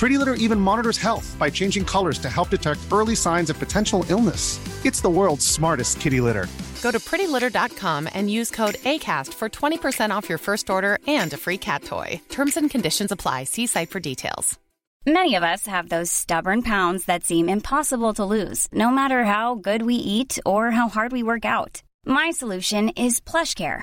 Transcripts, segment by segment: Pretty Litter even monitors health by changing colors to help detect early signs of potential illness. It's the world's smartest kitty litter. Go to prettylitter.com and use code ACAST for 20% off your first order and a free cat toy. Terms and conditions apply. See site for details. Many of us have those stubborn pounds that seem impossible to lose, no matter how good we eat or how hard we work out. My solution is PlushCare.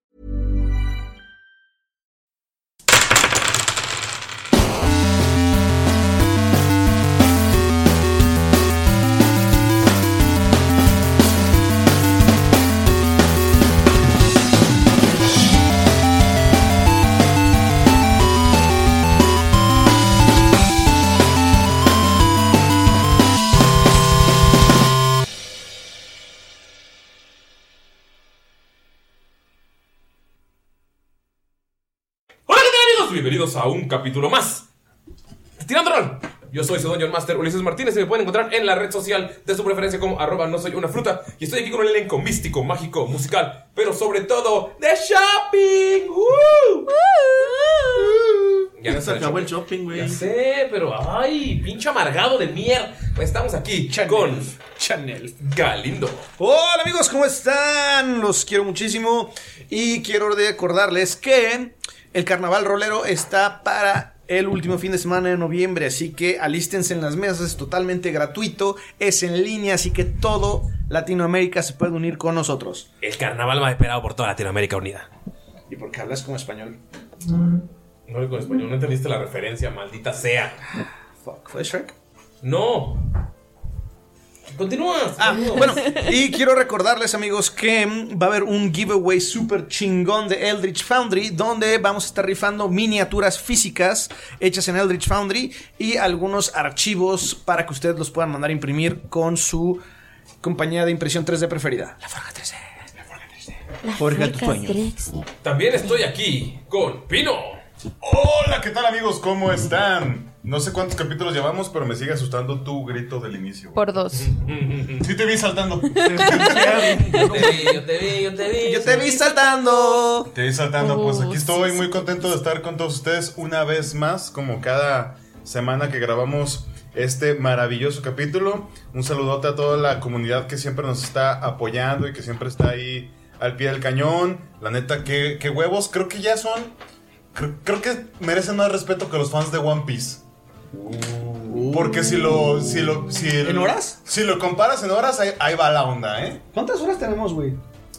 Hola, ¿qué tal amigos? Bienvenidos a un capítulo más. de Tirando Rol. Yo soy su dueño, el máster Ulises Martínez, y me pueden encontrar en la red social de su preferencia como arroba no soy una fruta. Y estoy aquí con un elenco místico, mágico, musical, pero sobre todo de shopping. ¡Woo! Ya no está se el acabó el shopping. shopping, güey. Ya sé, pero ay, pinche amargado de mierda. Pues estamos aquí con Chanel. Galindo. Hola amigos, ¿cómo están? Los quiero muchísimo y quiero recordarles que el carnaval rolero está para el último fin de semana de noviembre, así que alístense en las mesas, es totalmente gratuito, es en línea, así que todo Latinoamérica se puede unir con nosotros. El carnaval más esperado por toda Latinoamérica Unida. ¿Y por qué hablas como español? No hablé con español, no entendiste la referencia, maldita sea. Fuck, ¿fue Shrek? No. Continúas. Ah, boludo. bueno, y quiero recordarles, amigos, que mm, va a haber un giveaway super chingón de Eldritch Foundry, donde vamos a estar rifando miniaturas físicas hechas en Eldritch Foundry y algunos archivos para que ustedes los puedan mandar a imprimir con su compañía de impresión 3D preferida. La Forja 3D. Forja tus sueños. También estoy aquí con Pino. Hola, ¿qué tal, amigos? ¿Cómo están? No sé cuántos capítulos llevamos, pero me sigue asustando tu grito del inicio. Por dos. Sí, te vi saltando. Yo te vi, yo te vi, yo te vi. Yo te vi saltando. Te vi saltando. Pues aquí estoy muy contento de estar con todos ustedes una vez más, como cada semana que grabamos este maravilloso capítulo. Un saludote a toda la comunidad que siempre nos está apoyando y que siempre está ahí al pie del cañón. La neta, qué, qué huevos. Creo que ya son. Creo, creo que merecen más respeto que los fans de One Piece. Porque si lo. Si lo si el- Uh. ¿En horas? Si lo comparas en horas, ahí, ahí va la onda, ¿eh? ¿Cuántas horas tenemos, güey?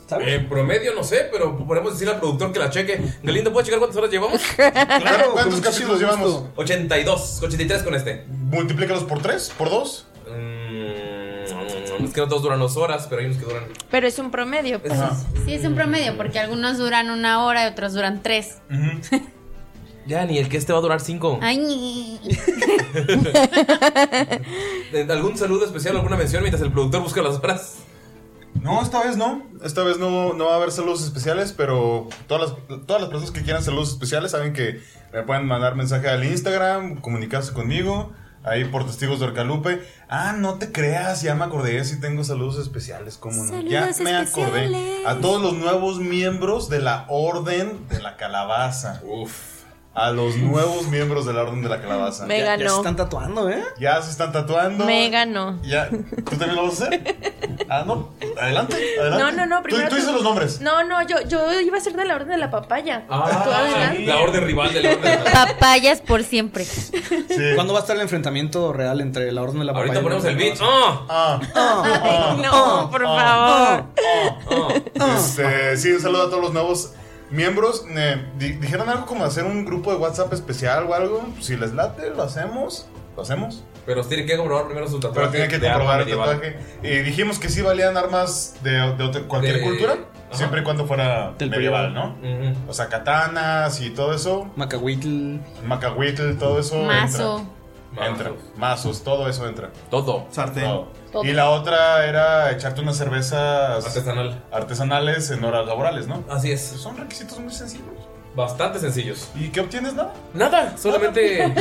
¿Sabes? En promedio, no sé, pero podemos decirle al productor que la cheque. Galindo, ¿puedes checar cuántas horas llevamos? Claro, ¿Cuántos con muchísimo capítulos llevamos? gusto. 82, 83 con este. Multiplícalos por 3, por 2. Mm, es que no todos duran dos horas, pero hay unos que duran. Pero es un promedio. pues. Sí, es un promedio, porque algunos duran una hora y otros duran tres. Ya, ni el que este va a durar cinco. Ah. Ay, ñi. Eh, ¿Algún saludo especial, alguna mención mientras el productor busca las horas? No, esta vez no. Esta vez no, no va a haber saludos especiales, pero todas las, todas las personas que quieran saludos especiales saben que me pueden mandar mensaje al Instagram, comunicarse conmigo, ahí por Testigos de Orcalupe. Ah, no te creas, ya me acordé, sí tengo saludos especiales, ¿cómo no? ya Saludos me acordé. especiales. A todos los nuevos miembros de la Orden de la Calabaza. Uf. A los nuevos miembros de la Orden de la Calabaza. Me Ya se ganó. están tatuando, ¿eh? Ya se están tatuando. Me ganó. Ya, ¿tú también lo vas a hacer? Ah, no. Adelante, adelante. No, no, no. Tú- Primero Tú, dices los nombres. No, no, yo, yo iba a ser de la orden de la papaya. Tú Ah, adelante. la orden rival de la orden. rival. Papayas por siempre. Sí. ¿Cuándo va a estar el enfrentamiento real entre la Orden de la Ahorita Papaya y ponemos la el Orden de beat. la Ah, Ah, Ay, no, por favor. Oh. este, sí, un saludo a todos los nuevos miembros. Eh, di- dijeron algo como hacer un grupo de WhatsApp especial o algo. Si les late, lo hacemos. Lo hacemos. Pero tiene que comprobar primero su tatuaje. Pero tiene que de arma comprobar el medieval. tatuaje. Y dijimos que sí valían armas de, de otra- cualquier De- cultura, ajá. siempre y cuando fuera Del medieval, ¿no? periodo. Ujú. O sea, katanas y todo eso, Macahuitl. macahuitl, todo eso. Mazo. Entra. Entra. Mazos, todo eso entra. Todo. Sartén. Todo. Y la otra era echarte unas cervezas Artesanal. artesanales en horas laborales, ¿no? Así es. Son requisitos muy sencillos. Bastante sencillos. ¿Y qué obtienes, nada? Nada, solamente.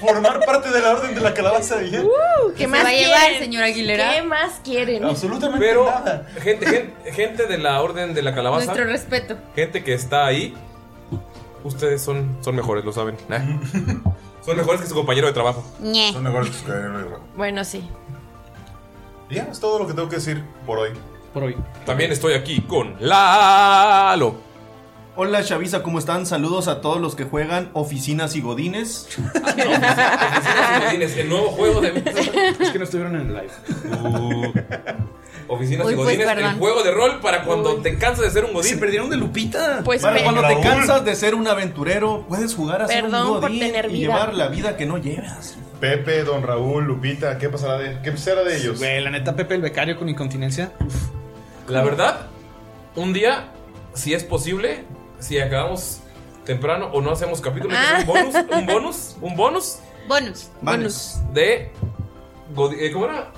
Formar parte de la orden de la calabaza de Villén. ¿Qué va más a llevar, quieren? señora Aguilera? ¿Qué más quieren? Absolutamente Pero, nada. gente, gente, gente de la orden de la calabaza, Nuestro respeto. gente que está ahí, ustedes son, son mejores, lo saben. Nah. son mejores que su compañero de trabajo. Ñe. Son mejores tus cadenas. Bueno, sí. Y Ya, es todo lo que tengo que decir por hoy. Por hoy. También estoy aquí con Lalo. Hola Chavisa, ¿cómo están? Saludos a todos los que juegan Oficinas y Godines. Oficinas Ah. y Godines, el nuevo juego de. Es que no estuvieron en live. Uh, Oficinas Uy, y pues, Godines, el perdón. juego de rol para cuando te cansas de ser un Se Godín. perdieron de Lupita. Pues Para me- cuando te Raúl. cansas de ser un aventurero, puedes jugar a ser un Perdón por Godín tener y vida. llevar la vida que no llevas. Pepe, Don Raúl, Lupita, ¿qué pasará de, qué será de ellos? Güey, la neta, Pepe el becario con incontinencia. La verdad, un día, si es posible, si acabamos temprano o no hacemos capítulo, hay que hacer un bonus, un bonus, un bonus Bonus. Vamos. de. Godi- eh, ¿Cómo era?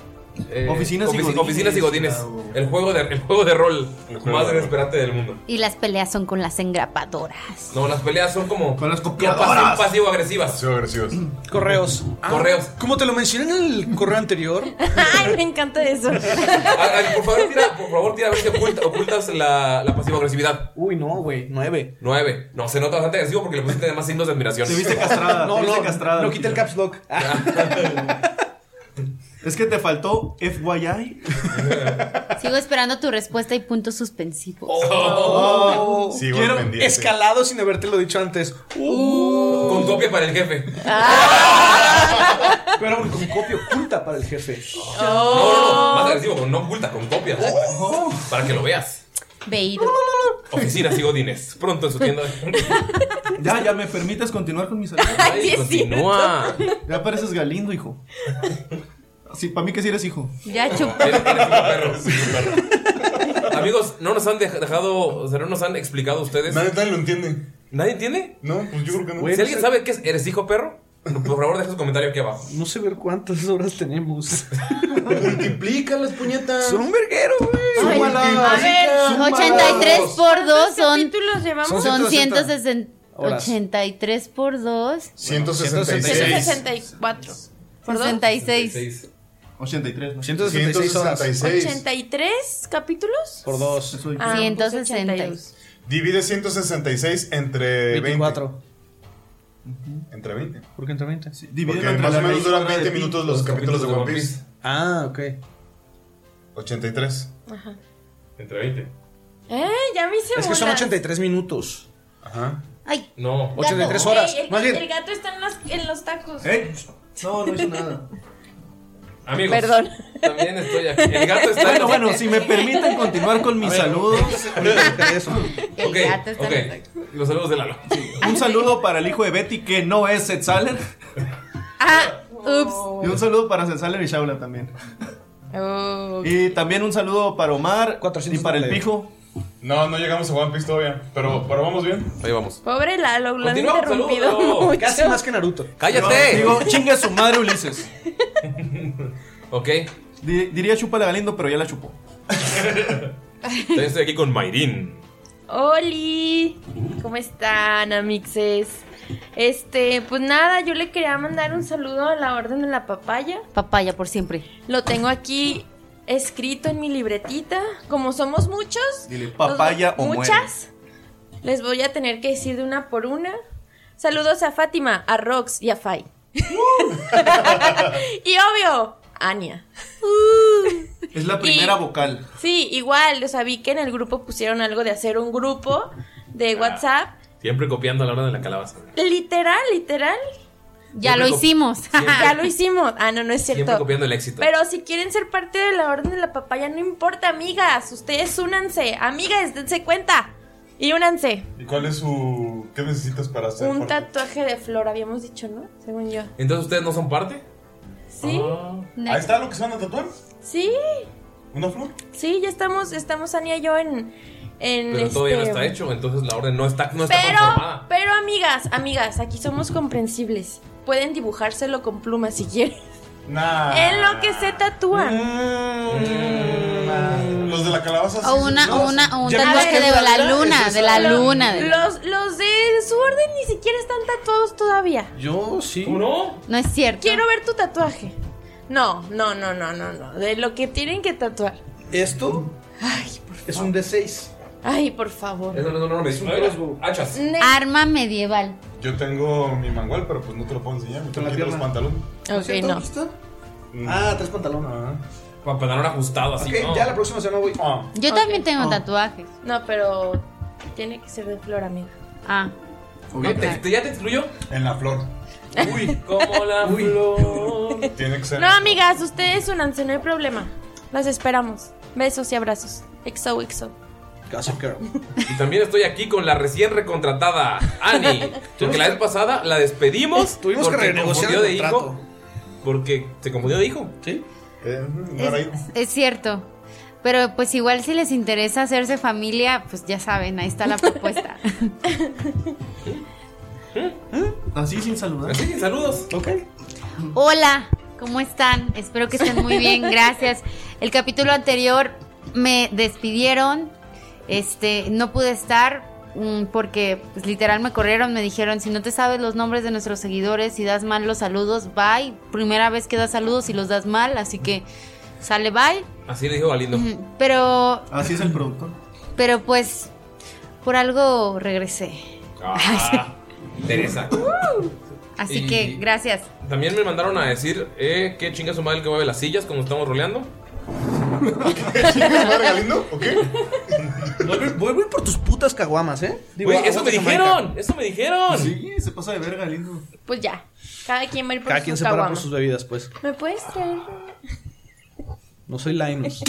Eh, Oficinas y ofici- Godines. Ah, Oficinas y Godines. El juego de, el juego de rol más desesperante del mundo. Y las peleas son con las engrapadoras. No, las peleas son como. Con las como copiadoras. pasi- pasivo-agresivas. Sigo agresivos. Correos. Correos. Ah, Como te lo mencioné en el correo anterior, Ay, me encanta eso. Ah, ah, por favor, tira, por favor, tira a ver si oculta- ocultas la, la pasivo-agresividad. Uy, no, güey, nueve. 9. No, se nota bastante agresivo porque le pusiste además signos de admiración. Te viste castrada, No, te viste no, castrada. no quita el caps lock. Es que te faltó FYI. Sigo esperando tu respuesta y puntos suspensivos. Oh, Sigo quiero- pendiente. Escalado sin haberte lo dicho antes. Uh, Con copia para el jefe. pero con copia oculta para el jefe. No, no, Oh. no, más agresivo, con- no oculta, con copias. Para que lo veas. Veído. Oficinas y Godines. Pronto en su tienda. Ya, ya, ¿me permites continuar con mi saludo? Ay, continúa. Ya pareces galindo, hijo. Sí, para mí que sí eres hijo. Ya chupé. Eres- eres un perro. Amigos, no nos han dej- dejado, o sea, no nos han explicado ustedes. Nadie, nadie lo entiende. ¿Nadie entiende? No, pues yo creo que no. Si alguien sabe qué es, ¿eres hijo perro? Por favor, deja su comentario aquí abajo. No sé ver cuántas horas tenemos. Multiplica las puñetas. Son un verguero, güey. Ay, A ver, 83 por 2 son, capítulos llevamos? son 160. 160. Horas. 83 por 2, 166. 164. ¿Por dos? 66. 83, ¿no? 166 horas. 166. ¿83 capítulos? Por dos. Soy- Ah, puse 160. 82. Divide 166 entre 20. 24. Entre 20. ¿Por qué entre 20? sí, divídelo Porque entre más la o menos raíz duran cuadrada de pi. 20 minutos los capítulos de One Piece. Ah, ok. 83. Entre 20. Eh, ya me hice Es que son bolas. 83 minutos. Ajá. Ay, No. 83 horas. Ey, el, Más bien. el gato está en, las- en los tacos. ¿Eh? No, no hizo nada. Amigos. Perdón. También estoy aquí. El gato está Bueno, bueno, si me permiten continuar con mis saludos. el Ok, gato está en los tacos. ok. Los saludos de Lalo. Un saludo para el hijo de Betty, que no es Setzaler. Ah, ups. Y un saludo para Setzaler y Shaula también. Oh. Y también un saludo para Omar y para el 490. pijo. No, no llegamos a One Piece todavía. Pero, pero vamos bien. Ahí vamos. Pobre Lalo, lo han Continúa, interrumpido saludo. mucho. Casi más que Naruto. ¡Cállate! Digo, chinga su madre Ulises. Ok. Di- diría chúpala Galindo, pero ya la chupó. También estoy aquí con Mayrin. Oli, ¿cómo están, amixes? Este, pues nada, yo le quería mandar un saludo a la Orden de la Papaya. Papaya por siempre. Lo tengo aquí escrito en mi libretita. Como somos muchos, Dile, papaya los- o muere. muchas, les voy a tener que decir de una por una. Uh. Saludos a Fátima, a Rox y a Fai. y obvio, Ania. Es la primera vocal. Sí, igual, o sea, vi que en el grupo pusieron algo de hacer un grupo Ah. de WhatsApp. Siempre copiando a la hora de la calabaza. Literal, literal. Ya lo Siempre co- hicimos. siempre- ya lo hicimos. Ah, no, no es Siempre cierto. copiando el éxito. Pero si quieren ser parte de la Orden de la Papaya, no importa, amigas. Ustedes únanse. Amigas, dense cuenta. Y únanse. ¿Y cuál es su. ¿Qué necesitas para hacer? Un tatuaje de flor, habíamos dicho, ¿no? Según yo. Entonces ustedes no son parte. Ah. ¿Sí? Ahí está lo que se van a tatuar. Sí, ¿Una flor? sí, ya estamos, estamos Ania y yo en. en Pero todavía no este- está hecho, entonces la orden no está, no está Pero, conformada. pero amigas, amigas, aquí somos comprensibles. Pueden dibujárselo con plumas si quieren. Nah. Ah. En lo que se Mm. tatúan. Los de la calabaza. sí O se- una- no, o una- o un Mm. ya- tatuaje ya- de ya- la ya- luna, es de la esa- Lo- luna. de- Los, los de su orden ni siquiera están tatuados todavía. Yo sí. no? No es cierto. Quiero ver tu tatuaje. No, no, no, no, no, no. De lo que tienen que tatuar. Esto es un D6. Ay, por favor. Eso no, no, no, me dice un crossbow. Hachas. Ne- Arma medieval. Yo tengo mi mangual, pero pues no te lo puedo enseñar. Me tengo que quitar los pantalones. Ok, no. Ah, tres pantalones. Pantalón ajustado así. Ok, ¿no? ya la próxima semana voy. Yo también tengo Ah. Oh. tatuajes. No, pero tiene que ser de flor, amiga. Ah. Ok, ¿te- te- ¿Ya te excluyó? En la flor. Uy, como la flor. Tiene que ser. No, amigas, ustedes únanse, no hay problema. Las esperamos. Besos y abrazos. Exo, exo. Gossip Girl. Y también estoy aquí con la recién recontratada Annie. Porque la vez pasada la despedimos. Tuvimos que porque renegociar el confundió de hijo. Porque se confundió de hijo. Sí. Eh, Es, es cierto. Pero pues igual si les interesa hacerse familia, pues ya saben, ahí está la propuesta. ¿Eh? Así sin saludar. ¿Eh? Así sin saludos. Ok. Hola, ¿cómo están? Espero que estén muy bien, gracias. El capítulo anterior me despidieron, este, no pude estar mm, porque pues, literal me corrieron, me dijeron, si no te sabes los nombres de nuestros seguidores y das mal los saludos, bye. Primera vez que das saludos y los das mal, así que sale bye. Así le dijo Galindo. Pero, Así es el productor. pero pues, por algo regresé. Ah, Teresa. Así Y- que gracias. También me mandaron a decir eh, que chinga su madre el que mueve las sillas cuando estamos roleando. Voy, voy- voy por tus putas caguamas, ¿eh? Güey, eso me aguanta, dijeron, Jamaica. eso me dijeron. Sí, se pasa de verga, lindo. Pues ya. Cada quien va a ir por Cada su quien se para caguama. por sus bebidas, pues. ¿Me puedes traer? No soy Linus.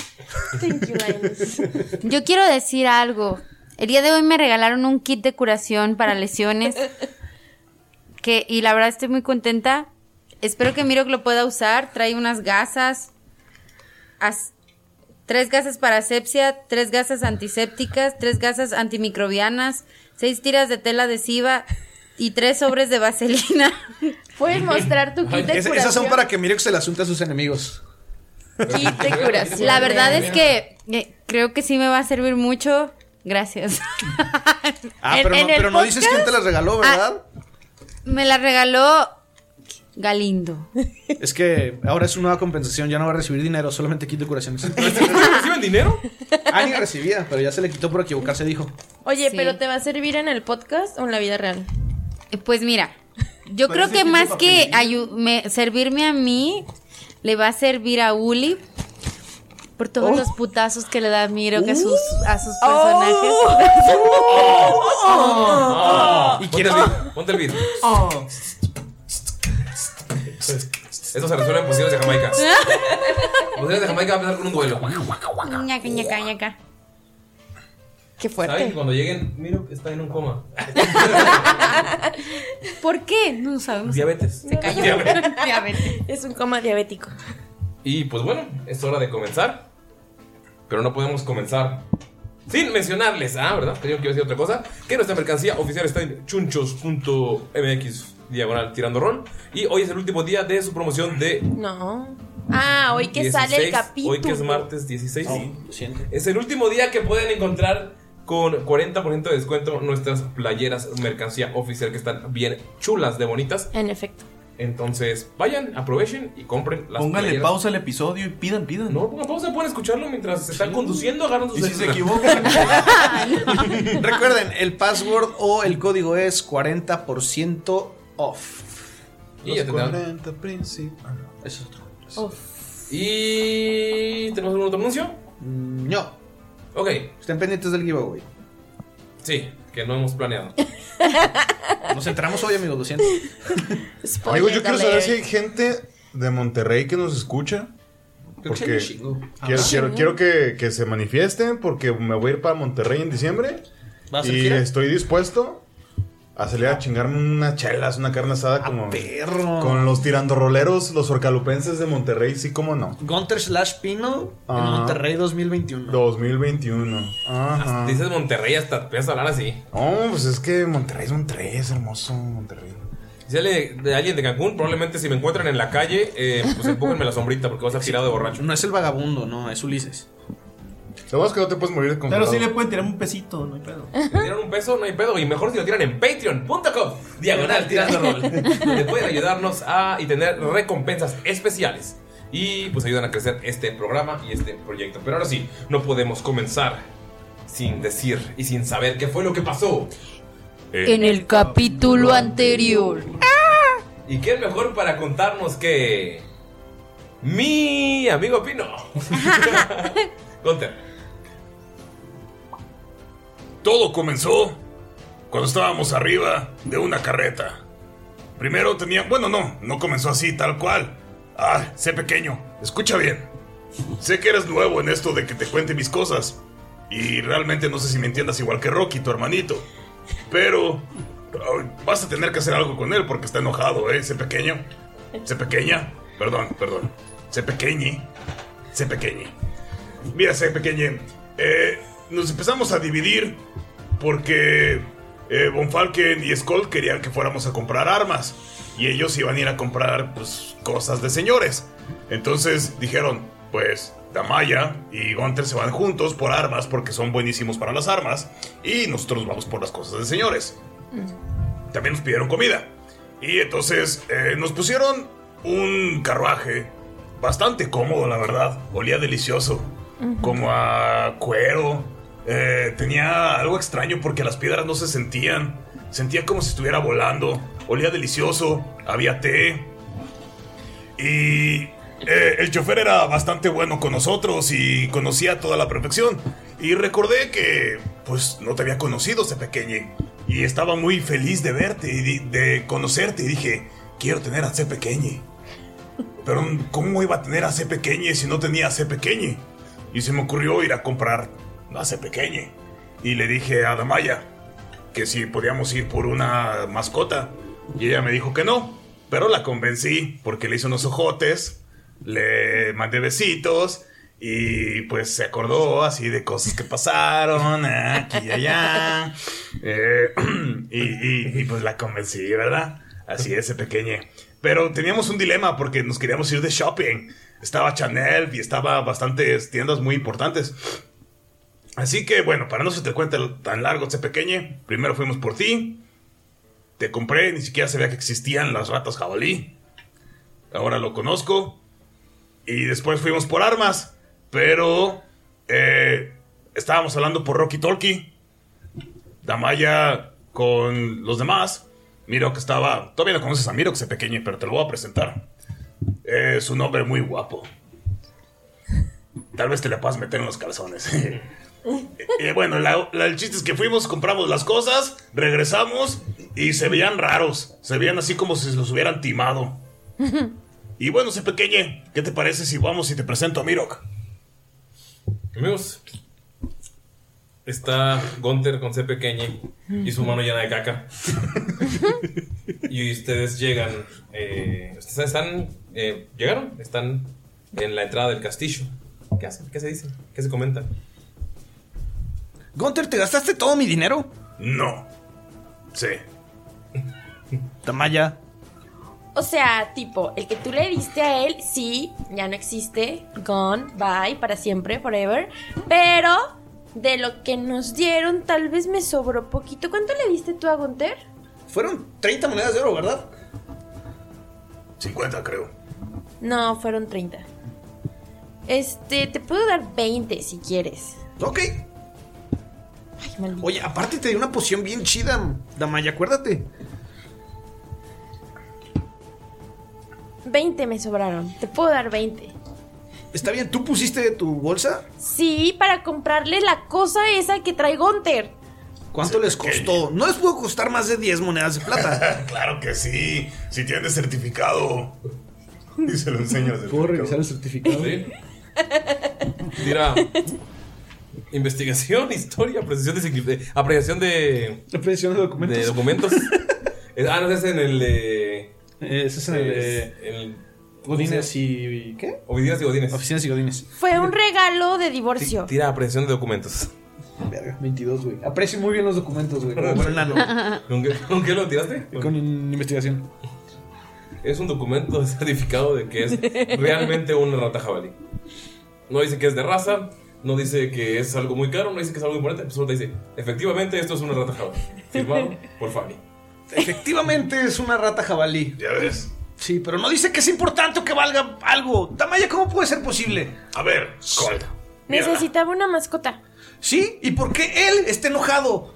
Yo quiero decir algo. El día de hoy me regalaron un kit de curación para lesiones. Que, y la verdad estoy muy contenta. Espero que Miro lo pueda usar. Trae unas gasas. as- tres gasas para asepsia, tres gasas antisépticas, tres gasas antimicrobianas, seis tiras de tela adhesiva y tres sobres de vaselina. ¿Puedes mostrar tu Ay, es- esas son para que Mirox se las unte a sus enemigos. de curación. La verdad es que eh, creo que sí me va a servir mucho. Gracias. Ah, En- pero, en no, el pero no dices podcast- Ah. quién te las regaló, ¿verdad? Me la regaló Galindo. Eh, Es que ahora es una nueva compensación, ya no va a recibir dinero, solamente kit de curaciones. ¿Reciben dinero? Ani recibía, pero ya se le quitó por equivocarse, dijo. Oye, Sí. ¿pero te va a servir en el podcast o en la vida real? Eh, Pues mira, yo creo que más que ayu- me- servirme a mí, le va a servir a Uli por todos los putazos que le da Miro que a sus, a Uh. sus personajes. ¿Y quieres el beat, Ponte el beat. Esto se resuelve en posiciones de Jamaica. Posiciones de Jamaica va a empezar con un duelo. Ñaca, ñaca, ñaca. Qué ¿Saben que cuando lleguen, miro que está en un coma? ¿Por qué? No sabemos. Diabetes. Se cayó. Diabetes. Diabetes. Es un coma diabético. Y pues bueno, es hora de comenzar. Pero no podemos comenzar sin mencionarles, ah, ¿verdad? Que Yo quiero decir otra cosa. Que nuestra mercancía oficial está en chunchos.mx diagonal tirando rol. Y hoy es el último día de su promoción de No. Ah, hoy que 16, sale el capítulo. Hoy que es martes 16. Lo siento. Es el último día que pueden encontrar con 40% de descuento nuestras playeras mercancía oficial que están bien chulas de bonitas. En efecto. Entonces, vayan, aprovechen y compren las Póngale playeras. pausa al episodio y pidan, pidan. No, pongan pausa, pueden escucharlo mientras se están conduciendo, agarran sus Y si se celulares. equivocan, Recuerden, el password o el código es 40% off. Y ya tendrán- ah, Eso es otro. Uf. ¿Y tenemos algún otro anuncio? Mm, No. Ok. Estén pendientes del giveaway. Sí, que no hemos planeado. Nos centramos hoy, amigos, lo siento. Amigos, yo quiero saber si hay gente de Monterrey que nos escucha. Creo que sí hay Porque un chingo. quiero, Ah. quiero- quiero que, que se manifiesten porque me voy a ir para Monterrey en diciembre. ¿Vas a hacer Y gira? estoy dispuesto a salir a chingarme unas chelas, una carne Ah, asada como con los tirandorroleros, los orcalupenses de Monterrey, sí como no. Gunter slash Pino en Ah. Monterrey 2021. 2021. Ajá. Dices Monterrey hasta empiezas a hablar así. No, pues es que Monterrey es Monterrey, es hermoso Monterrey. Si sale de alguien de Cancún, probablemente si me encuentran en la calle, eh, pues empújenme la sombrita porque vas a estar tirado de borracho. No es el vagabundo, no, es Ulises. Sabes que no te puedes morir de Pero sí le pueden tirar un pesito, no hay pedo. Si tiran un peso, no hay pedo. Y mejor si lo tiran en patreon.com, diagonal tirando rol. Donde pueden ayudarnos a y tener recompensas especiales. Y pues ayudan a crecer este programa y este proyecto. Pero ahora sí, no podemos comenzar sin decir y sin saber qué fue lo que pasó. En el capítulo anterior. ¿Y quién mejor para contarnos que mi amigo Pino? Gunter. Todo comenzó cuando estábamos arriba de una carreta. Primero tenía... Bueno, no, no comenzó así, tal cual. Ah, sé pequeño, escucha bien. Sé que eres nuevo en esto de que te cuente mis cosas. Y realmente no sé si me entiendas igual que Rocky, tu hermanito. Pero ay, vas a tener que hacer algo con él porque está enojado, ¿eh? Sé pequeño. Sé pequeña. Perdón, perdón. Sé pequeñi. Sé pequeñi. Mira, sé pequeñe. eh, nos empezamos a dividir porque eh, Von Falken y Skull querían que fuéramos a comprar armas. Y ellos iban a ir a comprar pues, cosas de señores. Entonces dijeron, pues Damaya y Gunter se van juntos por armas porque son buenísimos para las armas. Y nosotros vamos por las cosas de señores. También nos pidieron comida. Y entonces eh, nos pusieron un carruaje bastante cómodo, la verdad. Olía delicioso como a cuero. Eh, tenía algo extraño porque las piedras no se sentían. Sentía como si estuviera volando. Olía delicioso. Había té. Y eh, el chofer era bastante bueno con nosotros y conocía a toda la perfección. Y recordé que pues no te había conocido ese pequeñe. Y estaba muy feliz de verte y di- de conocerte. Y dije, quiero tener a ese pequeñe. Pero ¿cómo iba a tener a ese pequeñe si no tenía a ese pequeñe? Y se me ocurrió ir a comprar hace pequeñe. Y le dije a Damaya que si podíamos ir por una mascota. Y ella me dijo que no. Pero la convencí porque le hice unos ojotes, le mandé besitos y pues se acordó así de cosas que pasaron aquí y allá. Eh, y, y- y, pues la convencí, ¿verdad? Así es, ese pequeñe. Pero teníamos un dilema porque nos queríamos ir de shopping. Estaba Chanel y estaba bastantes tiendas muy importantes. Así que bueno, para no se te cuente lo- tan largo ese pequeñe, primero fuimos por ti. Te compré, ni siquiera sabía que existían las ratas jabalí. Ahora lo conozco. Y después fuimos por armas. Pero eh, estábamos hablando por Rocky Talkie. Damaya con los demás. Miro que estaba. Todavía no conoces a Miro, que es pequeño, pero te lo voy a presentar. Es un hombre muy guapo. Tal vez te la puedas meter en los calzones. Eh, bueno, la- la- el chiste es que fuimos, compramos las cosas, regresamos y se veían raros. Se veían así como si los hubieran timado. Y bueno, ese pequeñe, ¿qué te parece si vamos y te presento a Mirok? Amigos, está Gunter con C pequeñe y su mano llena de caca. y ustedes llegan. eh, ustedes están. eh, ¿Llegaron? Están en la entrada del castillo. ¿Qué hacen? ¿Qué se dice? ¿Qué se comenta? Gunter, ¿te gastaste todo mi dinero? No. Sí. Tamaya. O sea, tipo, el que tú le diste a él, sí, ya no existe, gone, bye, para siempre, forever. Pero de lo que nos dieron, tal vez me sobró poquito. ¿Cuánto le diste tú a Gunter? Fueron 30 monedas de oro, ¿verdad? 50, creo. No, fueron 30. Este, te puedo dar 20 si quieres. Ok. Oye, aparte te di una poción bien chida, Damaya, acuérdate. 20 me sobraron. Te puedo dar 20. Está bien, ¿tú pusiste de tu bolsa? Sí, para comprarle la cosa esa que trae Gunter. ¿Cuánto les costó? No les pudo costar más de 10 monedas de plata. claro que sí. Si tienes certificado. Y se lo enseña el ¿Puedo revisar el certificado? Tira. Investigación, historia, apreciación de. signi- de- Apreciación de. Apreciación de documentos. De documentos. Eh, ah, no, ese es en el de. Ese es en el de- Godines y. ¿Qué? Oficinas y Godines. Oficinas y Godines. Fue un regalo de divorcio. Tira apreciación de documentos. Verga, 22, güey. Aprecio muy bien los documentos, güey. Como buen enano. ¿Con qué, con qué lo tiraste? Con investigación. Es un documento certificado de que es realmente una rata jabalí. No dice que es de raza, no dice que es algo muy caro, no dice que es algo importante, solo te dice, efectivamente esto es una rata jabalí. Firmado por Fanny. Efectivamente es una rata jabalí. Ya ves. Sí, pero no dice que es importante o que valga algo. Tamaya, ¿cómo puede ser posible? A ver, Colt. Necesitaba una mascota. ¿Sí? ¿Y por qué él está enojado?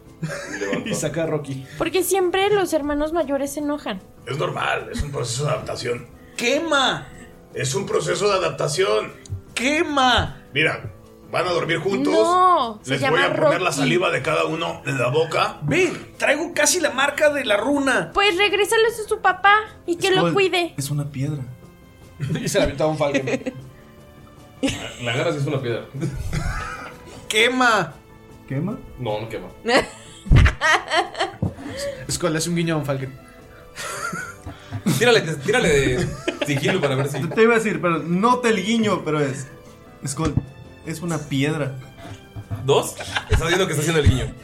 y saca a Rocky. Porque siempre los hermanos mayores se enojan. Es normal, es un proceso de adaptación. ¡Quema! Es un proceso de adaptación. ¡Quema! Mira, van a dormir juntos. No, se Les llama voy a poner la Rocky. saliva de cada uno en la boca. Ve, traigo casi la marca de la runa. Pues regrésalo a su papá y que lo cuide. Es una piedra. y se la aventaba un falcon. La garra sí es una piedra. ¡Quema! ¿Quema? No, no quema. Skull, le hace un guiño a un falcon. Tírale, tírale de sigilo para ver si. Te iba a decir, pero no te el guiño, pero es. Skull, es una piedra. ¿Dos? Estás viendo que está haciendo el guiño.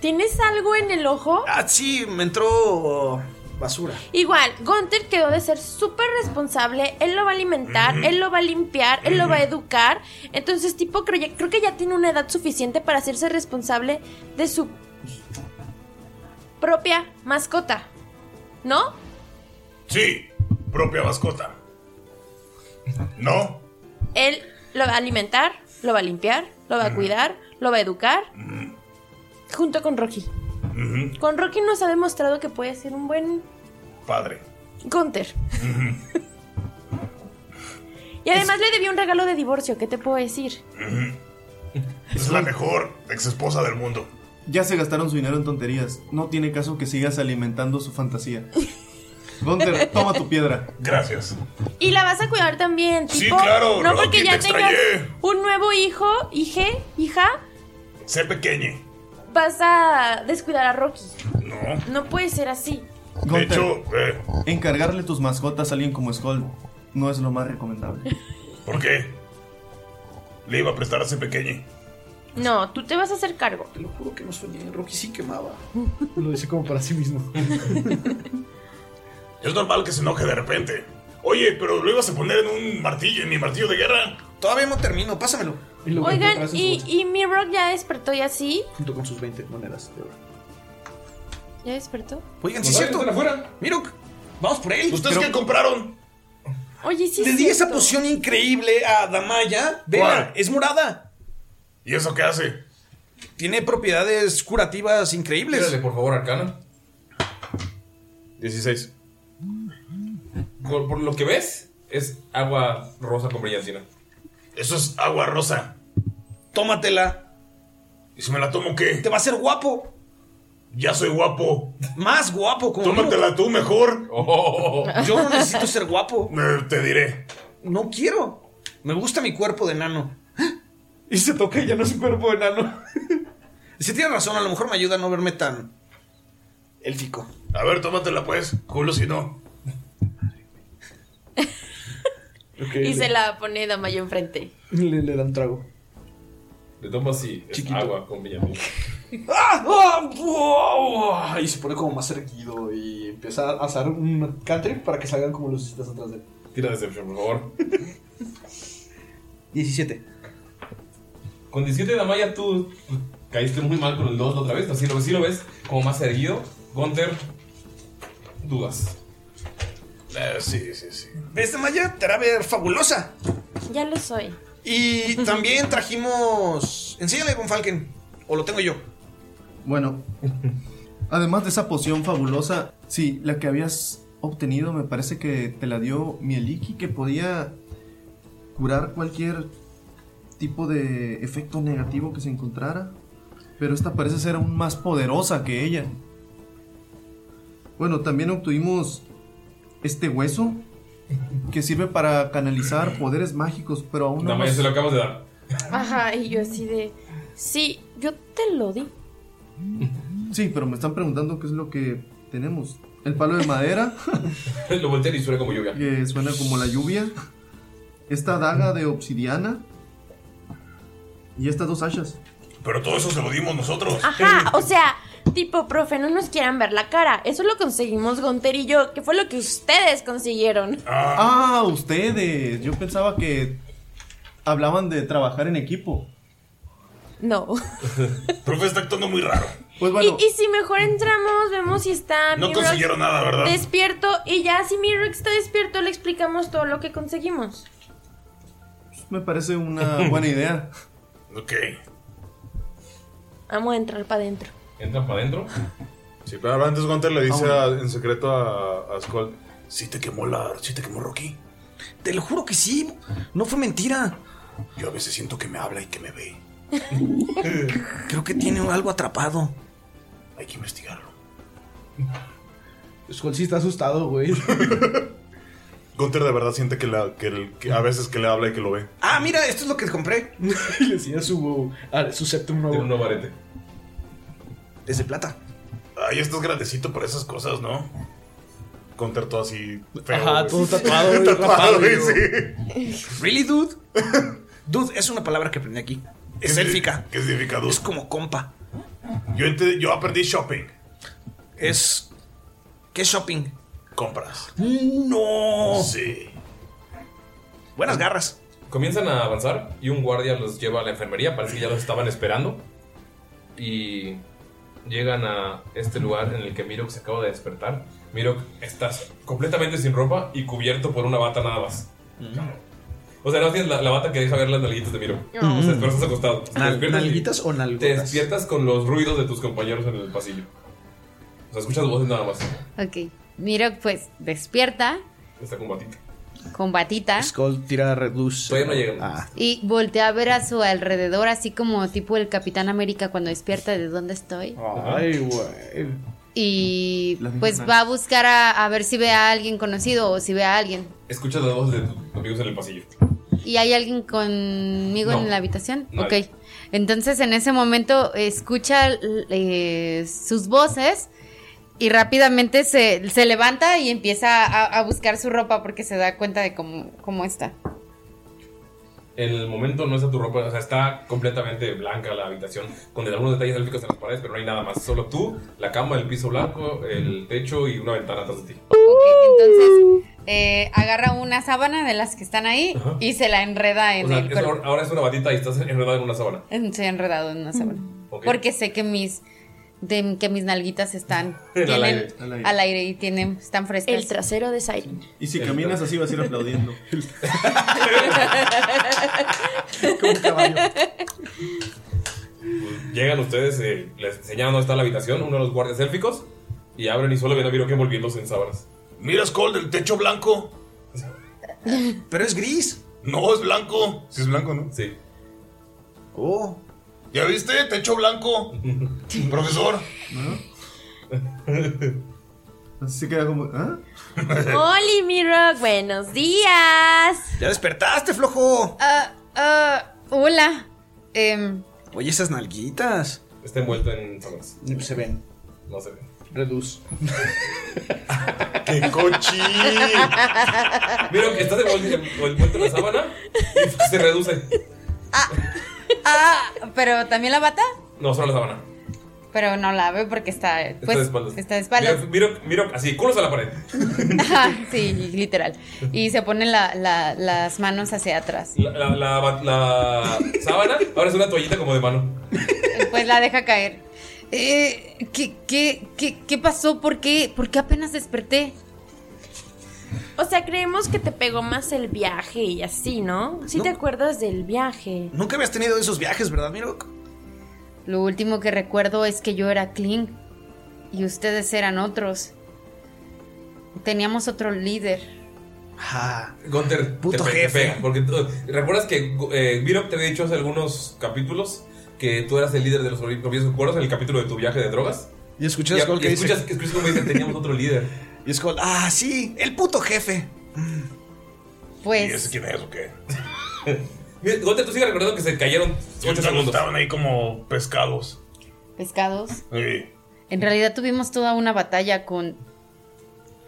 ¿Tienes algo en el ojo? Ah, sí, me entró basura. Igual, Gunther quedó de ser súper responsable. Él lo va a alimentar, él lo va a limpiar, él lo va a educar. Entonces, tipo, creo, ya- creo que ya tiene una edad suficiente para hacerse responsable de su propia mascota. ¿No? Sí, propia mascota. No, Él lo va a alimentar, lo va a limpiar, lo va a cuidar, lo va a educar. Junto con Rocky. Ujú. Con Rocky nos ha demostrado que puede ser un buen padre. Gunther. Ujú, Y además le debió un regalo de divorcio, ¿qué te puedo decir? ujú. Es la mejor ex esposa del mundo. Ya se gastaron su dinero en tonterías. No tiene caso que sigas alimentando su fantasía. Gunter, toma tu piedra. Gracias. Y la vas a cuidar también, Sí, tipo. claro, no Rocky, porque te ya tengas extrañé. un nuevo hijo, hije, hija, Sé pequeñe. vas a descuidar a Rocky. No. No puede ser así. De hecho, eh, encargarle tus mascotas a alguien como Skull no es lo más recomendable. ¿Por qué? Le iba a prestar a ese pequeñe. No, tú te vas a hacer cargo. Te lo juro que no soñé, Rocky sí quemaba. Lo dice como para sí mismo. Es normal que se enoje de repente. Oye, pero lo ibas a poner en un martillo, en mi martillo de guerra. Todavía no termino, pásamelo. Oigan, y, y mi Rock ya despertó y así. Junto con sus 20 monedas de oro. ¿Ya despertó? Oigan, sí es cierto. Mirok, vamos por él. ¿Ustedes qué compraron? Oye, sí. Le di esa poción increíble a Damaya. Vela, ¿Cuál? es morada. ¿Y eso qué hace? Tiene propiedades curativas increíbles. Tírale, por favor, Arcana. 16. Por, por lo que ves, es agua rosa con brillantina. Eso es agua rosa. Tómatela. ¿Y si me la tomo qué? Te va a hacer guapo. Ya soy guapo. Más guapo como Tómatela tú mejor. Yo no necesito ser guapo. Eh, Te diré. No quiero. Me gusta mi cuerpo de nano. Y se toca y ya no es un cuerpo de nano. Si tiene razón, a lo mejor me ayuda a no verme tan élfico. A ver, tómatela pues. Culo si no. Y se la pone Damayo enfrente. Le, le dan trago. Le tomas así, es agua con brillantina. ¡Ah! ¡Ah! ¡Wow! Y se pone como más erguido y empieza a hacer un cantrip para que salgan como lucecitas atrás de él. Tira Deception, por favor. 17. Con 17 de Damaya tú caíste muy mal con el 2 la otra vez. Así lo, sí lo ves como más erguido. Gunter, dudas. Eh, sí, sí, sí. ¿Ves, Maya? Te hará ver fabulosa. Ya lo soy. Y también trajimos. Enséñale, Von Falken. O lo tengo yo. Bueno, además de esa poción fabulosa, sí, la que habías obtenido me parece que te la dio Mieliki, que podía curar cualquier tipo de efecto negativo que se encontrara. Pero esta parece ser aún más poderosa que ella. Bueno, también obtuvimos este hueso que sirve para canalizar poderes mágicos, pero aún no. Nada más nos- se lo acabas de dar. Ajá, y yo así de. Sí, yo te lo di. Sí, pero me están preguntando qué es lo que tenemos. El palo de madera. Lo voltean y suena como lluvia. Que suena como la lluvia. Esta daga de obsidiana. Y estas dos hachas. Pero todo eso se lo dimos nosotros. Ajá, o sea, tipo, profe, no nos quieran ver la cara. Eso lo conseguimos Gonter y yo, que fue lo que ustedes consiguieron. Ah, ustedes. Yo pensaba que hablaban de trabajar en equipo. No. Pues Profe, está actuando muy raro. Pues Y, y si mejor entramos, vemos si está. No Mirox consiguieron nada, ¿verdad? Despierto, y ya si Mirox está despierto, le explicamos todo lo que conseguimos. Me parece Ah, una buena idea. Ok. Vamos a entrar para adentro. ¿Entran para adentro? Sí, pero antes Gunter le dice Vámonos. a- en secreto a, a Skull: Si te quemó la. Si te quemó Rocky. Te lo juro que sí. No fue mentira. Yo a veces siento que me habla y que me ve. Creo que tiene algo atrapado. Hay que investigarlo. Skull sí está asustado, güey. Gunter de verdad siente que, la- que el- que a veces que le habla y que lo ve. Ah, mira, esto es lo que compré. y le enseña su, ah, su septum nuevo. un varete. Es de plata. Ahí estás grandecito para esas cosas, ¿no? Gunter todo así feo. Ajá, güey. todo tatuado, güey, rapado, tatuado, güey, güey. sí. ¿Really, dude? Dude, es una palabra que aprendí aquí. Es élfica. ¿Qué significa dude? Es como compa. Yo, ente- yo aprendí shopping. Es. ¿Qué es shopping? Compras. No. Sí. Buenas garras. Ah, Comienzan a avanzar y un guardia los lleva a la enfermería. Parece que ya los estaban esperando. Y llegan a este lugar en el que Mirok se acaba de despertar. Mirok, estás completamente sin ropa y cubierto por una bata nada más. Mm. O sea, no tienes la, la bata que deja ver las nalguitas de Mirok. O sea, pero estás acostado. Te Nal- despiertas y- ¿Nalguitas o Te nalgotas? despiertas con los ruidos de tus compañeros en el pasillo. O sea, escuchas voces nada más. Ok. Miro, pues despierta Está con batita. con batita Skull tira reduce. Todavía no llegan. Ah. y voltea a ver a su alrededor, así como tipo el Capitán América cuando despierta de dónde estoy. Ay, güey. Y Las mismas pues manos. va a buscar a, a ver si ve a alguien conocido o si ve a alguien. Escuchas las voces de tus amigos en el pasillo. ¿Y hay alguien conmigo No. en la habitación? Ok. Nadie. Entonces en ese momento escucha eh, sus voces y rápidamente se, se levanta y empieza a, a buscar su ropa porque se da cuenta de cómo, cómo está. En el momento no está tu ropa, o sea, está completamente blanca la habitación, con algunos detalles élficos en las paredes, pero no hay nada más. Solo tú, la cama, el piso blanco, el techo y una ventana atrás de ti. Uh. Entonces eh, agarra una sábana de las que están ahí Ajá. y se la enreda en O sea, el es- cuerpo. ahora es una batita y estás enredado en una sábana. Estoy enredado en una Mm. sábana. Ok. Porque sé que mis de- que mis nalguitas están Al tienen- aire, al aire. al aire y tienen están frescas. El trasero de Siren. Y si caminas así vas a ir aplaudiendo. Llegan ustedes, eh, les enseñan dónde está la habitación, uno de los guardias élficos, y abren y solo ven a Miro que envolviéndose en sábanas. Mira, Skull, del techo blanco. Pero es gris. No, es blanco. Sí, es blanco, ¿no? Sí. Oh. ¿Ya viste? Techo blanco. Profesor. Así queda como. ¿Ah? ¡Oli, Mirox! ¡Buenos días! Ya despertaste, flojo. Ah, ah, hola. Em, Oye, esas nalguitas. Está envuelto en sábanas. Se ven. No se ven. Reduce. ¡Qué cochín! Miro que estás envuelto, envuelto en la sábana y se reduce. ah, pero también la bata, No, solo la sábana. pero no la ve porque está Está pues de espaldas. está de espaldas. Miro, Miro- Miro así, culos a la pared. Ajá, sí, literal. Y se pone la- la- las manos hacia atrás. La, la, la- la sábana ahora es una toallita como de mano. Pues la deja caer. Eh, ¿qué, qué, qué, qué pasó? ¿Por qué, ¿Por qué apenas desperté? O sea, creemos que te pegó más el viaje y así, ¿no? Si te acuerdas del viaje. Nunca habías tenido esos viajes, ¿verdad, Miro? Lo último que recuerdo es que yo era Kling y ustedes eran otros. Teníamos otro líder. Gunter Puto te, pe- te jefe. pega. Porque tú- recuerdas que eh, Mirok te había dicho hace algunos capítulos que tú eras el líder de los propios cuervos en el capítulo de tu viaje de drogas. Y escuchas Y- Skull y que dice- escuchas, escuchas como dicen, teníamos otro líder. Y Skull, ah, sí, el puto jefe. Pues. ¿Y ese quién es o qué? Mira, Gunter, tú sigues recordando que se cayeron 8 segundos. Estaban ahí como pescados. Pescados. Sí. En realidad tuvimos toda una batalla con.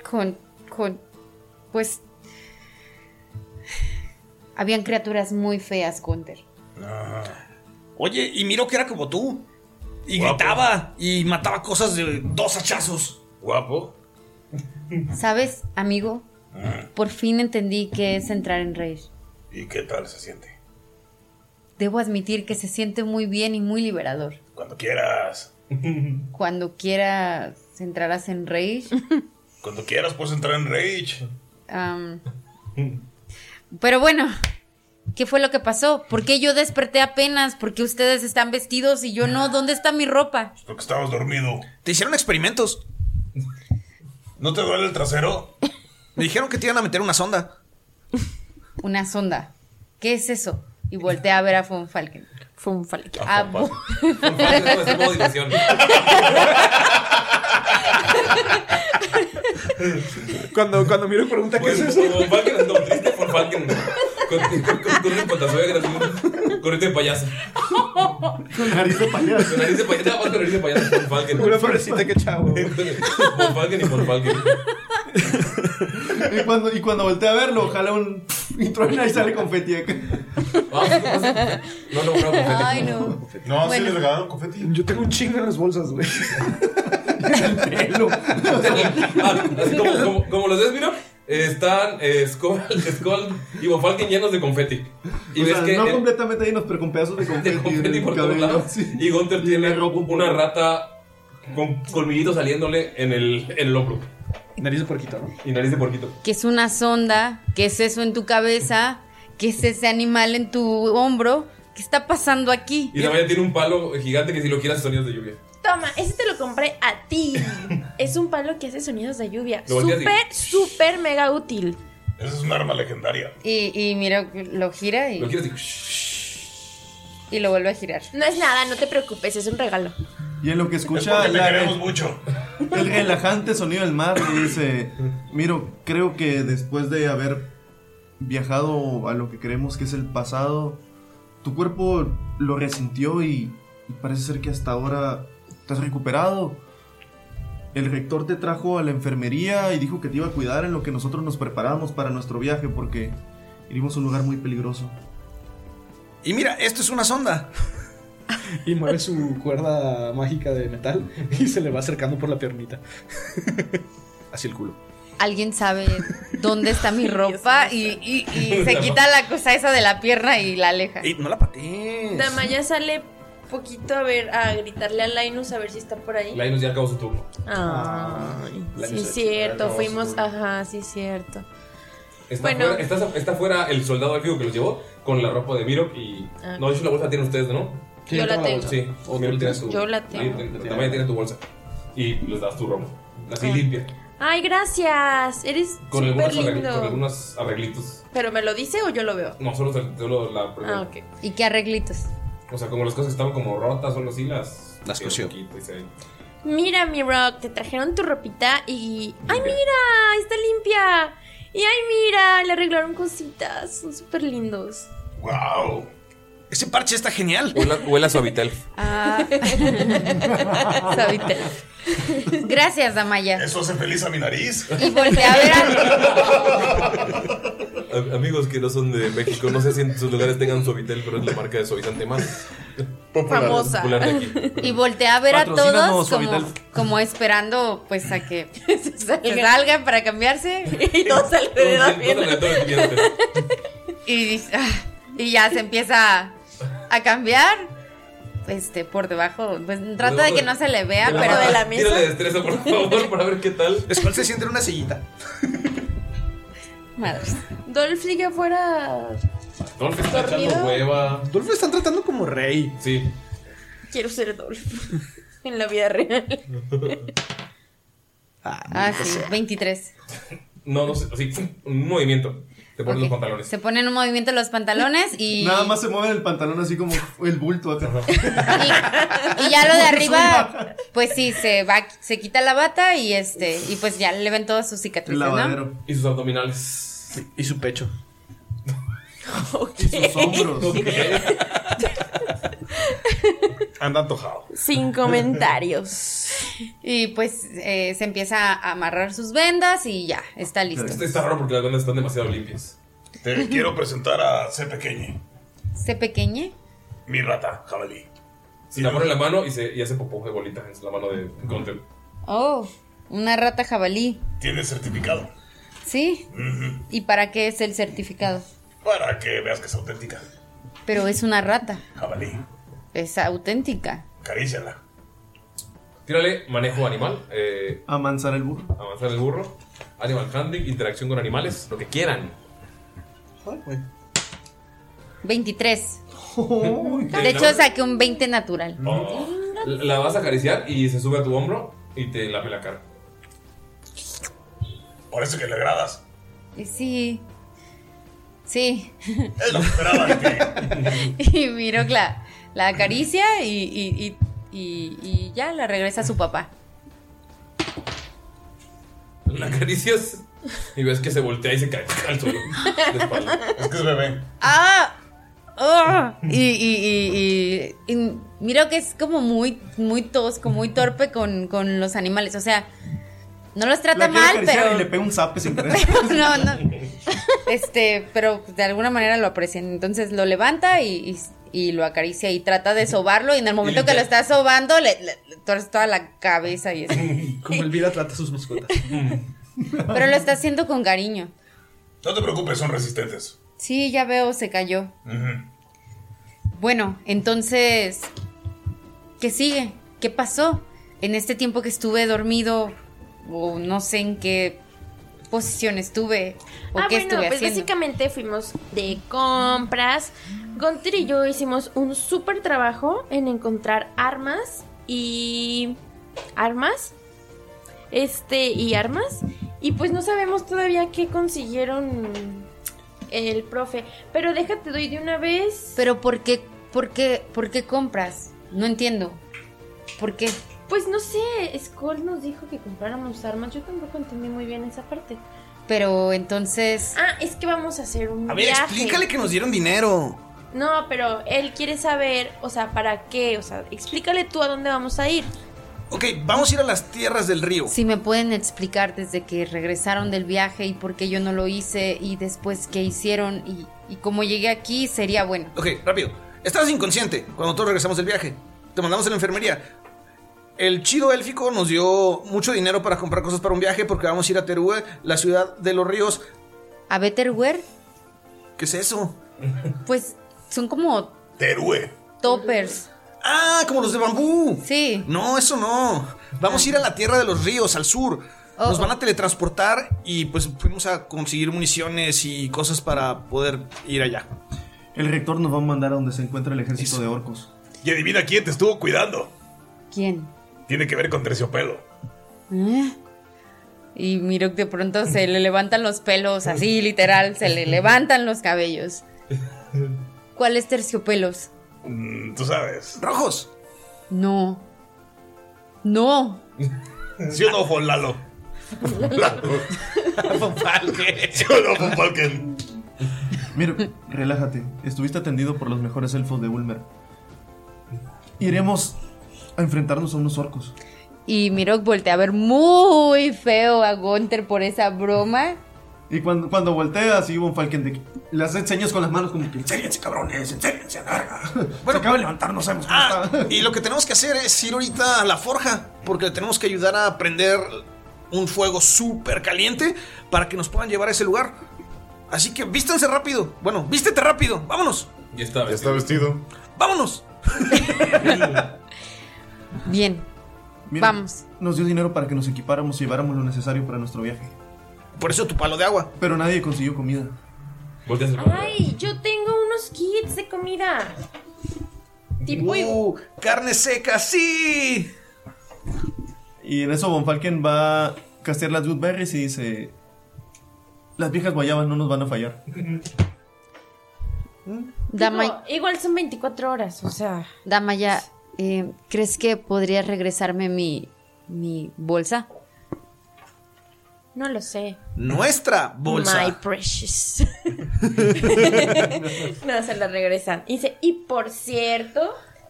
con. con. pues. Habían criaturas muy feas, Gunter. Oye, y miro que era como tú. Y gritaba y mataba cosas de dos hachazos. Guapo. ¿Sabes, amigo? Ah. Por fin entendí qué es entrar en rage. ¿Y qué tal se siente? Debo admitir que se siente muy bien y muy liberador. Cuando quieras. Cuando quieras entrarás en rage. Cuando quieras puedes entrar en Rage. am, pero bueno, ¿qué fue lo que pasó? ¿Por qué yo desperté apenas? ¿Por qué ustedes están vestidos y yo no? ¿Dónde está mi ropa? pues, Porque estabas dormido. Te hicieron experimentos. ¿No te duele el trasero? Me dijeron que te iban a meter una sonda. Una sonda. ¿Qué es eso? Y volteé a ver a Von Falken. Ah, Von Falken. Cuando, cuando miro pregunta qué es eso. Por Falken andaba triste por Falken. Con, con, con, con, con pantasuegras, un gorrito de payaso. Con nariz de payaso. Con nariz de payaso. Nada más con nariz de payaso. Por Falken. Una florecita que chavo. Por Falken y por Falken. Y cuando, y cuando volteé a verlo, ojalá un. Y truena y sale confeti acá. No, no, no, confeti. Ay, no. No, sí Bueno. le regalaron confeti. Yo tengo un chingo en las bolsas, güey. Ah, Así como, como, como los ves, mira, eh, están eh, Skull, Skull y Von Falken llenos de confeti. Y O ves sea, que no el- completamente llenos, pero con pedazos de confeti. de confeti en por el todos cabello. lados. Y Gunter tiene una rata con colmillitos saliéndole en el, en el hombro. Nariz de porquito, ¿no? Y nariz de porquito. ¿Qué es una sonda? ¿Qué es eso en tu cabeza? ¿Qué es ese animal en tu hombro? ¿Qué está pasando aquí? Y también tiene un palo gigante que si lo giras sonidos de lluvia. Toma, ese te lo compré a ti. Es un palo que hace sonidos de lluvia. Lo volteas y- Súper, súper mega útil. Esa es un arma legendaria. Y, y mira, lo gira y, ¿Lo quieres? y lo vuelve a girar. No es nada, no te preocupes, es un regalo. Y en lo que escucha. porque te queremos mucho. El relajante sonido del mar le dice: Miro, creo que después de haber viajado a lo que creemos que es el pasado, tu cuerpo lo resintió y, y parece ser que hasta ahora te has recuperado. El rector te trajo a la enfermería y dijo que te iba a cuidar en lo que nosotros nos preparamos para nuestro viaje porque iremos a un lugar muy peligroso. Y mira, esto es una sonda. Y mueve su cuerda mágica de metal y se le va acercando por la piernita. Así el culo. Alguien sabe dónde está mi ropa y, y- y se quita la cosa esa de la pierna y la aleja. Y no la Mm. patees. Damaya sale poquito a ver, a gritarle a Linus a ver si está por ahí. Linus ya acabó su turno. Ay, Linus sí, ya es cierto, acabó su fuimos, turno. ajá, sí, es cierto. Está, bueno. fuera, está, está fuera el soldado al que los llevó con la ropa de Miro y. Ah. No, de hecho la bolsa la tienen ustedes, ¿no? Sí, Yo yo la tengo la tengo. bolsa. Sí, o Miro tú tienes tu. Yo la tengo. También tiene tu bolsa. Y les das tu ropa. Así Ah. limpia. Ay, gracias, eres Con súper algunos, arregl- con lindo. algunos arreglitos. ¿Pero me lo dice o yo lo veo? No, solo, se- solo la. Ah, ok. ¿Y qué arreglitos? O sea, como las cosas que estaban como rotas o algo así, las. Las cosió. Mira, mi rock, te trajeron tu ropita y. ¡Ay, mira! Está limpia. Y ay, mira, le arreglaron cositas. Son súper lindos. ¡Wow! Ese parche está genial. Huele a suavitel. Ah. Suavitel. Gracias, Damaya. Eso hace feliz a mi nariz. Y volteé a ver a... Am- Amigos que no son de México, no sé si en sus lugares tengan Suavitel, pero es la marca de suavizante más Famosa. popular de aquí. Y volteé a ver a Patrocínanos, todos como, Suavitel. como esperando pues a que se salgan para cambiarse. Y no Ah, Y, dice, "Ah", y ya se empieza a, a cambiar. Este, por debajo. Pues trata de que no se le vea, pero de la mesa. Tírale destreza, por favor, para ver qué tal. Después se siente en una sillita. Madres. Dolph sigue afuera. Dolph está ¿Dormido? echando hueva. Dolph lo están tratando como rey. Sí. Quiero ser Dolph. en la vida real. Ah, sí, 23. No, no sé, así, ¡fum! un movimiento. Te pones los pantalones. Se ponen en un movimiento los pantalones y, Nada más se mueve el pantalón así como el bulto acá. y ya lo de arriba, pues sí, se va, se quita la bata y este, y pues ya le ven todas sus cicatrices, ¿no? Y sus abdominales. Y su pecho. Y sus hombros. Anda antojado. Sin comentarios. Y pues eh, se empieza a amarrar sus vendas y ya, está listo. Este está raro porque las vendas están demasiado limpias. Te quiero presentar a C pequeño, Se pequeñe. mi rata, jabalí. Se la pone en la mano y, se, y hace popó de bolitas en la mano de Gunther. Oh, una rata jabalí. Tiene certificado. ¿Sí? Ujú. ¿Y para qué es el certificado? Para que veas que es auténtica. Pero es una rata. Jabalí, Es auténtica. caríciala. Tírale manejo animal. Eh, Amansar el burro. avanzar el burro. Animal handling, interacción con animales, lo que quieran. 23. Te De hecho, la- saqué un 20 natural. Oh. La la vas a acariciar y se sube a tu hombro y te lame la cara. Por eso que le agradas. Y Sí. Sí. y miro que la, la acaricia y, y- y- y- y ya la regresa a su papá. La acaricias y ves que se voltea y se cae al suelo. de espalda. Es que es bebé. ¡Ah! ¡Ah! Y, y- y- y- y miro que es como muy, muy tosco, muy torpe con, con los animales. O sea, no los trata La quiero mal, acariciar pero. y le pego un zape sin querer. No, no. Este, pero de alguna manera lo aprecian. Entonces lo levanta y, y- y lo acaricia y trata de sobarlo. Y en el momento que lo está sobando, le, le- le torce toda la cabeza y así. Como el vida trata a sus mascotas. Pero lo está haciendo con cariño. No te preocupes, son resistentes. Sí, ya veo, se cayó. Ujú. Bueno, entonces, ¿qué sigue? ¿Qué pasó? En este tiempo que estuve dormido, o no sé en qué posición estuve, o Ah, qué bueno, estuve pues haciendo. básicamente fuimos de compras. Gunter y yo hicimos un súper trabajo en encontrar armas y. armas. Este, y armas. Y pues no sabemos todavía qué consiguieron el profe. Pero déjate, doy de una vez. Pero ¿por qué, por qué, por qué compras? No entiendo. ¿Por qué? Pues no sé, Skull nos dijo que compráramos armas. Yo tampoco entendí muy bien esa parte. Pero entonces... Ah, es que vamos a hacer un A ver, viaje. explícale que nos dieron dinero. No, pero él quiere saber, o sea, ¿para qué? O sea, explícale tú a dónde vamos a ir. Ok, vamos a ir a las tierras del río. Si me pueden explicar desde que regresaron del viaje y por qué yo no lo hice y después qué hicieron y, y cómo llegué aquí, sería bueno. Ok, rápido. Estabas inconsciente cuando todos regresamos del viaje. Te mandamos a la enfermería. El chido élfico nos dio mucho dinero para comprar cosas para un viaje porque vamos a ir a Terúe, la ciudad de los ríos. ¿A Betterware? ¿Qué es eso? Pues son como Terúe. toppers. Ah, como los de bambú. Sí. No, eso no. Vamos a ir a la tierra de los ríos, al sur. Nos Oh. van a teletransportar y pues fuimos a conseguir municiones y cosas para poder ir allá. El rector nos va a mandar a donde se encuentra el ejército de orcos. Y adivina quién te estuvo cuidando. ¿Quién? Tiene que ver con terciopelo. ¿Eh? Y miro que de pronto se le levantan los pelos, así literal, se le levantan los cabellos. ¿Cuáles terciopelos? Mm, Tú sabes. ¡Rojos! No. No. ¿Sí o no, Von Lalo? ¿Sí o no, Von Falken? Mira, relájate. Estuviste atendido por los mejores elfos de Ulmer. Iremos a enfrentarnos a unos orcos. Y Mirok voltea a ver muy feo a Gunther por esa broma. Y cuando, cuando voltea, así Von Falken de, le hace señas con las manos como que ¡Enséñense, cabrones! ¡Enséñense, verga! Se acaba de levantar, no sabemos cómo está. ah, Y lo que tenemos que hacer es ir ahorita a la forja, porque le tenemos que ayudar a prender un fuego súper caliente para que nos puedan llevar a ese lugar. Así que vístanse rápido. Bueno, vístete rápido. Vámonos. Ya está vestido. Está vestido. Vámonos. Bien. Mira, Vamos. Nos dio dinero para que nos equipáramos y lleváramos lo necesario para nuestro viaje. Por eso tu palo de agua. Pero nadie consiguió comida. Volteas el Ay, yo tengo unos kits de comida. Tipo, Uh, carne seca, sí. Y en eso Von Falken va a castear las Good Berries y dice: Las viejas guayabas no nos van a fallar. Digo, igual son 24 horas, o sea. Damaya, eh, ¿crees que podrías regresarme mi, mi bolsa? No lo sé. Nuestra bolsa. My precious. no, se la regresan. Y Dice, y por cierto,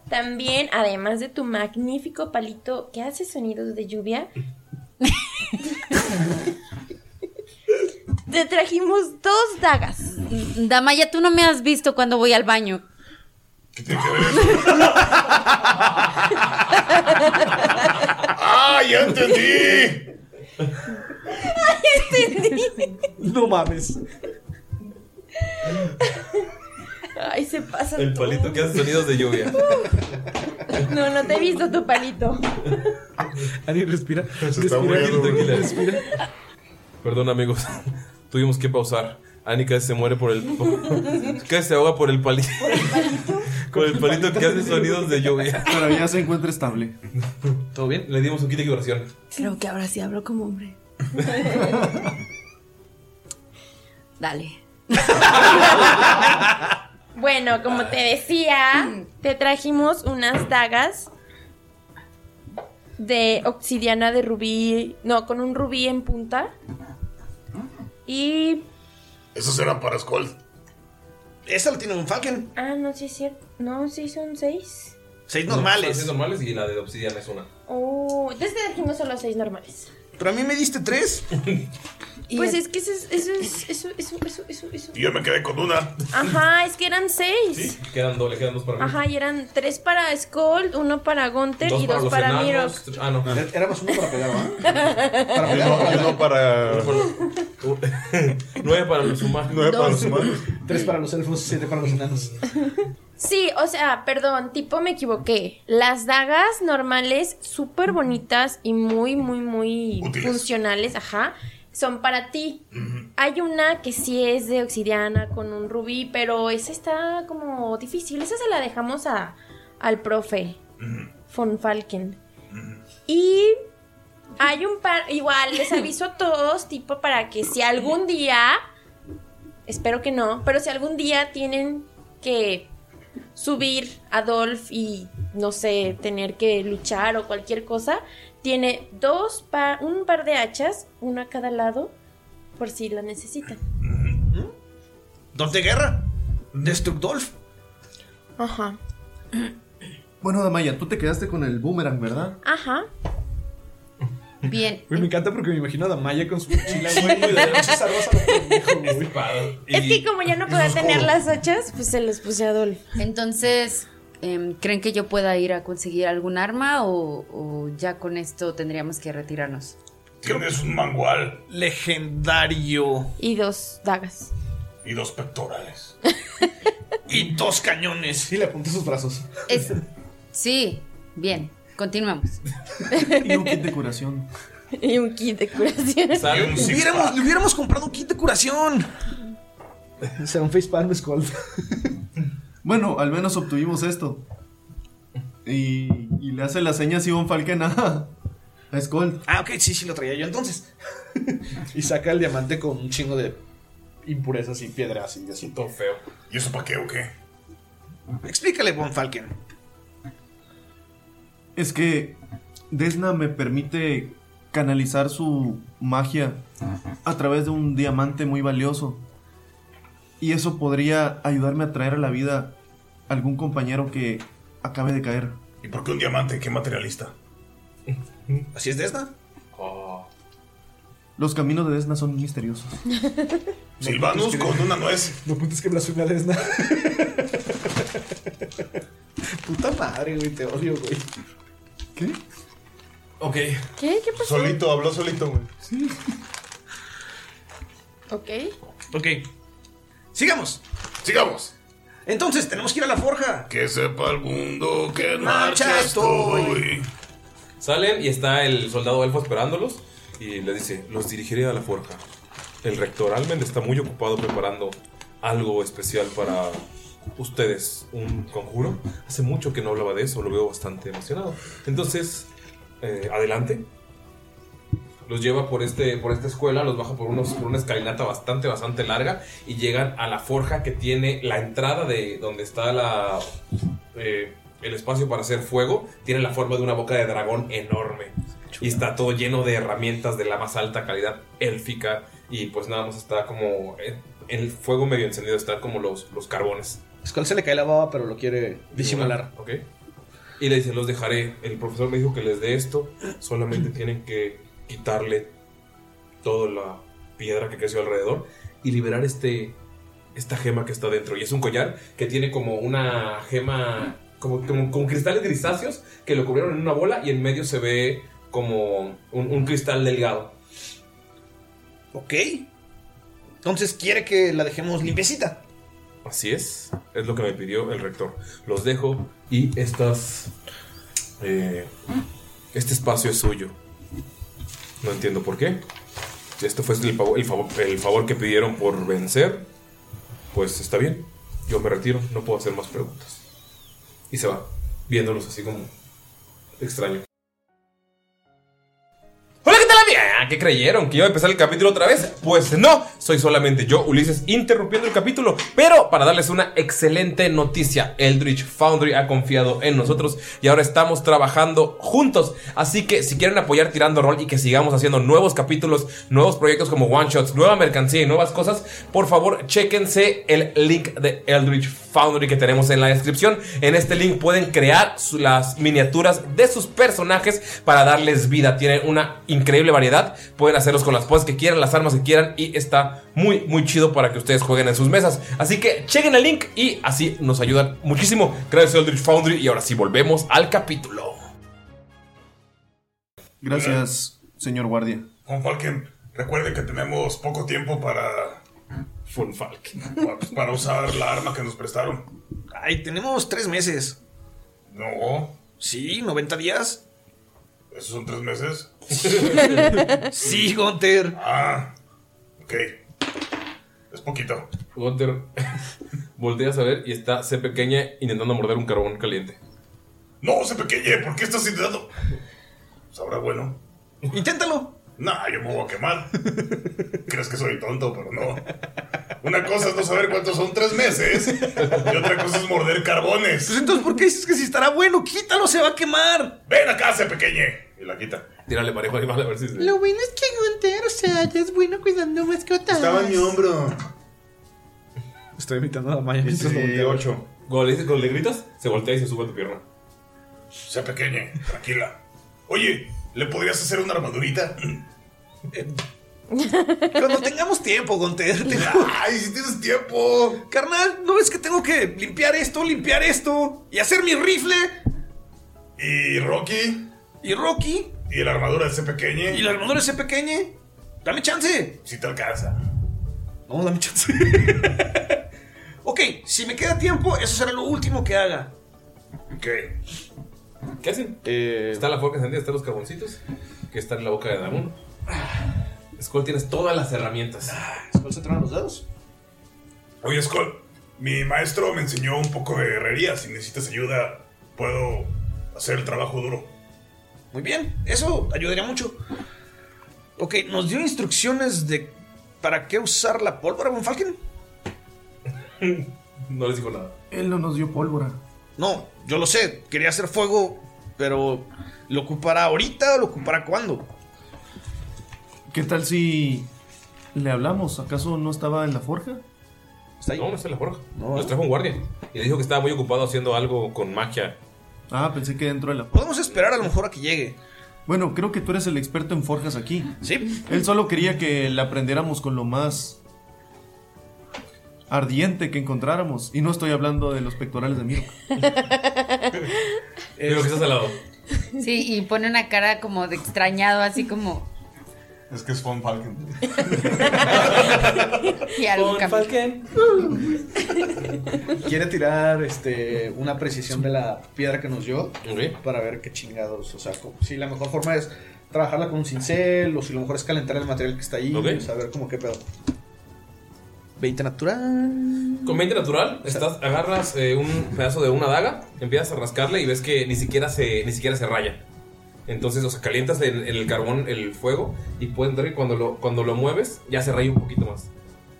también, además de tu magnífico palito que hace sonidos de lluvia, te trajimos dos dagas. Damaya, tú no me has visto cuando voy al baño. ¡Ah, ya entendí! Este No mames. Ay, se pasa. El palito que hace sonidos de lluvia. No, no te he visto tu palito. Ani, respira. Se está muriendo. Tranquila. Perdón, amigos. Tuvimos que pausar. Annie casi se muere por el. casi se ahoga por el palito. Por el palito que hace sonidos de lluvia. Pero ya se encuentra estable. ¿Todo bien? Le dimos un kit de curación. Creo que ahora sí hablo como hombre. Dale. bueno, como te decía, te trajimos unas dagas de obsidiana de rubí, no, con un rubí en punta. Y Eso será para Skull. Esa la tiene un Falcon. ah, no sí es cierto. No, sí son seis. Seis No, normales. son Seis normales y la de obsidiana es una. Oh, entonces te trajimos solo seis normales. Pero a mí me diste tres. Pues es que eso es, eso es, eso, eso, eso, eso, eso. Y yo me quedé con una. Ajá, es que eran seis. Quedan dos, le quedan dos para mí. Ajá, y eran tres para Skull, uno para Gunther y dos los para, enanos, Miro. tres- Ah, no. Éramos uno para pegar, Yo no, yo no para. Nueve para los humanos. Nueve para los humanos. Tres para los elfos, siete para los enanos. Sí, o sea, perdón, tipo me equivoqué. Las dagas normales, súper bonitas y muy, muy, muy funcionales, ajá, son para ti. Hay una que sí es de obsidiana con un rubí, pero esa está como difícil. Esa se la dejamos a, al profe von Falken. Y hay un par, igual les aviso a todos, tipo para que si algún día, espero que no, pero si algún día tienen que subir a Dolph y no sé, tener que luchar o cualquier cosa, tiene dos pa- un par de hachas, una a cada lado, por si la necesitan. Dos de guerra. Destructolf. Ajá. Bueno, Damaya, tú te quedaste con el boomerang, ¿verdad? Ajá. Bien. Güey, me encanta porque me imagino a Damaya con su mochila, güey, y de muchas armas a la Es que como ya no podía tener las hachas, pues se los puse a Dolph. Entonces, em, ¿creen que yo pueda ir a conseguir algún arma o, o ya con esto tendríamos que retirarnos? Tienes un mangual. Legendario. Y dos dagas. Y dos pectorales. Y dos cañones. Y le apunté sus brazos. Es- sí, bien, continuamos. Y un kit de curación. Y un kit de curación. Sale un six Hubiéramos- pack. le hubiéramos comprado un kit de curación. Será un facepalm Skull. Bueno, al menos obtuvimos esto. Y, y le hace la seña a Sibon Falken a, a Skull. Ah, ok, sí, sí lo traía yo entonces. y saca el diamante con un chingo de impurezas y piedras y así. Todo feo. ¿Y eso para qué o qué? Explícale, Von Falken. Es que Desna me permite canalizar su magia a través de un diamante muy valioso. Y eso podría ayudarme a traer a la vida algún compañero que acabe de caer. ¿Y por qué un diamante? ¿Qué materialista? ¿Así es Desna? Oh. Los caminos de Desna son misteriosos. Silvanus con una nuez. No puntes que blasfemia Desna. Puta madre, güey, te odio, güey. ¿Qué? Ok. ¿Qué? ¿Qué pasó? Solito, habló solito, güey. Ok. Ok. Sigamos. Sigamos. Entonces, tenemos que ir a la forja. Que sepa el mundo que en Marcha marcha estoy. Salen y está el soldado elfo esperándolos y le dice, los dirigiré a la forja. El rector Almend está muy ocupado preparando algo especial para ustedes, un conjuro. Hace mucho que no hablaba de eso, lo veo bastante emocionado. Entonces, eh, adelante. los lleva por, este, por esta escuela, los baja por, unos, por una escalinata bastante, bastante larga y llegan a la forja que tiene la entrada de donde está la, eh, el espacio para hacer fuego. Tiene la forma de una boca de dragón enorme y está todo lleno de herramientas de la más alta calidad élfica y pues nada más está como eh, el fuego medio encendido, está como los, los carbones. Skull se le cae la baba, pero lo quiere disimular. Ok. Y le dice, los dejaré. El profesor me dijo que les dé esto. Solamente tienen que quitarle toda la piedra que creció alrededor y liberar este esta gema que está dentro. Y es un collar que tiene como una gema, como, como- con cristales grisáceos que lo cubrieron en una bola y en medio se ve como un, un cristal delgado. Ok. Entonces quiere que la dejemos limpiecita. Así es, es lo que me pidió el rector. Los dejo y estas... eh, este espacio es suyo. No entiendo por qué. Si esto fue el, pavo- el favor, el favor que pidieron por vencer, pues está bien. Yo me retiro, no puedo hacer más preguntas. Y se va, viéndolos así como extraño. Hola, ¿qué tal amiga? ¿Qué creyeron? ¿Que iba a empezar el capítulo otra vez? Pues no, soy solamente yo, Ulises, interrumpiendo el capítulo. Pero para darles una excelente noticia, Eldritch Foundry ha confiado en nosotros y ahora estamos trabajando juntos. Así que si quieren apoyar Tirando Roll y que sigamos haciendo nuevos capítulos, nuevos proyectos como One Shots, nueva mercancía y nuevas cosas, por favor, chéquense el link de Eldritch Foundry que tenemos en la descripción. En este link pueden crear su- las miniaturas de sus personajes para darles vida. Tienen una increíble variedad. Pueden hacerlos con las poses que quieran, las armas que quieran. Y está muy, muy chido para que ustedes jueguen en sus mesas. Así que chequen el link y así nos ayudan muchísimo. Gracias, Eldritch Foundry. Y ahora sí, volvemos al capítulo. Gracias, señor guardia. Von Falken, recuerde que tenemos poco tiempo para. pues, Von Falken. Para usar la arma que nos prestaron. Ay, tenemos tres meses. No. Sí, 90 días. ¿Esos son tres meses? sí, Gunter. Ah, ok. Es poquito. Gunter, volteas a ver y está C pequeña intentando morder un carbón caliente. No, se pequeñe, ¿por qué estás intentando? Sabrá bueno. Inténtalo. Nah, yo me voy a quemar. Crees que soy tonto, pero no. Una cosa es no saber cuántos son tres meses y otra cosa es morder carbones. Pues entonces, ¿por qué dices que si estará bueno? Quítalo, se va a quemar. Ven acá, se pequeñe. Y la quita. Tírale parejo animal a ver si se. Lo bueno es que Gunter, o sea, ya es bueno cuidando mascotas. hombro. Estoy imitando a la Maya. ocho. Cuando le, dices- cuando le gritas, se voltea y se sube a tu pierna. Se pequeñe, tranquila. Oye, ¿le podrías hacer una armadurita? Cuando tengamos tiempo, Gunter. Ay, si tienes tiempo. Carnal, ¿no ves que tengo que limpiar esto, limpiar esto y hacer mi rifle? ¿Y Rocky? ¿Y Rocky? ¿Y la armadura de ese pequeñe? ¿Y la armadura ese pequeñe? Dame chance. Si te alcanza. No, dame chance. ok, si me queda tiempo, eso será lo último que haga. ¿Qué? ¿Qué hacen? Está la forca encendida, están los carboncitos que están en la boca de Damon. Skull, tienes todas las herramientas. Ah, Skull se traen los dedos. Oye, Skull, mi maestro me enseñó un poco de herrería. Si necesitas ayuda, puedo hacer el trabajo duro. Muy bien, Eh, eso ayudaría mucho. Ok, nos dio instrucciones de para qué usar la pólvora, Von Falken. no les dijo nada. Él no nos dio pólvora. No, yo lo sé, quería hacer fuego, pero ¿lo ocupará ahorita o lo ocupará cuándo? ¿Qué tal si le hablamos? ¿Acaso no estaba en la forja? No, no está en la forja. ¿eh? Los trajo un guardia. Y le dijo que estaba muy ocupado haciendo algo con magia. Ah, pensé que dentro de la Podemos esperar a lo mejor a que llegue. Bueno, creo que tú eres el experto en forjas aquí. Sí. Él solo quería que la aprendiéramos con lo más ardiente que encontráramos. Y no estoy hablando de los pectorales de Miro. Miro que estás al lado. Sí, y pone una cara como de extrañado, así como. Es que es Von Falken. Y algo Von cambia. Quiere tirar este, una precisión de la piedra que nos dio para ver qué chingados. O sea, co- si la mejor forma es trabajarla con un cincel o si lo mejor es calentar el material que está ahí. Ok. Saber cómo qué pedo. 20 natural. Con 20 natural, estás, agarras eh, un pedazo de una daga, empiezas a rascarle y ves que ni siquiera se, ni siquiera se raya. Entonces, o sea, calientas el, el carbón, el fuego, y puedes notar que cuando lo, cuando lo mueves, ya se raya un poquito más.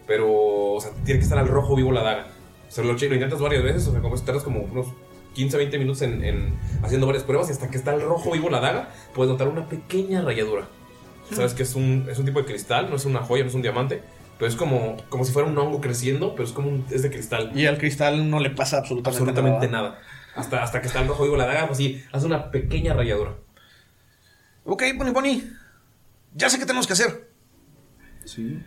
Pero, o sea, tiene que estar al rojo vivo la daga. O sea, lo, che- lo intentas varias veces, o sea, como si tardas como unos 15, 20 minutos en, en haciendo varias pruebas, y hasta que está al rojo vivo la daga, puedes notar una pequeña rayadura. Sabes que es un, es un tipo de cristal, no es una joya, no es un diamante, pero es como, como si fuera un hongo creciendo, pero es como un, es de cristal. Y al cristal no le pasa absolutamente, Absolutamente nada. Hasta, hasta que está el rojo vivo la daga, pues sí, hace una pequeña rayadura. Ok, Pony Pony. Ya sé qué tenemos que hacer. Sí.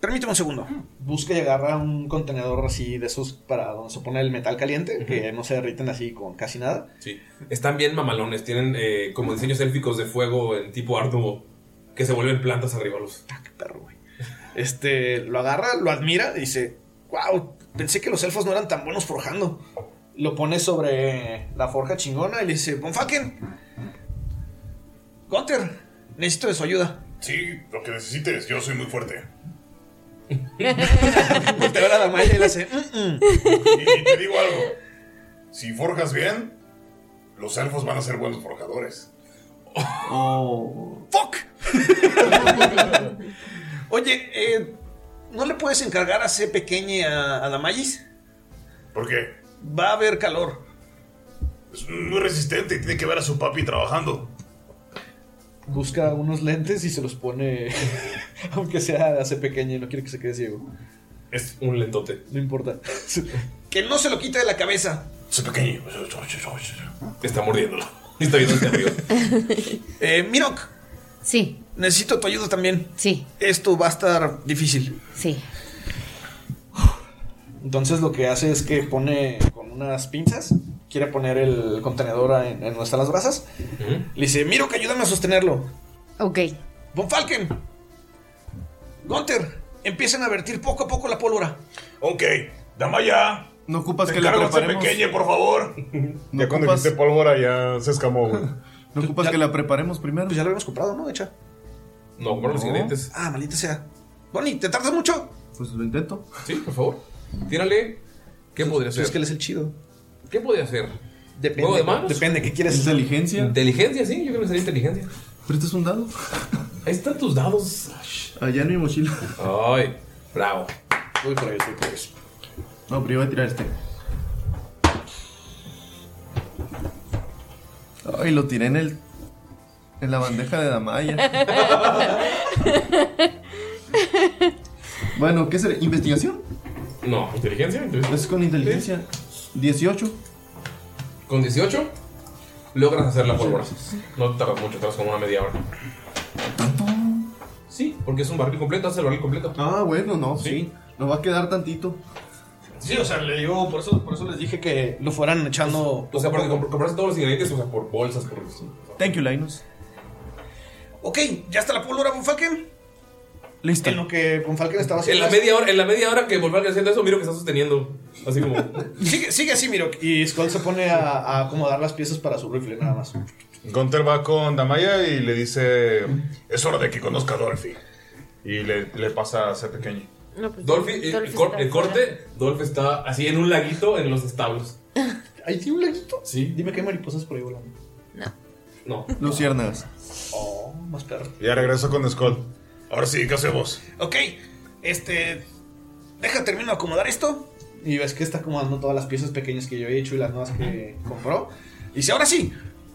Permíteme un segundo. Busca y agarra un contenedor así de esos para donde se pone el metal caliente, que no se derriten así con casi nada. Sí. Están bien mamalones, tienen eh, como diseños élficos de fuego en tipo Art Nouveau, que se vuelven plantas arriba los. Ah, Este, lo agarra, lo admira y dice, wow, pensé que los elfos no eran tan buenos forjando. Lo pone sobre la forja chingona y le dice, Bonfaken, Gunter, necesito de su ayuda. Sí, lo que necesites, yo soy muy fuerte. Voltea a la Damaya y le hace, "Mm, Y te digo algo. Si forjas bien, los elfos van a ser buenos forjadores. ¡Fuck! Oye, eh, ¿no le puedes encargar a C pequeña a, a Damayis? ¿Por qué? Va a haber calor. Es muy resistente y tiene que ver a su papi trabajando. Busca unos lentes y se los pone, aunque sea a C pequeña y no quiere que se quede ciego. Es un lentote. No importa. que no se lo quite de la cabeza. C pequeño. Está mordiéndolo. Y está viendo este hacia arriba. Eh, Mirok. Sí. Necesito tu ayuda también. Sí. Esto va a estar difícil. Sí. Entonces lo que hace es que pone con unas pinzas, quiere poner el contenedor en, en donde están las brasas. Le dice, Mirok, ayúdame a sostenerlo. Ok. Von Falken. Gunter, empiecen a vertir poco a poco la pólvora. Ok, Damaya. No ocupas Te que la encargo ese preparemos. pequeño, Eh, por favor. Ya cuando ocupas- dijiste pólvora ya se escamó, No ocupas que la preparemos primero. Pues ya lo habíamos comprado, ¿no? Hecha. No, compramos los No. ingredientes. Ah, maldita sea. Bonnie, ¿te tardas mucho? Pues lo intento. Sí, por favor. Tírale. ¿Qué podría ser? Pues Es que él es el chido. ¿Qué podría ser? Depende. ¿Juego de manos? Depende, ¿qué quieres? ¿Inteligencia? Inteligencia, sí. Yo creo que sería inteligencia. ¿Prestas un dado? Ahí están tus dados. Allá en mi mochila. Ay, bravo. Voy por ahí, voy por ahí. No, pero yo voy a tirar este. Ay, lo tiré en el. En la bandeja de Damaya. Bueno, ¿qué será? ¿Investigación? No, inteligencia. Es con inteligencia. 18. Con 18 logras hacer la pólvora. No te tardas mucho, tardas como una media hora. Sí, porque es un barril completo, haces el barril completo. Ah, bueno, no, sí. Nos va a quedar tantito. Sí, o sea, le digo, por eso, por eso les dije que lo fueran echando. Pues, O sea, porque compr- compraste todos los ingredientes, o sea, por bolsas, por. Thank you, Linus. Ok, ya está la pólvora, Bonfalken. Listo. En lo que Bonfalken estaba En haciendo. la media hora, en la media hora que volver haciendo eso, miro que está sosteniendo. Así como. Sigue, sigue así, Mirok. Y Skull se pone a, a acomodar las piezas para su rifle, nada más. Gunter va con Damaya y le dice: Es hora de que conozca a Dorothy. Y le, le pasa a ser pequeño. Dolphy, el, el cor- el corte, Dolph está así en un laguito en los establos. Ahí tiene un laguito. Sí. Dime qué hay mariposas por ahí volando. No. Luciérnagas. Oh, más perro. Ya regreso con Skull. Ahora sí, ¿qué hacemos? Ok, este. Deja, termino de acomodar esto. Y ves que está acomodando todas las piezas pequeñas que yo he hecho y las nuevas que compró. Y dice, ahora sí,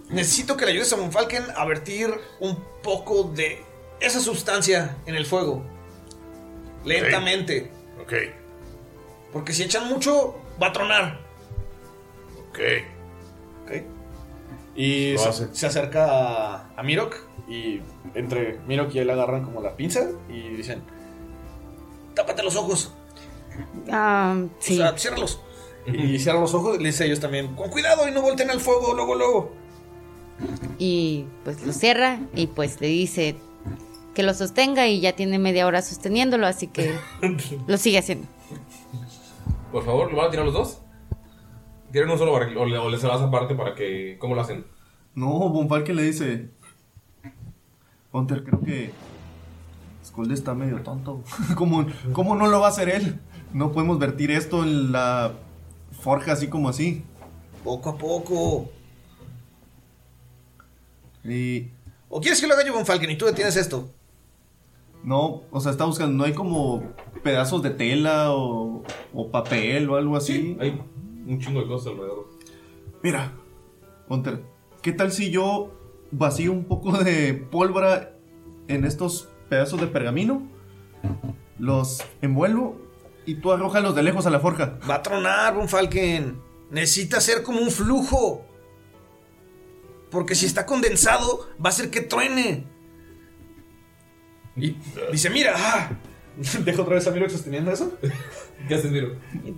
necesito que le ayudes a Monfalken a vertir un poco de esa sustancia en el fuego. Lentamente. Ok, Porque si echan mucho, va a tronar. ok. Y Lo hace. se, se acerca a, a Mirok. Y entre Mirok y él agarran como la pinza y dicen: Tápate los ojos. Ah, sí. O sea, ciérralos. Y cierra los ojos y le dice a ellos también: Con cuidado y no volteen al fuego, luego, luego. Y pues lo cierra y pues le dice que lo sostenga y ya tiene media hora sosteniéndolo, así que lo sigue haciendo. Por favor, ¿lo van a tirar los dos? ¿Tienen un solo barril o, le, o les das aparte para que. ¿Cómo lo hacen? No, Bonfalken le dice. Hunter, creo que. Skull está medio tonto. ¿Cómo, ¿Cómo no lo va a hacer él? No podemos vertir esto en la forja así como así. Poco a poco. Y. ¿O quieres que lo haga yo con Falcon y tú detienes esto? No, o sea, está buscando. No hay como pedazos de tela o, o papel o algo así. hay un chingo de cosas alrededor. Mira, Hunter, ¿qué tal si yo vacío un poco de pólvora en estos pedazos de pergamino? Los envuelvo y tú arrójalos de lejos a la forja. Va a tronar, Bonfalken. Necesita ser como un flujo. Porque si está condensado, va a hacer que truene. Y dice, mira. ah". Dejo otra vez a Miro sosteniendo eso. ¿Qué haces, Miro?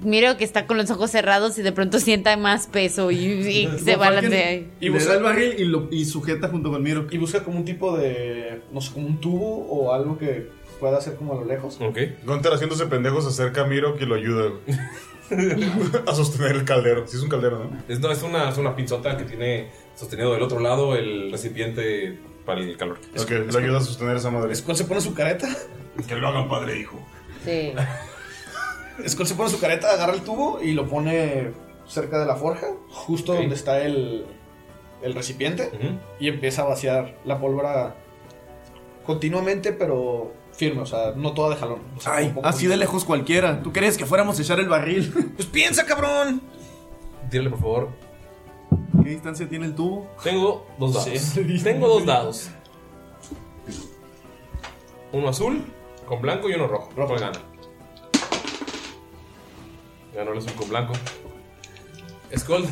Miro que está con los ojos cerrados y de pronto sienta más peso y, y se balancea. ahí. Y busca el barril y, lo, y sujeta junto con Miro. Y busca como un tipo de. No sé, como un tubo o algo que pueda hacer como a lo lejos. Ok. Gunter haciéndose pendejos se acerca a Miro que lo ayuda güey. a sostener el caldero. Si es un caldero, ¿no? Es, no, es una, es una pinzota que tiene sostenido del otro lado el recipiente para el calor. Ok, le ayuda a sostener esa madre. ¿Skull se pone su careta? Que lo hagan padre, hijo. Sí. Skull se pone su careta, agarra el tubo y lo pone cerca de la forja, justo donde está el, el recipiente, y empieza a vaciar la pólvora continuamente, pero firme, o sea, no toda de jalón. O sea, Ay, un poco- así de lejos cualquiera. ¿Tú crees que fuéramos a echar el barril? Pues piensa, cabrón. Tírale, por favor. ¿Qué distancia tiene el tubo? Tengo dos dados. Tengo dos dados. Uno azul con blanco y uno rojo. Rojo gana. Ganó el azul con blanco. Skull,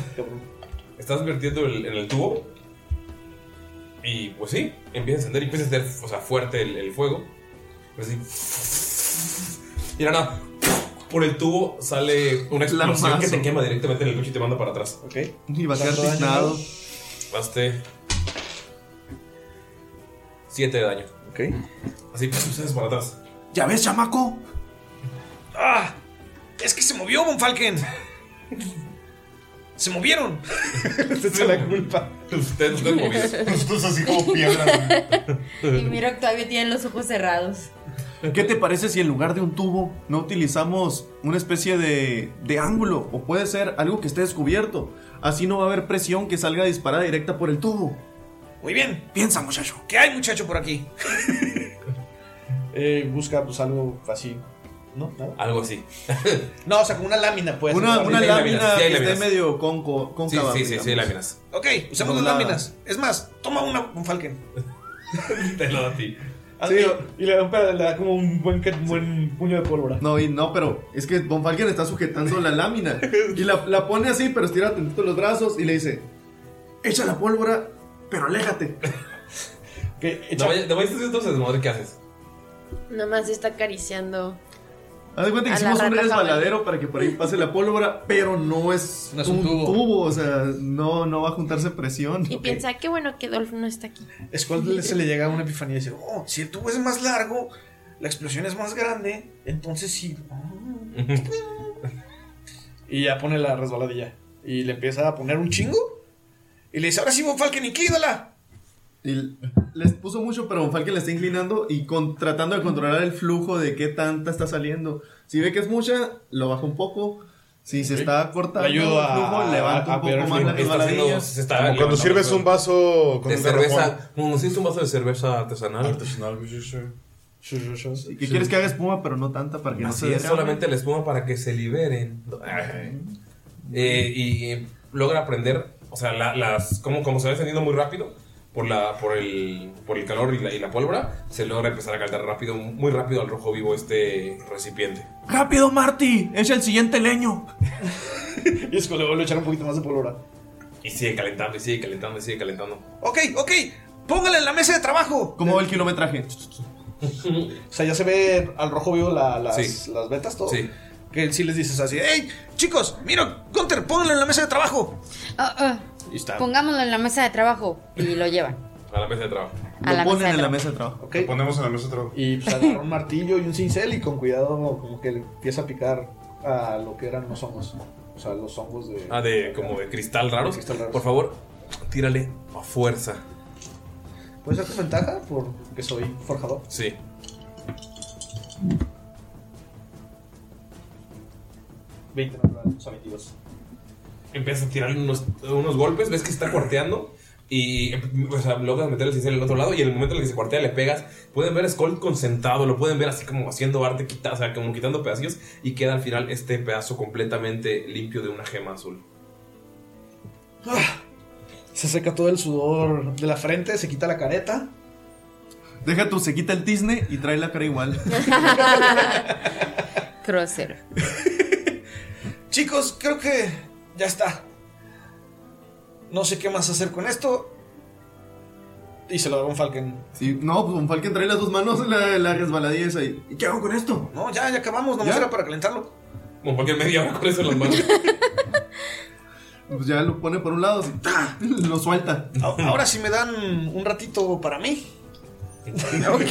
estás vertiendo el- en el tubo. Y pues sí, empieza a encender y empieza a hacer o sea, fuerte el, el fuego. Pero así. Y de la nada, por el tubo sale una explosión que Lamazo. te quema directamente en el pecho y te manda para atrás. Ok. Y va a quedar tiznado. Baste. 7 de daño. Ok. Así, pues, ustedes para atrás. ¿Ya ves, chamaco? ¡Ah! Es que se movió, Bonfalken. Se movieron. Esa es la culpa. Ustedes están Nosotros así como piedra. Y miro que todavía tiene los ojos cerrados. ¿Qué te parece si en lugar de un tubo no utilizamos una especie de, de ángulo? O puede ser algo que esté descubierto. Así no va a haber presión que salga disparada directa por el tubo. Muy bien. Piensa, muchacho. ¿Qué hay, muchacho, por aquí? Eh, busca pues algo así. ¿No? ¿Nada? Algo así. No, o sea, como una lámina, pues. Una, Sí, una hay lámina sí hay que esté láminas. medio conco, Sí, cóncava. sí, sí, sí, hay digamos. láminas. Ok, usamos las Doblada. láminas. Es más, toma una, Bonfalken. Te lo da a ti. Ah, y le, da como un buen, puño de pólvora. No, y no, pero es que Von Falken está sujetando la lámina. Y la, la pone así, pero estira tantito los brazos y le dice: Echa la pólvora, pero aléjate. No, vaya- ¿Te vais a hacer entonces, madre? ¿Qué haces? Nomás está acariciando. Haz de cuenta que A la hicimos un rata resbaladero para que por ahí pase la pólvora, pero no es, No es un, un tubo. tubo. O sea, no, no va a juntarse presión. Y piensa, qué bueno que Dolph no está aquí. Skull se le llega una epifanía y dice, oh, si el tubo es más largo, la explosión es más grande, entonces sí. y ya pone la resbaladilla. Y le empieza a poner un chingo. Y le dice, ahora sí, Von Falken, inquídala. Y les puso mucho, pero Falken le está inclinando y con- tratando de controlar el flujo de qué tanta está saliendo. Si ve que es mucha, lo baja un poco. Si se está cortando Le ayudo el flujo, a- levanta a un ver poco el más flujo. la Está haciendo- resbaladilla. se está Como cuando levantando, sirves pero- un vaso con De un cerveza. No, no, sí, es un vaso de cerveza artesanal. Artesanal, Y que quieres que haga espuma, pero no tanta para que no se Así es, derrame. solamente la espuma para que se liberen. Eh, y eh, logra aprender, o sea, la- las, como, como se va encendiendo muy rápido por, la, por, el, por el calor y la, y la pólvora, se logra empezar a calentar rápido, muy rápido al rojo vivo este recipiente. ¡Rápido, Marty! ¡Es el siguiente leño! Y Skull le vuelve a echar un poquito más de pólvora. Y sigue calentando, y sigue calentando, y sigue calentando. Ok, ok, póngala en la mesa de trabajo. ¿Cómo va el kilometraje? O sea, ya se ve al rojo vivo la- las, Sí. las vetas, todo. Sí. Que sí les dices así, hey, chicos, mira, Gunter, póngalo en la mesa de trabajo. Ah, ah. Y está. Pongámoslo en la mesa de trabajo y lo llevan. A la mesa de trabajo. A Lo la ponen mesa de en la trabajo. mesa de trabajo. Lo ponemos en la mesa de trabajo. Y pues agarra un martillo y un cincel y con cuidado como que le empieza a picar a lo que eran los hongos. O sea, los hongos de... Ah, de como de cristal raro. De cristal raro. Por favor, tírale a fuerza. ¿Puede ser con ventaja? Porque soy forjador. Sí. Empiezas a tirar unos, unos golpes, ves que está cuarteando. Y o sea, logras meter el cincel al otro lado y en el momento en el que se cuartea le pegas. Pueden ver a Skull concentrado, lo pueden ver así como haciendo arte, quita- o sea, como quitando pedacillos y queda al final este pedazo completamente limpio de una gema azul. Ah, Se seca todo el sudor de la frente, se quita la careta. Deja tú, se quita el tizne y trae la cara igual. Crosser. Chicos, creo que ya está. No sé qué más hacer con esto. Y se lo da a un Falken. Sí, no, pues un Falken trae las dos manos en la, la resbaladilla esa y. ¿y qué hago con esto? No, ya, ya acabamos, nomás era para calentarlo. Como cualquier media hora con eso en las manos. Pues ya lo pone por un lado, así, ¡ta! lo suelta. Ahora sí me dan un ratito para mí. Ok.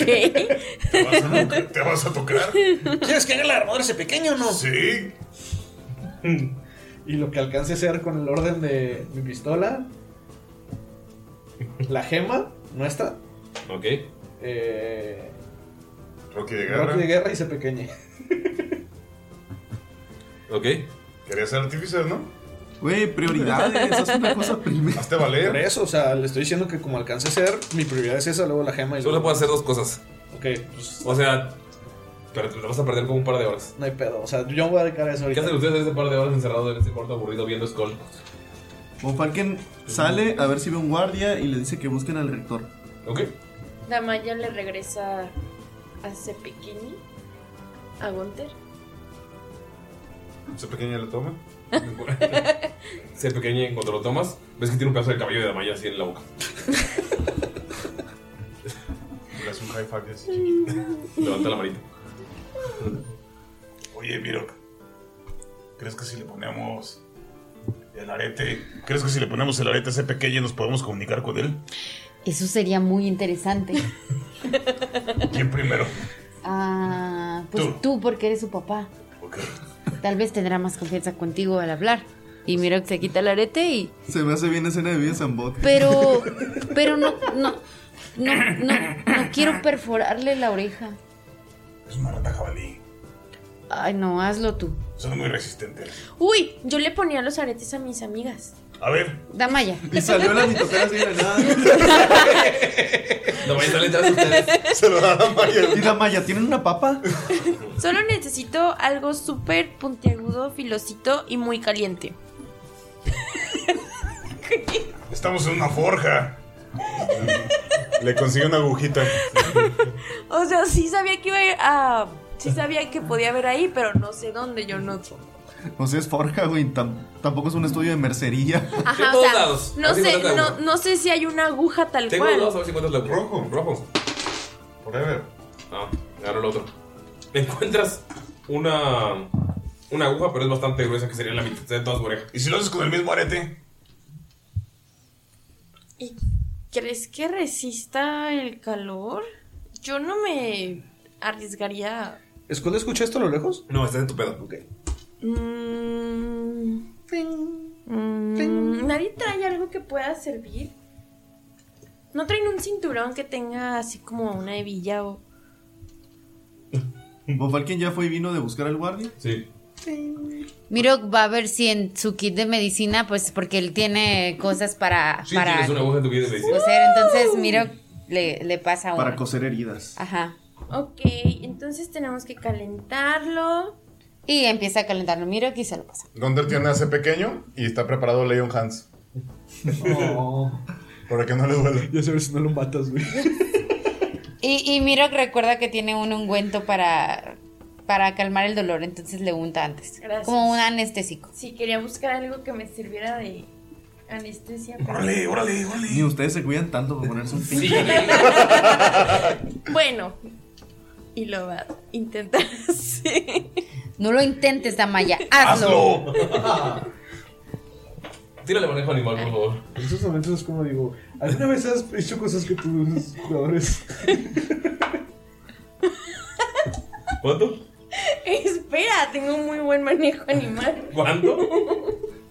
¿Te vas, a tocar? ¿Te vas a tocar? ¿Quieres que haga la armadura ese pequeño o no? Sí. Y lo que alcance a hacer con el orden de mi pistola. La gema, nuestra. Ok. Eh, Rocky de guerra. Rocky de guerra y se pequeñe. Ok. Quería ser artificer, ¿no? Güey, prioridades, haz una cosa primero. Hazte valer. Por eso, o sea, le estoy diciendo que como alcance a hacer, mi prioridad es esa, luego la gema y Solo luego- puedes hacer dos cosas. Ok, pues. O sea, pero te lo vas a perder como un par de horas. No hay pedo, o sea, yo me voy a dedicar a eso ¿Qué ahorita. hacen ustedes este par de horas encerrados en este cuarto aburrido viendo Skull? Von Falken sale a ver si ve un guardia y le dice que busquen al rector. Ok. Damaya le regresa a Cepikini, a Gunther. ¿Se pequeña lo toma? Se pequeña en cuanto lo tomas, ves que tiene un pedazo de cabello de Damaya así en la boca. Le hace un high five así. Levanta la manita. Oye, Miro, ¿crees que si le ponemos el arete, crees que si le ponemos el arete a ese pequeño nos podemos comunicar con él? Eso sería muy interesante. ¿Quién primero? Ah, pues Tú. tú. porque eres su papá. Tal vez tendrá más confianza contigo al hablar. Y Mirok se quita el arete y... Se me hace bien escena de vida en bot. Pero, pero no, no, no, no, no quiero perforarle la oreja. Es una rata jabalí. Ay, no, hazlo tú. Son muy resistentes. Uy, yo le ponía los aretes a mis amigas. A ver, Damaya. Y salió la mitocera así de nada. Damaya sale detrás de ustedes. Se lo da a Damaya. ¿Y Damaya tienen una papa? Solo necesito algo súper puntiagudo, filosito y muy caliente. estamos en una forja. Le consigue una agujita. O sea, sí sabía que iba a ir a... Sí sabía que podía ver ahí, pero no sé dónde, yo no... O sea, es forja, güey. tam- tampoco es un estudio de mercería. Ajá, todos lados. no Así sé, encuentras la no, no sé si hay una aguja tal Tengo cual. dos, a ver si encuentras la rojo. Rojo. Forever. No, agarro el otro. Encuentras una una aguja, pero es bastante gruesa, que sería la mitad de todas sus orejas. ¿Y si lo haces con el mismo arete? ¿Y crees que resista el calor? Yo no me arriesgaría. ¿Skull escucha esto a lo lejos? No, está en tu pedo. Mm, mm, ¿Nadie trae algo que pueda servir? ¿No traen un cinturón que tenga así como una hebilla o...? Von Falken ya fue y vino de buscar al guardia. Sí. Mirok va a ver si en su kit de medicina, pues porque él tiene cosas para... Sí, para tienes una aguja en tu vida de medicina. coser, entonces Mirok le, le pasa una. Para coser heridas. Ajá. Ok, entonces tenemos que calentarlo. Y empieza a calentarlo Mirok y se lo pasa. Gunther tiene a ese pequeño y está preparado Leon Hans. Para que no le duela. Ya sabes, no lo matas, güey. Y, y Mirok recuerda que tiene un ungüento para, para calmar el dolor, entonces le unta antes. Gracias. Como un anestésico. Sí, quería buscar algo que me sirviera de anestesia. pero- Órale, órale, órale. Ni ustedes se cuidan tanto para ponerse un pinche. Bueno, y lo va a intentar así. No lo intentes, Damaya, hazlo. Tírale manejo animal, por favor. En esos momentos es como digo, ¿alguna vez has hecho cosas que tus jugadores? ¿Cuánto? Espera, tengo un muy buen manejo animal. ¿Cuánto?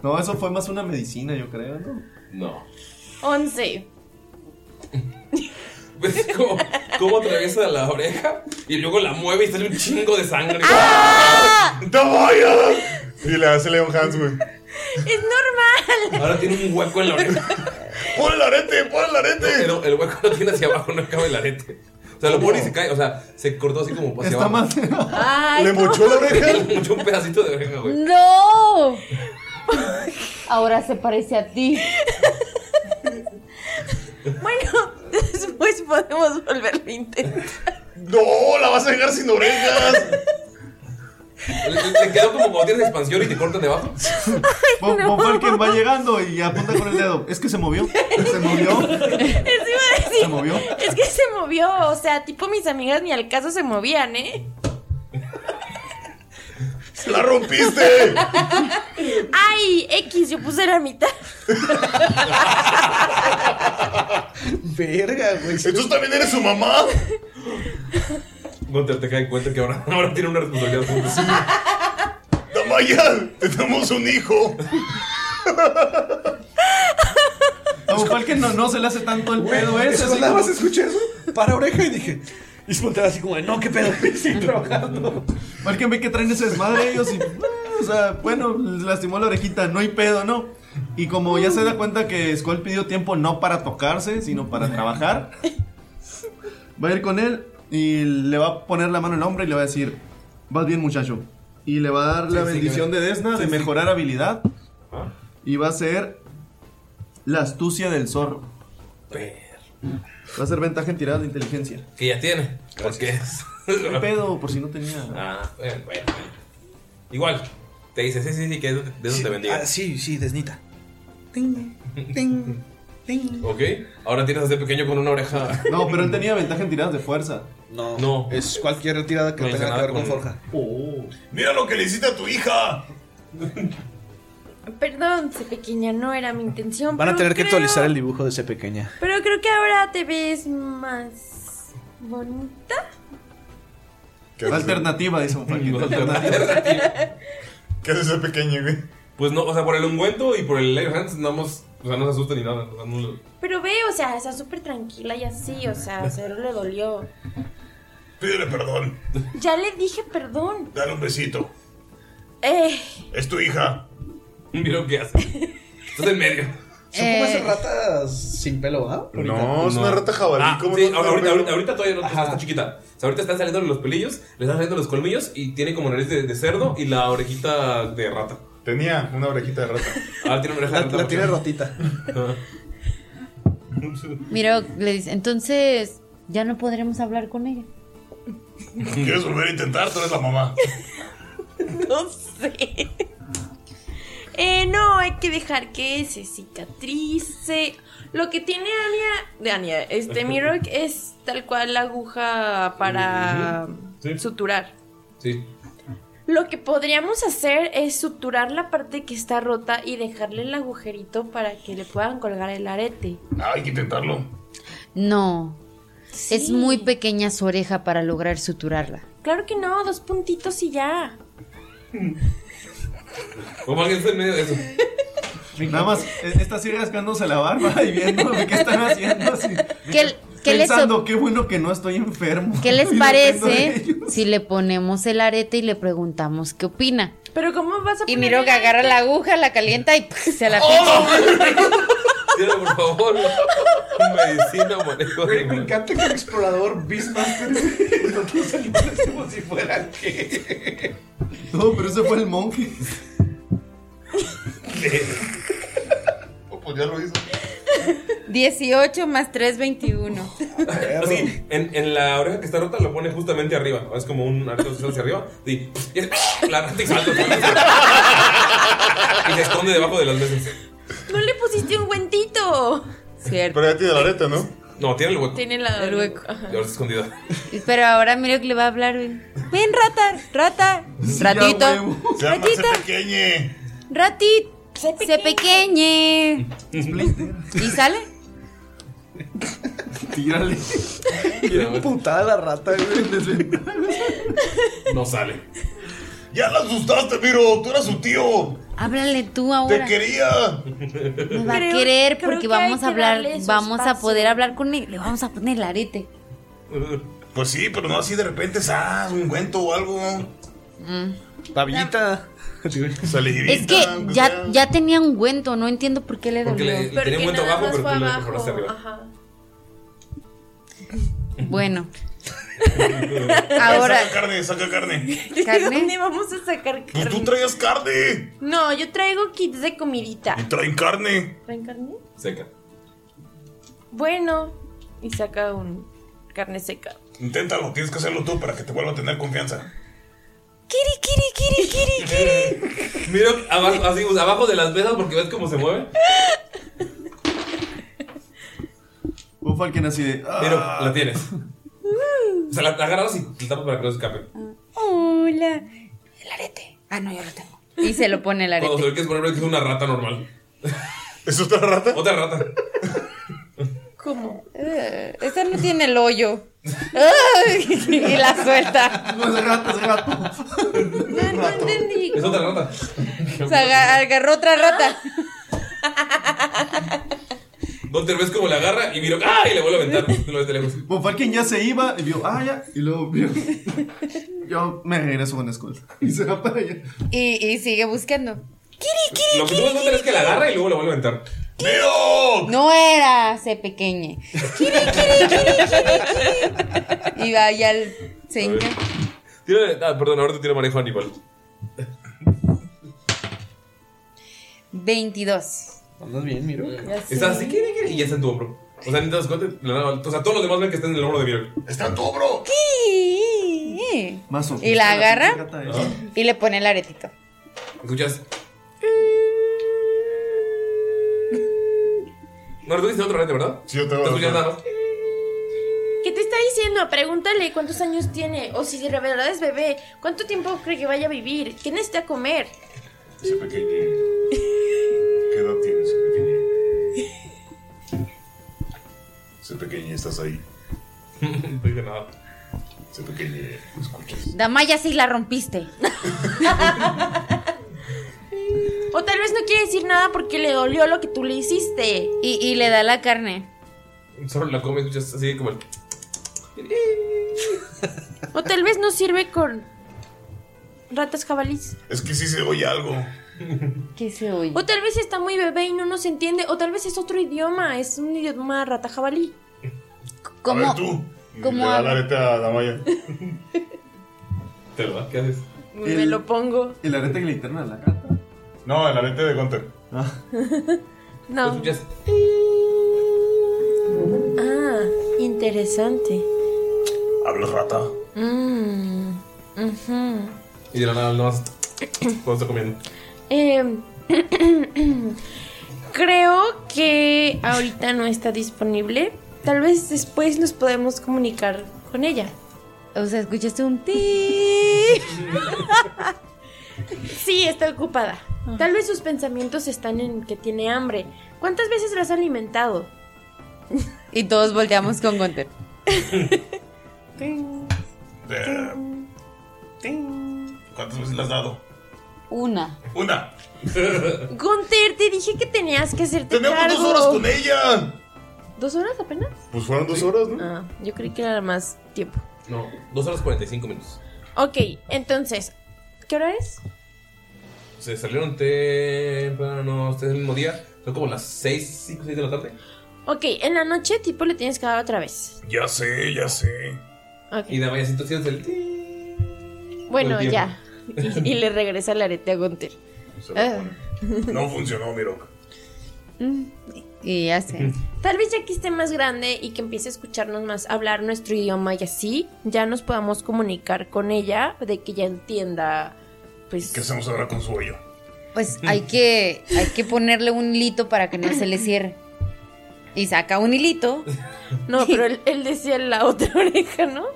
No, eso fue más una medicina, yo creo, ¿no? No. 11. ¿Ves cómo, cómo atraviesa la oreja y luego la mueve y sale un chingo de sangre? ¡Damaya! Y le hace Leon Hans, güey. Es normal. Ahora tiene un hueco en la oreja. ¡Pon el arete! ¡Pon el arete! Pero el hueco no tiene hacia abajo, no cabe el arete. O sea, lo pone y se cae. O sea, se cortó así como hacia abajo. Ay, no. Le mochó un pedacito de oreja, güey. ¡No! Ahora se parece a ti. Bueno, después podemos volverlo a intentar. ¡No! ¡La vas a dejar sin orejas! Le, le quedó como cuando tienes expansión y te cortan debajo. Von Falken va llegando y apunta con el dedo. Es que se movió. Se movió. Eso iba a decir. Se movió. Es que se movió, o sea, tipo mis amigas ni al caso se movían, ¿eh? ¡La rompiste! ¡Ay! X, yo puse la mitad. Verga, güey. ¿Entonces también eres su mamá? Gunter te cae en cuenta que ahora, ahora tiene una responsabilidad juntos. ¡Damaya! ¡Tenemos un hijo! A Von Falken no, no se le hace tanto el pedo Güey, ese. eso así nada como- más escuché eso para oreja y dije. Y espontáneo así como de, no, qué pedo, estoy trabajando. Falken ve que traen ese desmadre ellos y. ah, O sea, bueno, lastimó la orejita, no hay pedo, ¿no? Y como ya se da cuenta que Skull pidió tiempo no para tocarse, sino para trabajar, va a ir con él y le va a poner la mano en el hombro y le va a decir: Vas bien, muchacho. Y le va a dar la Sí, sí, bendición que- de Desna de sí, Ah. sí. mejorar habilidad. Y va a ser la astucia del zorro. Va a ser ventaja en tirada de inteligencia. Que ya tiene. Porque es. ¿Qué pedo? Por si no tenía. Ah, bueno, bueno. Igual, te dice, sí, sí, sí, que eso te- de eso te bendiga. Ah, sí, sí, desnita. Ok, ahora tienes a este pequeño con una oreja. No, pero él tenía ventaja en tiradas de fuerza. No. No. Es cualquier retirada que No tenga hice que ver nada con con- Forja. Oh, ¡Mira lo que le hiciste a tu hija! Perdón, se pequeña, no era mi intención. Van a pero tener que creo- actualizar el dibujo de ese pequeña. Pero creo que ahora te ves más bonita. Alternativa, dice un ¿Qué haces ese pequeño, güey? Pues no, o sea, por el ungüento y por el Air Hands, nada más. O sea, no se asusta ni nada. o sea, no- Pero ve, o sea, está súper tranquila y así, o sea, cero le dolió. Pídele perdón. Ya le dije perdón. Dale un besito. Eh, Es tu hija. Mira lo que hace. Estás en medio. Son como Eh. esas ratas sin pelo, ¿ah? No, es una rata jabalí. Ah, ¿Cómo sí, no? ahora- ahorita, ahorita, ahorita todavía no está, está chiquita. O sea, ahorita están saliendo los pelillos, le están saliendo los colmillos y tiene como nariz de, de cerdo y la orejita de rata. Tenía una orejita de rata. Ahora tiene una oreja de rata. La porque- tiene rotita. Miro le dice, entonces ya no podremos hablar con ella. ¿Quieres volver a intentar? Tú eres la mamá. no sé. Eh, no, hay que dejar que se cicatrice. Lo que tiene Ania, de Ania, este Mirok es tal cual la aguja para suturar. Sí. Lo que podríamos hacer es suturar la parte que está rota y dejarle el agujerito para que le puedan colgar el arete. Ah, hay que intentarlo. No. Es muy pequeña su oreja para lograr suturarla. Claro que no, dos puntitos y ya. Como alguien está en medio de eso. Nada más, e- esta sigue rascándose la barba y viendo qué están haciendo así. ¿Qué, qué les, Pensando, qué bueno que no estoy enfermo. ¿qué les Y dependo de parece ellos. si le ponemos el arete y le preguntamos qué opina? Pero ¿cómo vas a Y miro que agarra la aguja, la calienta y pues, se la Oh. Tírale, por favor. Medicina, manejo de Me encanta que el explorador Beastmaster los dos animales como si fueran que. No, pero ese fue el monje. Oh, pues ya lo hizo. 18 más 3, 21. Así, en, en la oreja que está rota lo pone justamente arriba. Es como un arco social hacia arriba. Y, y hace- la rata y salta. Y se esconde debajo de las mesas. No le pusiste un guentito. Cierto. Pero ya tiene la areta, ¿no? No, tiene el hueco. Tiene la, El hueco. Y ahora está escondida. Pero ahora miro que le va a hablar. Ven, Ven, rata, rata, ratito, Se llama ese Ratita. pequeñe. ratito. Se pequeñe. ¿Y sale? Tírale. Tiene putada la rata, güey. No sale. Ya la asustaste, Miro. Tú eras su tío. Háblale tú Te ahora. quería. Me va Creo- a querer creo que porque vamos a hay que hablar, darle su vamos a espacio. poder hablar con él. Le vamos a poner el arete. Pues sí, pero no así de repente, ah, un cuento o algo. Pavillita. Salidita. Mm. Es que ya, ya tenía un guento, no entiendo por qué le Porque dolió. le- le tenía un cuento abajo, pero tú le mejoraste arriba. Bueno, Ahora- Saca carne, saca carne. ¿De dónde vamos a sacar Pues tú carne? traías carne. No, yo traigo kits de comidita. Y traen carne. ¿Traen carne? Seca. Bueno, y saca un carne seca. Inténtalo, tienes que hacerlo tú para que te vuelva a tener confianza. Kiri, kiri, kiri, kiri, kiri. Mira, abajo, así, pues, abajo de las velas porque ves cómo se mueve. Un Falken así de. "Ah". Pero la tienes. Mm. O sea, la, la agarras y la tapas para que no se escape. Ah, Hola. El arete. Ah, no, yo lo tengo. Y se lo pone el Cuando se arete. ve que es, por ejemplo, que es una rata normal. ¿Es otra rata? Otra rata. ¿Cómo? Eh, esa no tiene el hoyo. Ay, y la suelta. No es gato, es gato. No entendí. Es otra rata. O sea, aga- agarró otra rata. Donde ves como la agarra y miro, ¡ah! Y le vuelve a aventar. Lo ves de lejos. Von Falken Pues ya se iba y vio, ah, ya. Y luego vio. Yo me regreso con Skull. Y se va para allá. Y, y sigue buscando. Lo que tú vas a hacer es que la agarra y luego la vuelve a aventar. No era se pequeñe. Kiri, kiri, kiri, kiri, kiri. Y vaya al señor. Tírale- ah, perdón, ahora te tiro manejo animal. 22. Andas bien, miro. Estás así, ¿quiere, quiere? Y ya está en tu hombro. O sea, ni te das cuenta. la nada, O sea, todos los demás ven que está en el hombro de Miro. ¡Está en tu hombro! Kiri. Más o Y la agarra y le pone el aretito. Escuchas. No, tú dices otro rete, ¿verdad? Sí, yo te voy escuchas nada más. ¿Qué te está diciendo? Pregúntale cuántos años tiene. O si de verdad es bebé, ¿cuánto tiempo cree que vaya a vivir? ¿Qué necesita comer? Ese pequeño. ¿Qué edad tiene ese pequeño? Ese pequeño, estás ahí. No dije nada. Ese pequeño, ¿me escuchas. Damaya sí la rompiste. O tal vez no quiere decir nada porque le dolió lo que tú le hiciste. Y, y le da la carne. Solo la come y escuchas así como el. O tal vez no sirve con ratas jabalís. Es que sí se oye algo. ¿Qué se oye? O tal vez está muy bebé y no nos entiende. O tal vez es otro idioma. Es un idioma rata jabalí. A ver tú. Y cómo le da habla? la areta a Damaya. ¿Te lo da? ¿Qué haces? Me lo pongo. El arete que le interna a la Ah. gata. No, el arete de Gunter. No. escuchas? Ah, interesante. Hablas rata. Mm, ujú. Y de la nada, no más. Cuando está comiendo. Eh, creo que ahorita no está disponible. Tal vez después nos podemos comunicar con ella. O sea, escuchaste un ti. sí, está ocupada. Ah. Tal vez sus pensamientos están en que tiene hambre. ¿Cuántas veces la has alimentado? Y todos volteamos con Gunter. ¿Cuántas veces le has dado? Una. Una. Gunter, te dije que tenías que hacerte Tenemos dos cargo. horas con ella. ¿Dos horas apenas? Pues fueron dos horas, ¿no? Ah, yo creí que era más tiempo. No, 2 horas 45 minutos. Ok, entonces, ¿qué hora es? Se salieron temprano, este es el mismo día. Son como las 6, 5, 6 de la tarde. Ok, en la noche tipo le tienes que dar otra vez. Ya sé, ya sé. Ok. Y Damaya, si tú tienes el. ti- Bueno, Buen tiempo. ya. Y, y le regresa el arete a Gunter. Se lo No funcionó, Miro. Y ya sé. Tal vez ya que esté más grande y que empiece a escucharnos más hablar nuestro idioma y así, ya nos podamos comunicar con ella de que ya entienda. Pues. ¿Qué hacemos ahora con su hoyo? Pues hay que, hay que ponerle un hilito para que no se le cierre. Y saca un hilito. No, pero él, él decía en la otra oreja, ¿no?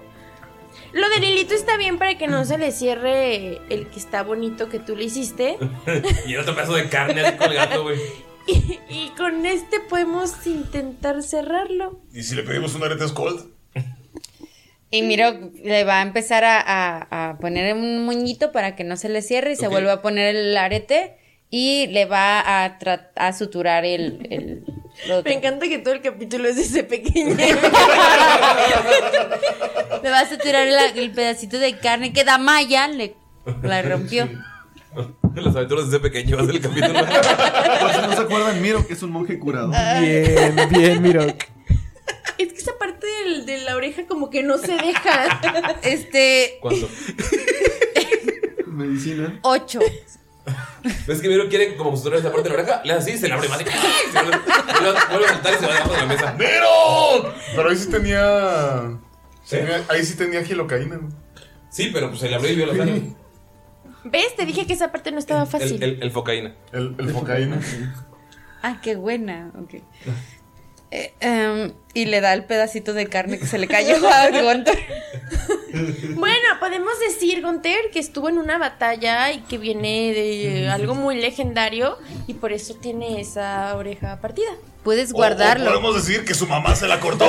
Lo del hilito está bien para que no se le cierre el que está bonito que tú le hiciste. y el otro pedazo de carne así colgando, güey. Y, y con este podemos intentar cerrarlo. ¿Y si le pedimos un arete Scold? Y miro, le va a empezar a, a- a poner un moñito para que no se le cierre y se Ok. vuelve a poner el arete y le va a, tra- a suturar el... el lo otro. Me encanta que todo el capítulo es de ese pequeño. Le va a suturar la- el pedacito de carne que Damaya le la rompió. Las aventuras de ese pequeño es el capítulo. Por si no se acuerdan, Miro que es un monje curado. Bien, bien, Miro. Es que esa parte del- de la oreja como que no se deja. Este. ¿Cuándo? Medicina. Ocho. ¿Ves que Miro quiere como susurrar esta parte de la oreja? Le hace así, se le abre más. y- y se vuelve- Vuelve a- vuelve a saltar y se va debajo de la mesa. ¡Miro! Pero ahí sí tenía. tenía- ahí sí tenía gilocaína, ¿no? Sí, pero pues se le abrió y vio la sangre. ¿Ves? Te dije que esa parte no estaba fácil. El, el, el focaína. El, focaína. Ah, qué buena. Ok. Eh, em, y le da el pedacito de carne que se le cayó a Gontor. Bueno, podemos decir, Gonter, que estuvo en una batalla y que viene de algo muy legendario y por eso tiene esa oreja partida. Puedes O podemos decir que su mamá se la cortó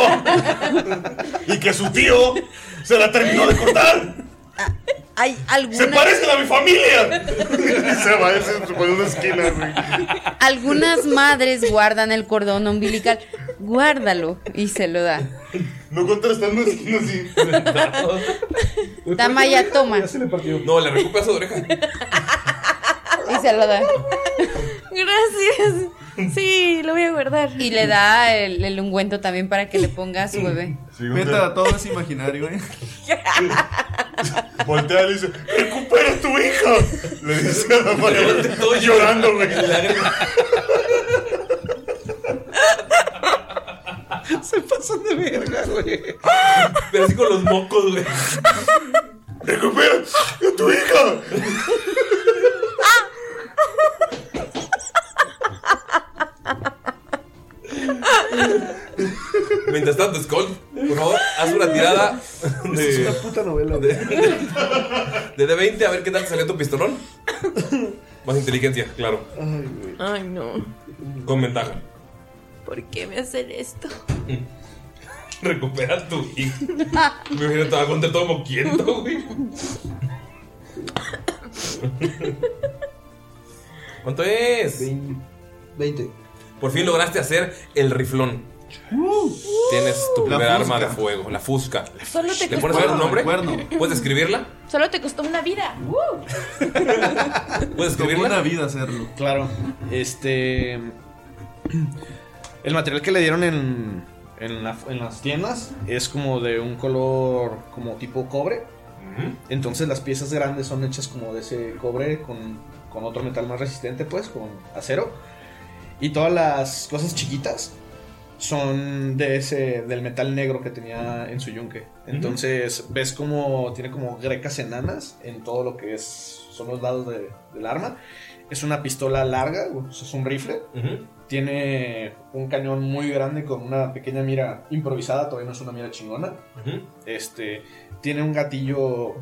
y que su tío se la terminó de cortar. Hay alguna. ¡Se parecen a mi familia! se va a irse por una esquina, güey. Algunas madres guardan el cordón umbilical. Guárdalo y se lo da. No contrastan una esquina así. Tamaya toma No, le arrancó un pedazo de oreja. y se lo da. Gracias. Sí, lo voy a guardar. Y le da el, el ungüento también para que le ponga a su bebé. Meta, todo es imaginario, ¿eh? Voltea y le dice: ¡Recupera tu hija! Le dice a la madre. Estoy llorando, güey. Se pasan de verga, güey. Pero así con los mocos, güey. ¡Recupera a tu hija! Mientras tanto, Skull, por favor, haz una tirada Es una de, puta novela, güey. de, de D20 a ver qué tal salió tu pistolón. Más inteligencia, claro. Ay, no. Con ventaja. ¿Por qué me hacen esto? Recupera tu hija. Me imagino estaba con todo moquiento, güey. ¿Cuánto es? 20. Por fin lograste hacer el riflón. Tienes tu La primera fusca. arma de fuego, la fusca. Solo te ¿Le costó. pones a ver un nombre? Cuerno. ¿Puedes escribirla? Solo te costó una vida. ¡Uh! ¿Puedes escribirla? una vida hacerlo. Claro. Este. El material que le dieron en, en, la- en las tiendas es como de un color como tipo cobre. Entonces las piezas grandes son hechas como de ese cobre con, con otro metal más resistente, pues, con acero. Y todas las cosas chiquitas son de ese del metal negro que tenía en su yunque. Entonces ves como tiene como grecas enanas en todo lo que es son los lados de- del arma. Es una pistola larga, o sea, es un rifle. Tiene un cañón muy grande con una pequeña mira improvisada, todavía no es una mira chingona. Este tiene un gatillo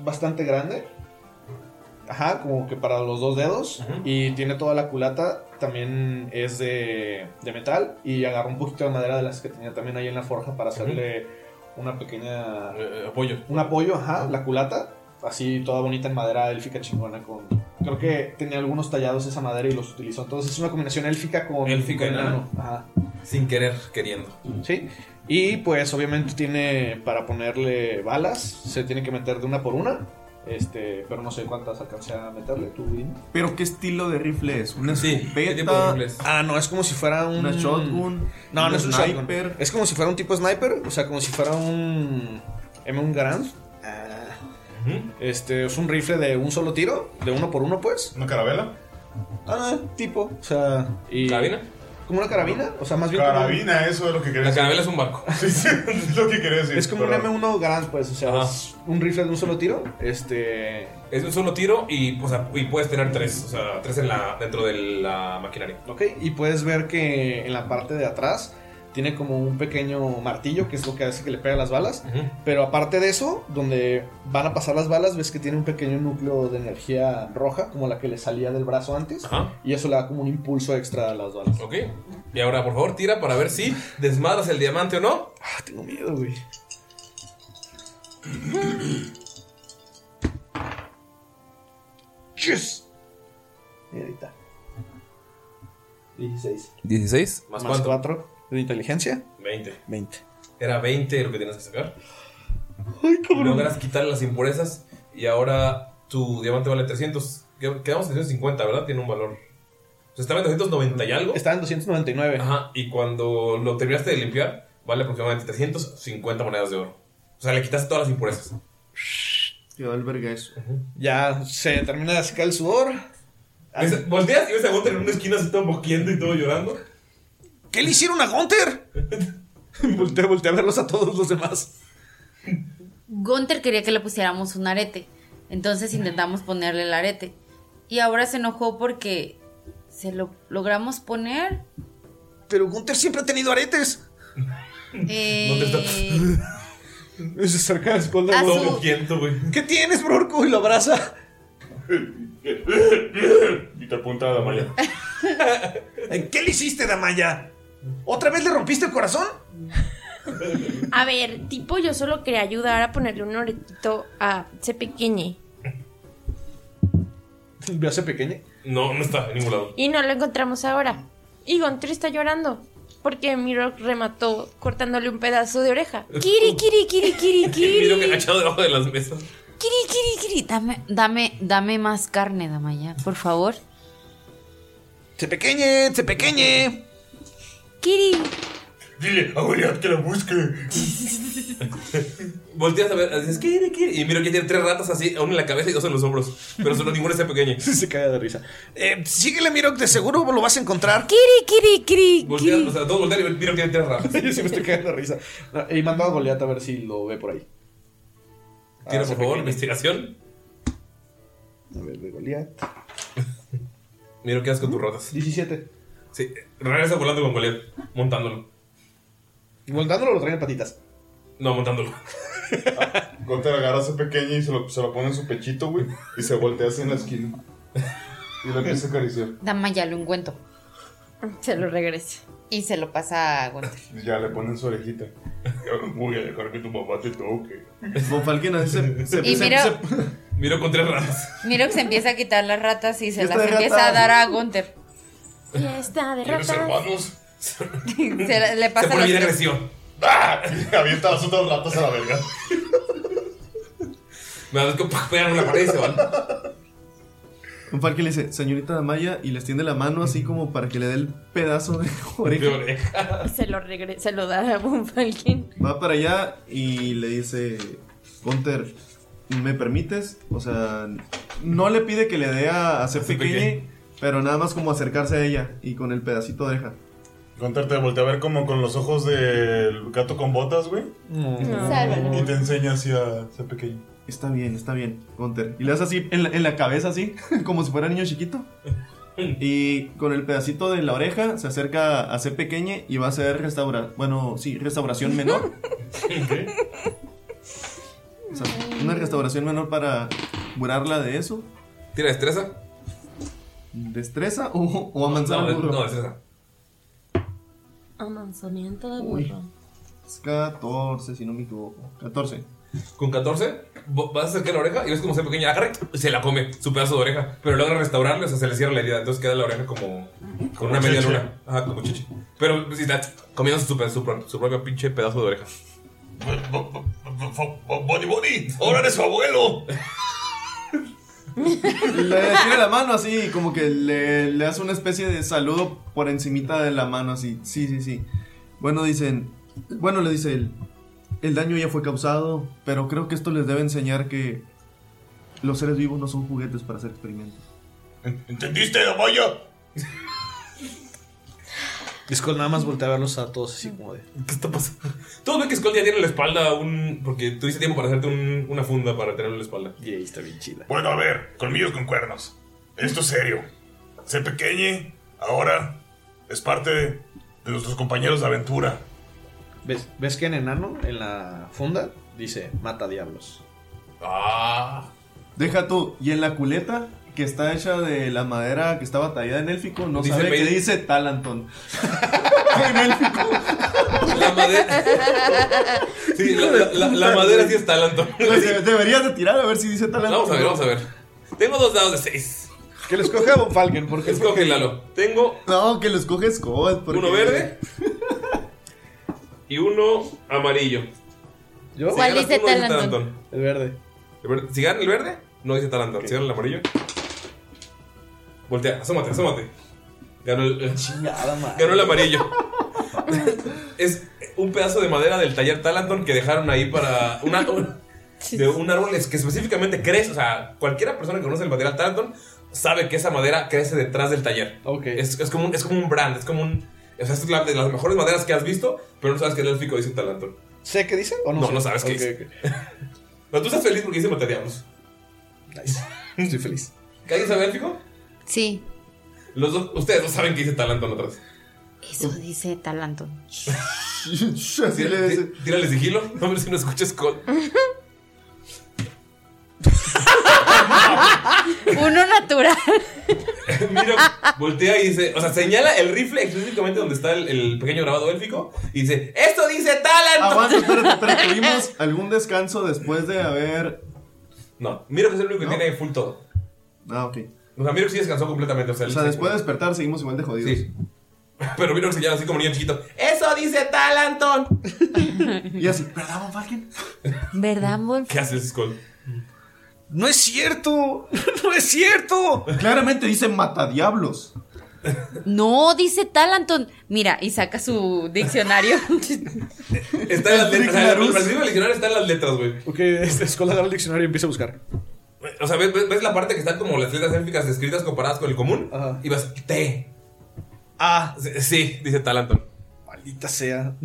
bastante grande. Ajá, como que para los dos dedos. Y tiene toda la culata. También es de, de metal. Y agarró un poquito de madera de las que tenía también ahí en la forja para hacerle una pequeña. Eh, apoyo. Un apoyo, ajá, la culata. Así toda bonita en madera élfica chingona. con Creo que tenía algunos tallados esa madera y los utilizó. Entonces es una combinación élfica con. Élfica con enana. enano, Ajá. Sin querer, queriendo. Mm. Sí. Y pues obviamente tiene para ponerle balas, se tiene que meter de una por una. Este, pero no sé cuántas alcancé a meterle, tú dime. Pero ¿qué estilo de rifle es? ¿Una escopeta? Ah, no, es como si fuera un Una shotgun, No, no un es un sniper. shotgun. Es como si fuera un tipo sniper, o sea, como si fuera un M1 Grand. Ah. Este, es un rifle de un solo tiro, de uno por uno, pues. ¿Una carabela? Ah, tipo, o sea, y ¿Carabina? Como una carabina, o sea, más bien como- Carabina, eso es lo que quería La decir. carabela es un barco. Sí, sí, es lo que quería decir. Es como un pero- M1 Grand, pues, o sea, es un rifle de un solo tiro. Este. Es un solo tiro y, o sea, y puedes tener tres. O sea, tres en la, dentro de la maquinaria. Ok, y puedes ver que en la parte de atrás tiene como un pequeño martillo, que es lo que hace que le pega las balas. Pero aparte de eso, donde van a pasar las balas, ves que tiene un pequeño núcleo de energía roja, como la que le salía del brazo antes. Ajá. Y eso le da como un impulso extra a las balas. Ok. Y ahora, por favor, tira para ver si desmadras el diamante o no. Ah, tengo miedo, güey. Yes. Mira, ahí está. 16. 16. Más, Más cuánto? 4 de inteligencia. 20. 20. Era 20 lo que tenías que sacar. Ay, Logras quitar las impurezas y ahora tu diamante vale 300. qued- quedamos en 150, ¿verdad? Tiene un valor. O sea, estaba en 290 y algo. Estaba Mm, en 299. Ajá, y cuando lo terminaste de limpiar, vale aproximadamente 350 monedas de oro. O sea, le quitaste todas las impurezas. Quedó el verga eso. Ya se termina de sacar el sudor. Ves- Volteas y ves a Gunther en una esquina se está boquiendo y todo llorando. ¿Qué le hicieron a Gunther? volteé, volteé a verlos a todos los demás. Gunther quería que le pusiéramos un arete. Entonces intentamos ponerle el arete. Y ahora se enojó porque se lo logramos poner. Pero Gunther siempre ha tenido aretes. Eh, Se acerca a la espalda. Ah, A güey. su- Todo ¿Qué tienes, Brorco? Y lo abraza. Y te apunta a Damaya. ¿Qué le hiciste, Damaya? ¿Otra vez le rompiste el corazón? A ver, tipo, yo solo quería ayudar a ponerle un oretito a ese pequeñe. ¿Ve hace pequeña? No, no está en ningún lado. Y no lo encontramos ahora. Y Gontre está llorando. Porque Miro remató cortándole un pedazo de oreja. Kiri, kiri, kiri, kiri, kiri. Miro que agachado debajo de las mesas. Kiri, kiri, kiri, dame, dame, dame más carne, Damaya, por favor. Se pequeñe, se pequeñe. Kiri. Dile a Goliath que la busque. Volteas a ver, dices, ¿qué quiere? Y miro que tiene tres ratas así, uno en la cabeza y dos en los hombros. Pero solo ninguno está pequeño. Se cae de risa. Eh, síguele, Miro, de seguro lo vas a encontrar. Kiri, kiri, kiri. Volteas, o sea, todos voltean y ven, miro que tiene tres ratas. Yo sí me estoy cagando de risa. No, y mando a Goliat a ver si lo ve por ahí. Ah, Tira, por favor, investigación. A ver, de Goliat. Miro que haces con tus ratas. 17. Sí, regresa volando con Goliath, montándolo. ¿Montándolo o lo traen en patitas? No, montándolo. Gonter agarra a ese pequeño y se lo, se lo pone en su pechito, güey. Y se voltea así en la esquina. Y lo empieza a acariciar. Damaya lo encuentro. Se lo regresa. Y se lo pasa a Gunther. Ya le ponen su orejita. Voy a dejar que tu mamá te toque. Falken así se, se, Y se- mira- se- Miro con tres ratas. Miro que se empieza a quitar las ratas y se Esta las rata- empieza a dar a Gunther. Fiesta de ¿Tienes ratas. Se la- le pasa los tres. ¡Ah! Avienta las otras ratas a la verga. Me das que ¡pah! pegan una pared y se van. Un parque le dice, señorita Damaya, y les tiende la mano así como para que le dé el pedazo de oreja. Se lo regresa, se lo da a Bonfalken. Va para allá y le dice, Gunter, ¿me permites? O sea, no le pide que le dé a hacer pequeño, pero nada más como acercarse a ella y con el pedacito de oreja. Gonter te voltea a ver como con los ojos del gato con botas, güey. Sálvalo. Y te enseña así a ese pequeño. Está bien, está bien, Gunter. Y le das así en la, en la cabeza, así, como si fuera niño chiquito. Y con el pedacito de la oreja se acerca a ser pequeña y va a hacer restaura, bueno, sí, restauración menor. O sea, una restauración menor para curarla de eso. ¿Tira destreza? ¿Destreza o, o amansar No, al burro? no, destreza. Amanzamiento de Uy. burro. Es 14, si no me equivoco. 14. Con 14, vo- vas a acercar la oreja y ves como se pequeña agarra y se la come su pedazo de oreja. Pero logra restaurarle, o sea, se le cierra la herida. Entonces queda la oreja como con una media chiche. luna. Ajá, como chiche. Pero pues, sí está comiendo su, pe- su, pro- su propio pinche pedazo de oreja. Bonnie Bonnie, ahora eres su abuelo. Le tira la mano así, como que le, le hace una especie de saludo por encimita de la mano así. Sí, sí, sí. Bueno, dicen, bueno, le dice él, el daño ya fue causado, pero creo que esto les debe enseñar que los seres vivos no son juguetes para hacer experimentos. ¿Entendiste, Damaya? Skull nada más voltea a verlos a todos así como de. ¿Qué está pasando? Todos ven que Skull ya tiene en la espalda un. Porque tuviste tiempo para hacerte un- una funda para tenerlo en la espalda. Y ahí está bien chida. Bueno, a ver, colmillos con cuernos. Esto es serio. Se pequeñe, ahora es parte de, de nuestros compañeros de aventura. ¿Ves, ves que en enano, en la funda, dice: mata diablos. Ah. Deja tú, y en la culeta, que está hecha de la madera que estaba tallada en élfico, no Dice sabe que Bane. dice Talanton. Sí, la, la- la- la madera sí está alando. Pues, deberías de tirar a ver si dice Talanton. Vamos a ver, vamos a ver. Tengo dos dados de seis. Que lo escoja Von Falken, porque Escoge, Lalo. Tengo No, que lo escoge Scott. porque- uno verde y uno amarillo. ¿Yo? Si ¿Cuál ganas dice tú, no Talanton? El verde. El verde. Si gana el verde, no dice Talanton. Si gana el amarillo, Voltea, asómate, asómate. Ganó el. Ganó el amarillo. es un pedazo de madera del taller Talanton que dejaron ahí para. Una, un, de un árbol es- que específicamente crece. O sea, cualquiera persona que conoce el material Talanton sabe que esa madera crece detrás del taller. Es, es como, un- es como un brand, es como un. O sea, es la- de las mejores maderas que has visto, pero no sabes que el élfico dice Talanton. ¿Sé qué dicen o no? No, sé? no sabes qué Ok, dice. No, tú estás feliz porque dice materiales. Nice. Estoy feliz. ¿Que alguien sabe élfico? Sí, Los dos, ustedes no saben que dice Talanton atrás. eso dice Talanto. Tírale, tí- tírale sigilo, a ver si no escuchas con. Uno natural. Voltea y dice, o sea, señala el rifle específicamente donde está el, el pequeño grabado élfico y dice, ¡Esto dice Talanton! Aguanta, Ah, espérate, espérate. ¿Tuvimos algún descanso después de haber. No, mira que es el único que tiene full todo. Ah, ok. O sea, Mirok sí descansó completamente. O sea, O él sea, se- después de despertar seguimos igual de jodidos. Pero Mirok señala así como niño chiquito. ¡Eso dice Talanton! Y así, ¿verdad, Von Falken? ¿Verdad, Von ¿Qué haces, Skull? ¡No es cierto! ¡No es cierto! Claramente dice matadiablos. No, dice Talanton. Mira, y saca su diccionario. Está en las letras. o sea, El principio del diccionario está en las letras, güey. Ok, Skull agarra el diccionario y empieza a buscar. O sea, ves, ves- ves la parte que están como las letras élficas escritas comparadas con el común. Y vas, T. Ah. Sí, sí, dice Talanton. Maldita sea.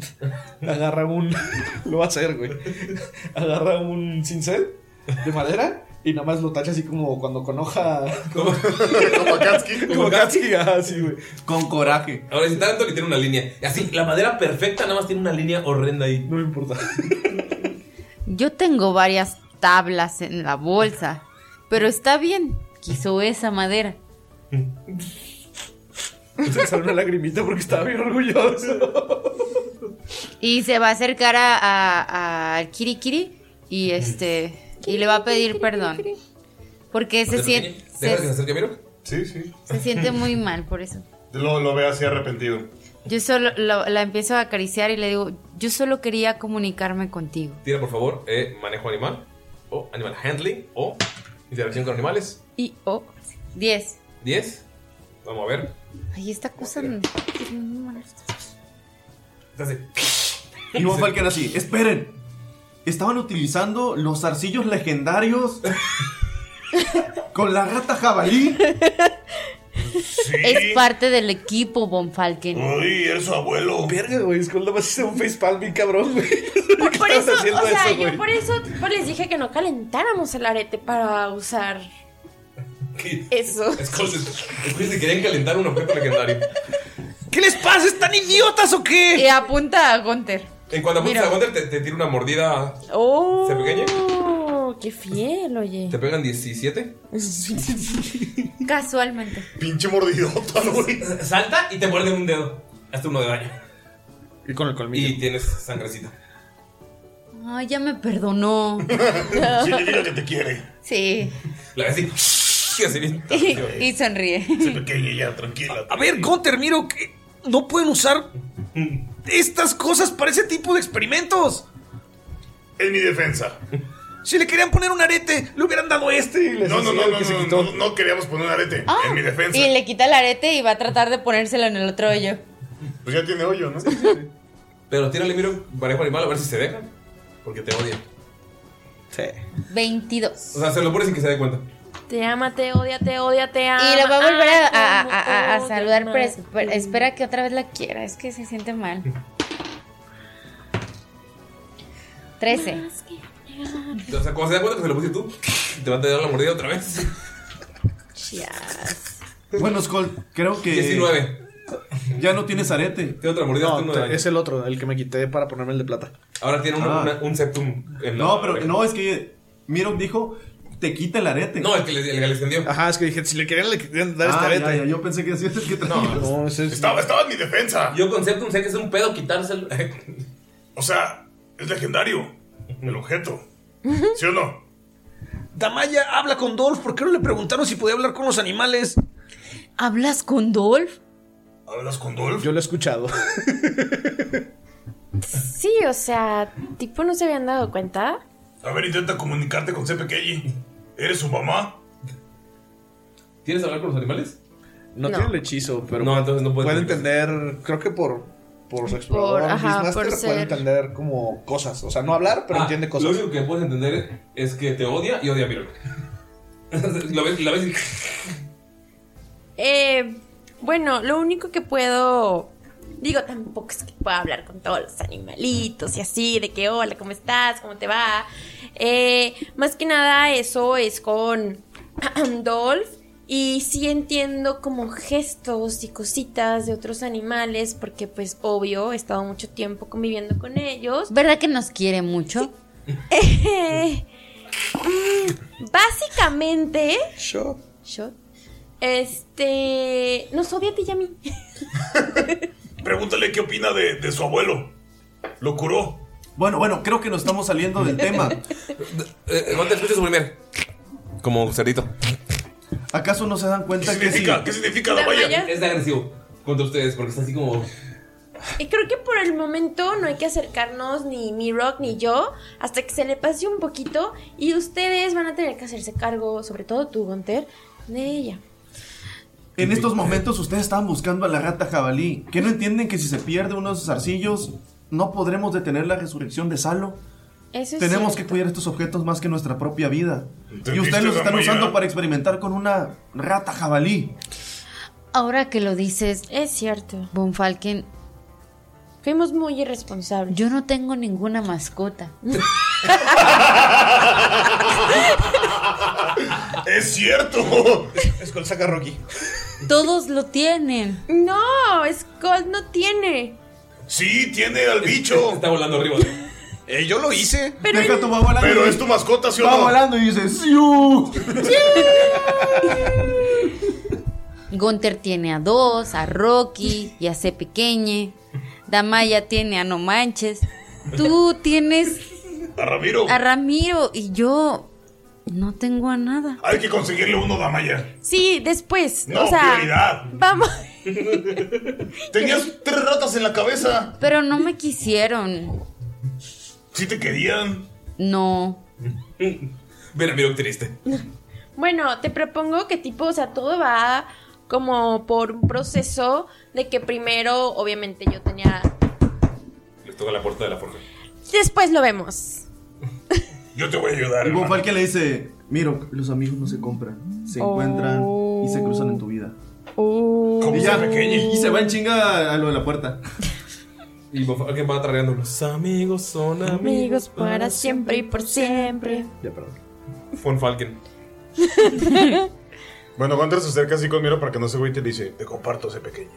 Agarra un. Lo va a hacer, güey. Agarra un cincel de madera y nada más lo tacha así como cuando con hoja. Como, Katsuki. Como Katsuki, ajá, sí, güey. Con coraje. Ahora dice Talanton que tiene una línea. Y así, la madera perfecta nada más tiene una línea horrenda ahí. No me importa. Yo tengo varias tablas en la bolsa, pero está bien. Quiso esa madera. Se le sale una lagrimita porque estaba bien orgulloso. Y se va a acercar a, a, a Kiri Kiri y este y le va a pedir perdón. Porque se siente ¿Dejas se, que se acerque Mirok? Sí, sí. se siente muy mal por eso. Lo, lo ve así arrepentido. Yo solo lo- la empiezo a acariciar y le digo, yo solo quería comunicarme contigo. Tira, por favor, eh, manejo animal. O animal handling. O interacción con animales. Y oh, 10. 10. Vamos a ver. Ahí esta cosa no- Está así. Y Von Falken así, esperen. Estaban utilizando los arcillos legendarios con la rata jabalí. Es parte del equipo Von Falken. Uy, eres su abuelo. Verga, güey. Skull nada más hizo un facepalm bien cabrón, güey. Por eso, estás haciendo o sea, eso, yo güey? por eso pues, les dije que no calentáramos el arete para usar eso. Skull se- Skull se querían calentar un objeto legendario. ¿Qué les pasa? ¿Están idiotas o qué? Y apunta a Gunther. En cuanto apuntas Mira. a Wander, te, te tira una mordida. ¡Oh! ¿Se pequeña? Oh, ¡Qué fiel, oye! Te pegan 17. Casualmente. Pinche mordidota, güey. Salta y te muerde un dedo. Hasta uno de daño. Y con el colmillo. Y tienes sangrecita. Ay, ya me perdonó. Sí, dile que te quiere. Sí. La ves así. Y así bien. Y, y sonríe. Pequeña ya, tranquila. A ver, Gunter, miro que no pueden usar estas cosas para ese tipo de experimentos. En mi defensa. Si le querían poner un arete, le hubieran dado este. Y les No, no, hacía no, lo no, que se no, quitó. no, no queríamos poner un arete. Ah, En mi defensa. Y le quita el arete y va a tratar de ponérselo en el otro hoyo. Pues ya tiene hoyo, ¿no? Pero tírale, miro, parejo animal a ver si se dejan. Porque te odian. Sí. 22. O sea, se lo pones sin que se dé cuenta. Te ama, te odia, te odia, te ama. Y lo va a volver a, a- Ay, a- a- a cómo te saludar, ama. pero es- pero espera que otra vez la quiera. Es que se siente mal. 13. O sea, cuando se da cuenta que se lo puse tú, te va a dar la mordida otra vez. Bueno, Skull, creo que. 19. Ya no tienes arete. ¿Qué otra mordida? No, Tú no te- daño. es el otro, el que me quité para ponerme el de plata. Ahora tiene un, Ah. una- un septum en la No, pero oreja. no, es que Mirok dijo, te quita el arete. No, el que le, el que le extendió. Ajá, es que dije, si le querían, le querían dar Ah, este ya, arete. ya, yo pensé que así es el que traía. No, ese es- Estaba, estaba en mi defensa. Yo con septum sé que es un pedo quitárselo. O sea, es legendario. El objeto. ¿Sí o no? Damaya, habla con Dolph. ¿Por qué no le preguntaron si podía hablar con los animales? ¿Hablas con Dolph? ¿Hablas con Dolph? Yo lo he escuchado. Sí, o sea, tipo, no se habían dado cuenta. A ver, intenta comunicarte con CPKI. ¿Eres su mamá? ¿Tienes hablar con los animales? No, No. tiene el hechizo, pero No, entonces no puede puede entender, creo que por, por su explorador, Por- ajá, Beastmaster, por puede ser- entender como cosas. O sea, no hablar, pero Ah, entiende cosas. Lo único que puedes entender es que te odia y odia a Mirok. la ves, la ves y... Eh, bueno, lo único que puedo. Digo, tampoco es que pueda hablar con todos los animalitos y así, de que hola, ¿cómo estás? ¿Cómo te va? Eh, más que nada, eso es con Dolph. Y sí entiendo como gestos y cositas de otros animales, porque pues obvio, he estado mucho tiempo conviviendo con ellos. ¿Verdad que nos quiere mucho? Eh, mm, básicamente... Shot. Shot. Este... Nos odia a ti y a mí. Pregúntale qué opina de, de su abuelo. Lo curó. Bueno, bueno, creo que nos estamos saliendo del tema. Eh, ¿Cuánto escuchas primer? Como un cerdito. ¿Acaso no se dan cuenta ¿Qué que sí? significa? ¿Qué significa la La malla? malla. Es de agresivo contra ustedes porque está así como... Y creo que por el momento no hay que acercarnos ni mi rock ni yo hasta que se le pase un poquito y ustedes van a tener que hacerse cargo, sobre todo tú, Gunter, de ella. En estos momentos ustedes estaban buscando a la rata jabalí. ¿Qué no entienden que si se pierde uno de sus zarcillos, no podremos detener la resurrección de Salo? Eso es Tenemos cierto. que cuidar estos objetos más que nuestra propia vida. Y ustedes los ¿Entendiste, están Damaya? usando para experimentar con una rata jabalí. Ahora que lo dices. Es cierto. Von Falken. Fuimos muy irresponsables. Yo no tengo ninguna mascota. ¡Es cierto! Es con saca Rocky. Todos lo tienen. No, Scott no tiene. Sí, tiene al bicho. Está volando arriba. Eh, yo lo hice. Pero Deja tu va volando. Pero es tu mascota, ¿sí o va no? volando y dice, ¡Siu! Gunter tiene a dos, a Rocky y a C Pequeñe. Damaya tiene a No Manches. Tú tienes A Ramiro. a Ramiro y yo no tengo a nada. Hay que conseguirle uno, Damaya. Sí, después. No, o sea, prioridad. vamos. Tenías tres ratas en la cabeza. Pero no me quisieron. Sí te querían. No. Ven a Mirok triste. Bueno, te propongo que tipo, o sea, todo va como por un proceso de que primero, obviamente, yo tenía. Le toca la puerta de la forja. Después lo vemos. Yo te voy a ayudar. Y Von Falken le dice, Miro, los amigos no se compran, se encuentran y se cruzan en tu vida. Como y, sea ya, pequeño. y se va en chinga a lo de la puerta. Y Von Falken va tarareando. Los amigos son Amigos para siempre y por siempre. Ya, perdón. Von Falken. Bueno, Gunter se acerca así con Miro para que no se agüite y le dice: Te comparto ese pequeño.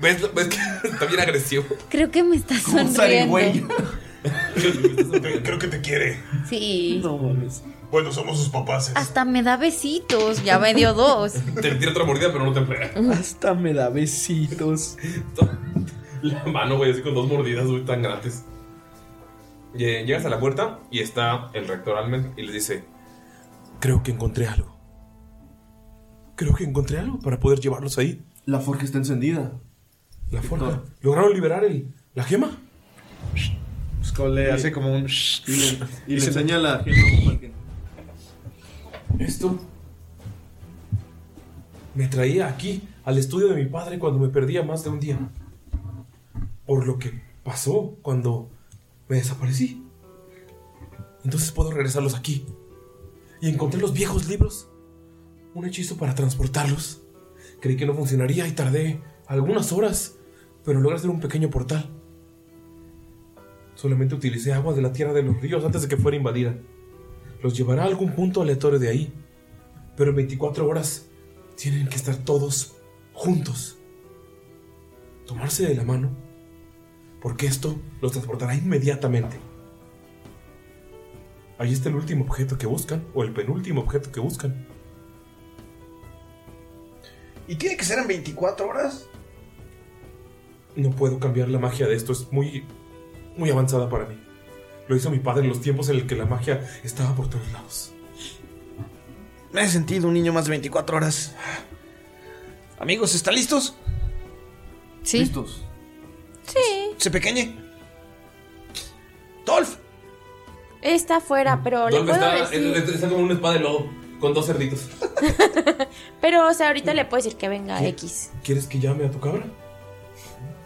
¿Ves, ves que está bien agresivo? Creo que me está sonriendo. Creo que te quiere. Sí. Bueno, somos sus papás. Ah. Hasta me da besitos. Ya me dio dos. Te tira otra mordida, pero no te pega. Hasta me da besitos. La mano, güey, así con dos mordidas, güey, tan grandes. Y, eh, Llegas a la puerta y está el rector Almen y les dice: Creo que encontré algo. Creo que encontré algo para poder llevarlos ahí. La forja está encendida. La forja. ¿Lograron liberar el, la gema? Skull le hace como un. shh Y le, y le se- enseña la gema a Von Falken. Esto me traía aquí, al estudio de mi padre, cuando me perdía más de un día. Por lo que pasó cuando me desaparecí. Entonces puedo regresarlos aquí. Y encontré los viejos libros. Un hechizo para transportarlos. Creí que no funcionaría y tardé algunas horas, pero logré hacer un pequeño portal. Solamente utilicé aguas de la tierra de los ríos antes de que fuera invadida. Los llevará a algún punto aleatorio de ahí. Pero en 24 horas tienen que estar todos juntos. Tomarse de la mano. Porque esto los transportará inmediatamente. Ahí está el último objeto que buscan. O el penúltimo objeto que buscan. ¿Y tiene que ser en 24 horas? No puedo cambiar la magia de esto. Es muy, muy avanzada para mí. Lo hizo mi padre en los tiempos en los que la magia estaba por todos lados. Me he sentido un niño más de 24 horas. Amigos, ¿están listos? Sí. ¿Listos? Sí. Se pequeñe. Dolph. Está afuera, pero le puedo está, decir. está como una espada de lodo con dos cerditos. Pero, o sea, ahorita le puedo decir que venga ¿Qué? X. ¿Quieres que llame a tu cabra?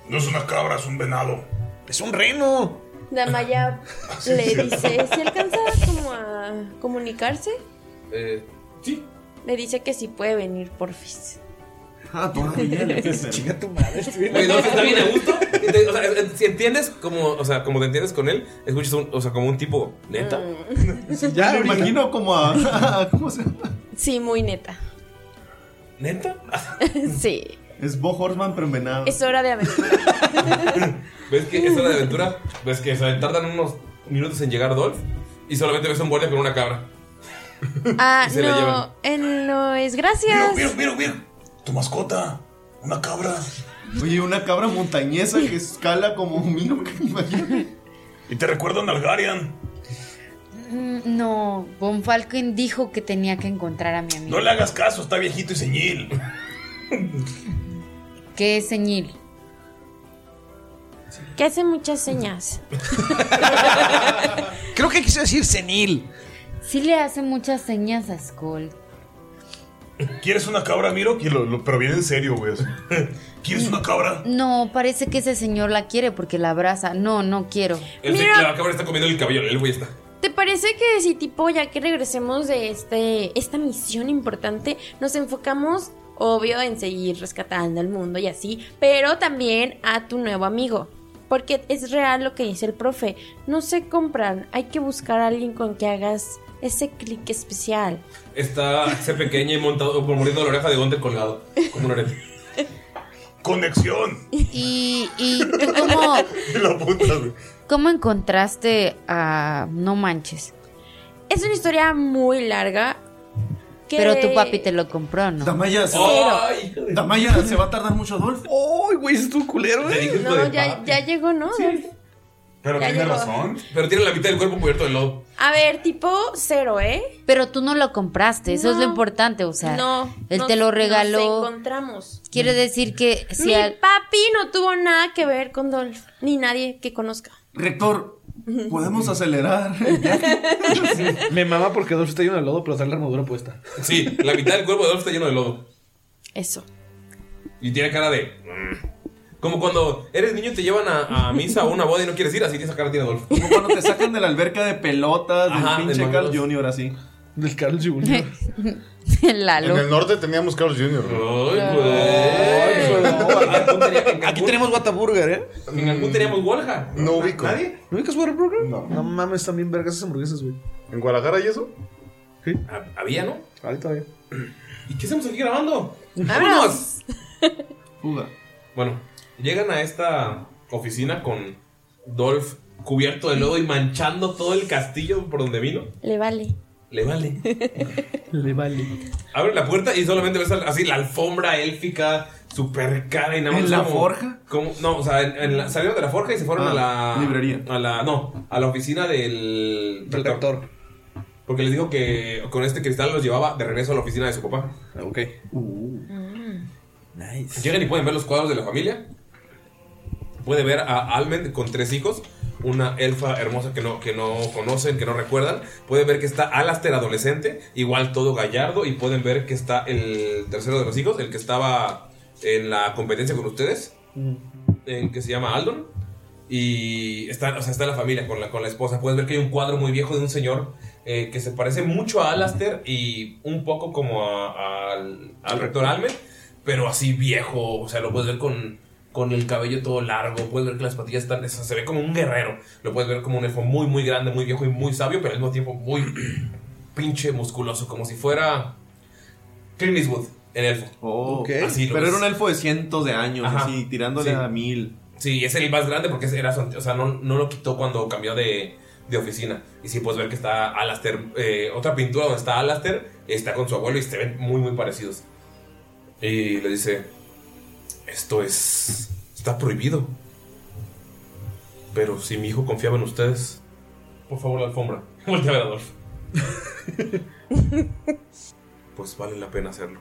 No es una cabra, es un venado. ¡Es un reno! Damaya le dice, si alcanza como a comunicarse, Eh, le dice que sí puede venir porfis. Ah, Chinga tu madre. estoy bien. Güey, no, está bien a gusto. Ente- o sea, eh, si entiendes como, o sea, como te entiendes con él, escuchas un, o sea, como un tipo neta. Mm. ya me imagino como a. ¿Cómo se llama? Sí, muy neta. ¿Neta? sí. Es Bo Horseman, pero en venado. Es hora de aventura. ¿Ves que es hora de aventura? ¿Ves que o sea, tardan unos minutos en llegar Dolph? Y solamente ves a un guardia con una cabra. Ah, Y se la llevan. no, él no es gracias. Mira, mira, tu mascota. Una cabra. Oye, una cabra montañesa que escala como un mino. Y te recuerdo a Nalgarian. Mm, No, Von Falken dijo que tenía que encontrar a mi amigo. No le hagas caso, está viejito y señil. ¿Qué es ceñil? Que hace muchas señas. Creo que quiso decir senil. Sí le hace muchas señas a Skull. ¿Quieres una cabra, Miro? Y lo- lo- pero bien en serio, güey. así. ¿Quieres una cabra? No, parece que ese señor la quiere porque la abraza. No, no quiero. El se- la cabra está comiendo el cabello, el güey está. ¿Te parece que si tipo ya que regresemos de este esta misión importante nos enfocamos obvio en seguir rescatando al mundo y así, pero también a tu nuevo amigo? Porque es real lo que dice el profe, no se compran, hay que buscar a alguien con que hagas ese clic especial. Está se pequeña y montado, mordiendo la oreja de Gunter colgado, como un arete. Conexión. Y, y tú cómo, La puta, güey. cómo encontraste a No Manches. Es una historia muy larga. que- Pero tu papi te lo compró, ¿no? Damaya, se- Damaya, se va a tardar mucho, Adolfo. ¡Ay, güey, es tu culero, güey! ¿eh? No, ya, ya llegó, ¿no? Pero Ya tiene llegó. razón. Pero tiene la mitad del cuerpo cubierto de lodo. A ver, tipo cero, ¿eh? Pero tú no lo compraste, eso es lo No. importante, o sea, no. él nos- te lo Nos regaló. encontramos. Quiere Mm. decir que si Mi al- papi no tuvo nada que ver con Dolph, ni nadie que conozca. Rector, ¿podemos acelerar? Me mama porque Dolph está lleno de lodo, pero sale la armadura puesta. Sí, la mitad del cuerpo de Dolph está lleno de lodo. Eso. Y tiene cara de. mm. Como cuando eres niño y te llevan a, a misa o una boda y no quieres ir, así tienes esa cara tiene Dolph. Como cuando te sacan de la alberca de pelotas del Ajá, pinche del Carl Jr. así. Del Carl Jr. Lalo. norte teníamos Carlos Jr. Aquí tenemos Whataburger, ¿eh? En algún teníamos Walja. No ubico. ¿Nadie? ¿No ubicas Whataburger? No. No mames, también vergas esas hamburguesas, güey. ¿En Guadalajara y eso? Sí. Había, ¿no? Ahí todavía. ¿Y qué hacemos aquí grabando? ¡Vámonos! Bueno, llegan a esta oficina con Dolph cubierto de lodo y manchando todo el castillo por donde vino. Le vale. Le vale. Le vale. Abre la puerta y solamente ves al- así la alfombra élfica super cara y nada más. ¿En la como- forja? como- no, o sea, en- en la- salieron de la forja y se fueron Ah, a la. librería. A la. No, a la oficina del. Del doctor. Porque les dijo que con este cristal los llevaba de regreso a la oficina de su papá. Ok. Uh. Hmm. Llegan y pueden ver los cuadros de la familia. Puede ver a Almond con tres hijos. Una elfa hermosa que no, que no conocen, que no recuerdan. Pueden ver que está Alastair adolescente, igual todo gallardo. Y pueden ver que está el tercero de los hijos, el que estaba en la competencia con ustedes, en que se llama Aldon. Y está, o sea, está la familia con la, con la esposa. Puedes ver que hay un cuadro muy viejo de un señor eh, que se parece mucho a Alastair y un poco como a- al, al rector Almen, pero así viejo. O sea, lo puedes ver con, con el cabello todo largo. Puedes ver que las patillas están. o sea, se ve como un guerrero. Lo puedes ver como un elfo muy, muy grande, muy viejo y muy sabio, pero al mismo tiempo muy pinche musculoso, como si fuera Clint Eastwood, el elfo. Oh, Así lo Pero ves. era un elfo de cientos de años, Ajá. así, tirándole Sí. a mil. Sí, es el más grande porque ese era su ante- O sea, no, no lo quitó cuando cambió de, de oficina. Y sí puedes ver que está Alastair. eh, otra pintura donde está Alastair está con su abuelo y se ven muy, muy parecidos. Y le dice: Esto es. Está prohibido. Pero si mi hijo confiaba en ustedes, por favor, la alfombra. Voltea a ver a Adolf. pues vale la pena hacerlo.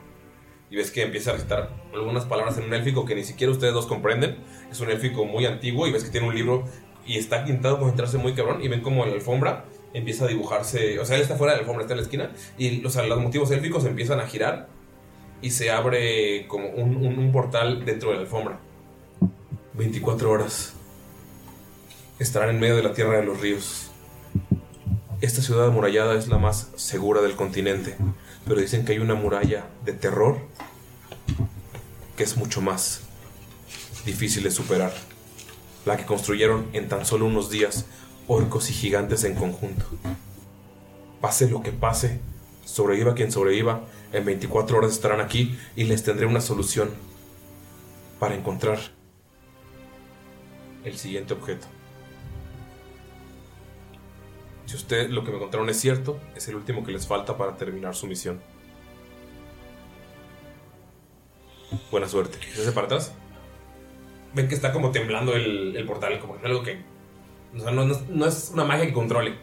Y ves que empieza a recitar algunas palabras en un élfico que ni siquiera ustedes dos comprenden. Es un élfico muy antiguo y ves que tiene un libro y está pintado con trazo muy cabrón. Y ven como en la alfombra empieza a dibujarse. O sea, él está fuera de la alfombra, está en la esquina. Y o sea, los motivos élficos empiezan a girar. Y se abre como un, un- un portal dentro de la alfombra. 24 horas. Estarán en medio de la tierra de los ríos. Esta ciudad amurallada es la más segura del continente. Pero dicen que hay una muralla de terror que es mucho más difícil de superar. La que construyeron en tan solo unos días orcos y gigantes en conjunto. Pase lo que pase, sobreviva quien sobreviva, en 24 horas estarán aquí y les tendré una solución para encontrar el siguiente objeto. Si usted lo que me contaron es cierto, es el último que les falta para terminar su misión. Buena suerte. ¿Se hace para atrás? Ven que está como temblando el, el portal, como que es algo que. o sea, no, no- no es una magia que controle.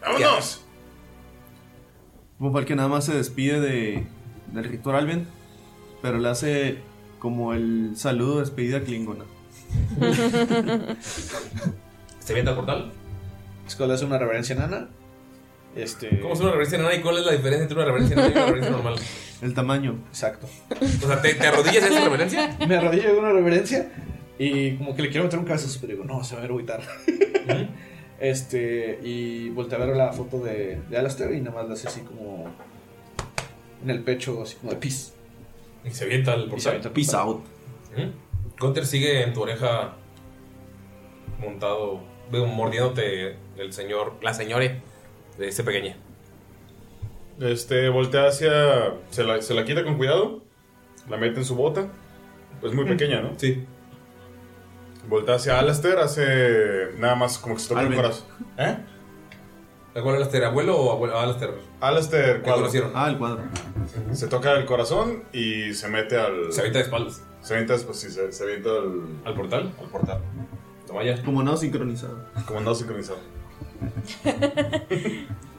¡Vámonos! Bopal que nada más se despide de, del Ritual Alben, pero le hace como el saludo de despedida Klingona. ¿Se avienta al portal? Skull hace una reverencia nana. Este... ¿Cómo es una reverencia nana y cuál es la diferencia entre una reverencia nana y una reverencia normal? El tamaño. Exacto. O sea, ¿te, te arrodillas en esa reverencia? Me arrodillo en una reverencia y como que le quiero meter un cabezazo, pero digo, no, se va a erguitar. este, y volteé a ver la foto de, de Alastair y nada más la hace así como en el pecho, así como de peace. Y se avienta al portal. Peace out. Gunter sigue en tu oreja montado, veo, mordiéndote el señor, la señora de este pequeña. Este, voltea hacia. Se la, se la quita con cuidado. La mete en su bota. Es muy Mm. pequeña, ¿no? Sí. Voltea hacia Alastair, eh. hace. Nada más como que se toca el Alvin. corazón. ¿Eh? ¿Cuál Alastair? ¿Abuelo o abuelo? Alastair. Alastair, ¿Qué conocieron? Ah, el cuadro. Se toca el corazón y se mete al. Se avienta de espaldas. Se avienta, pues sí, se, se avienta al. ¿Al portal? Al portal. No vaya. Como no sincronizado. Como no sincronizado.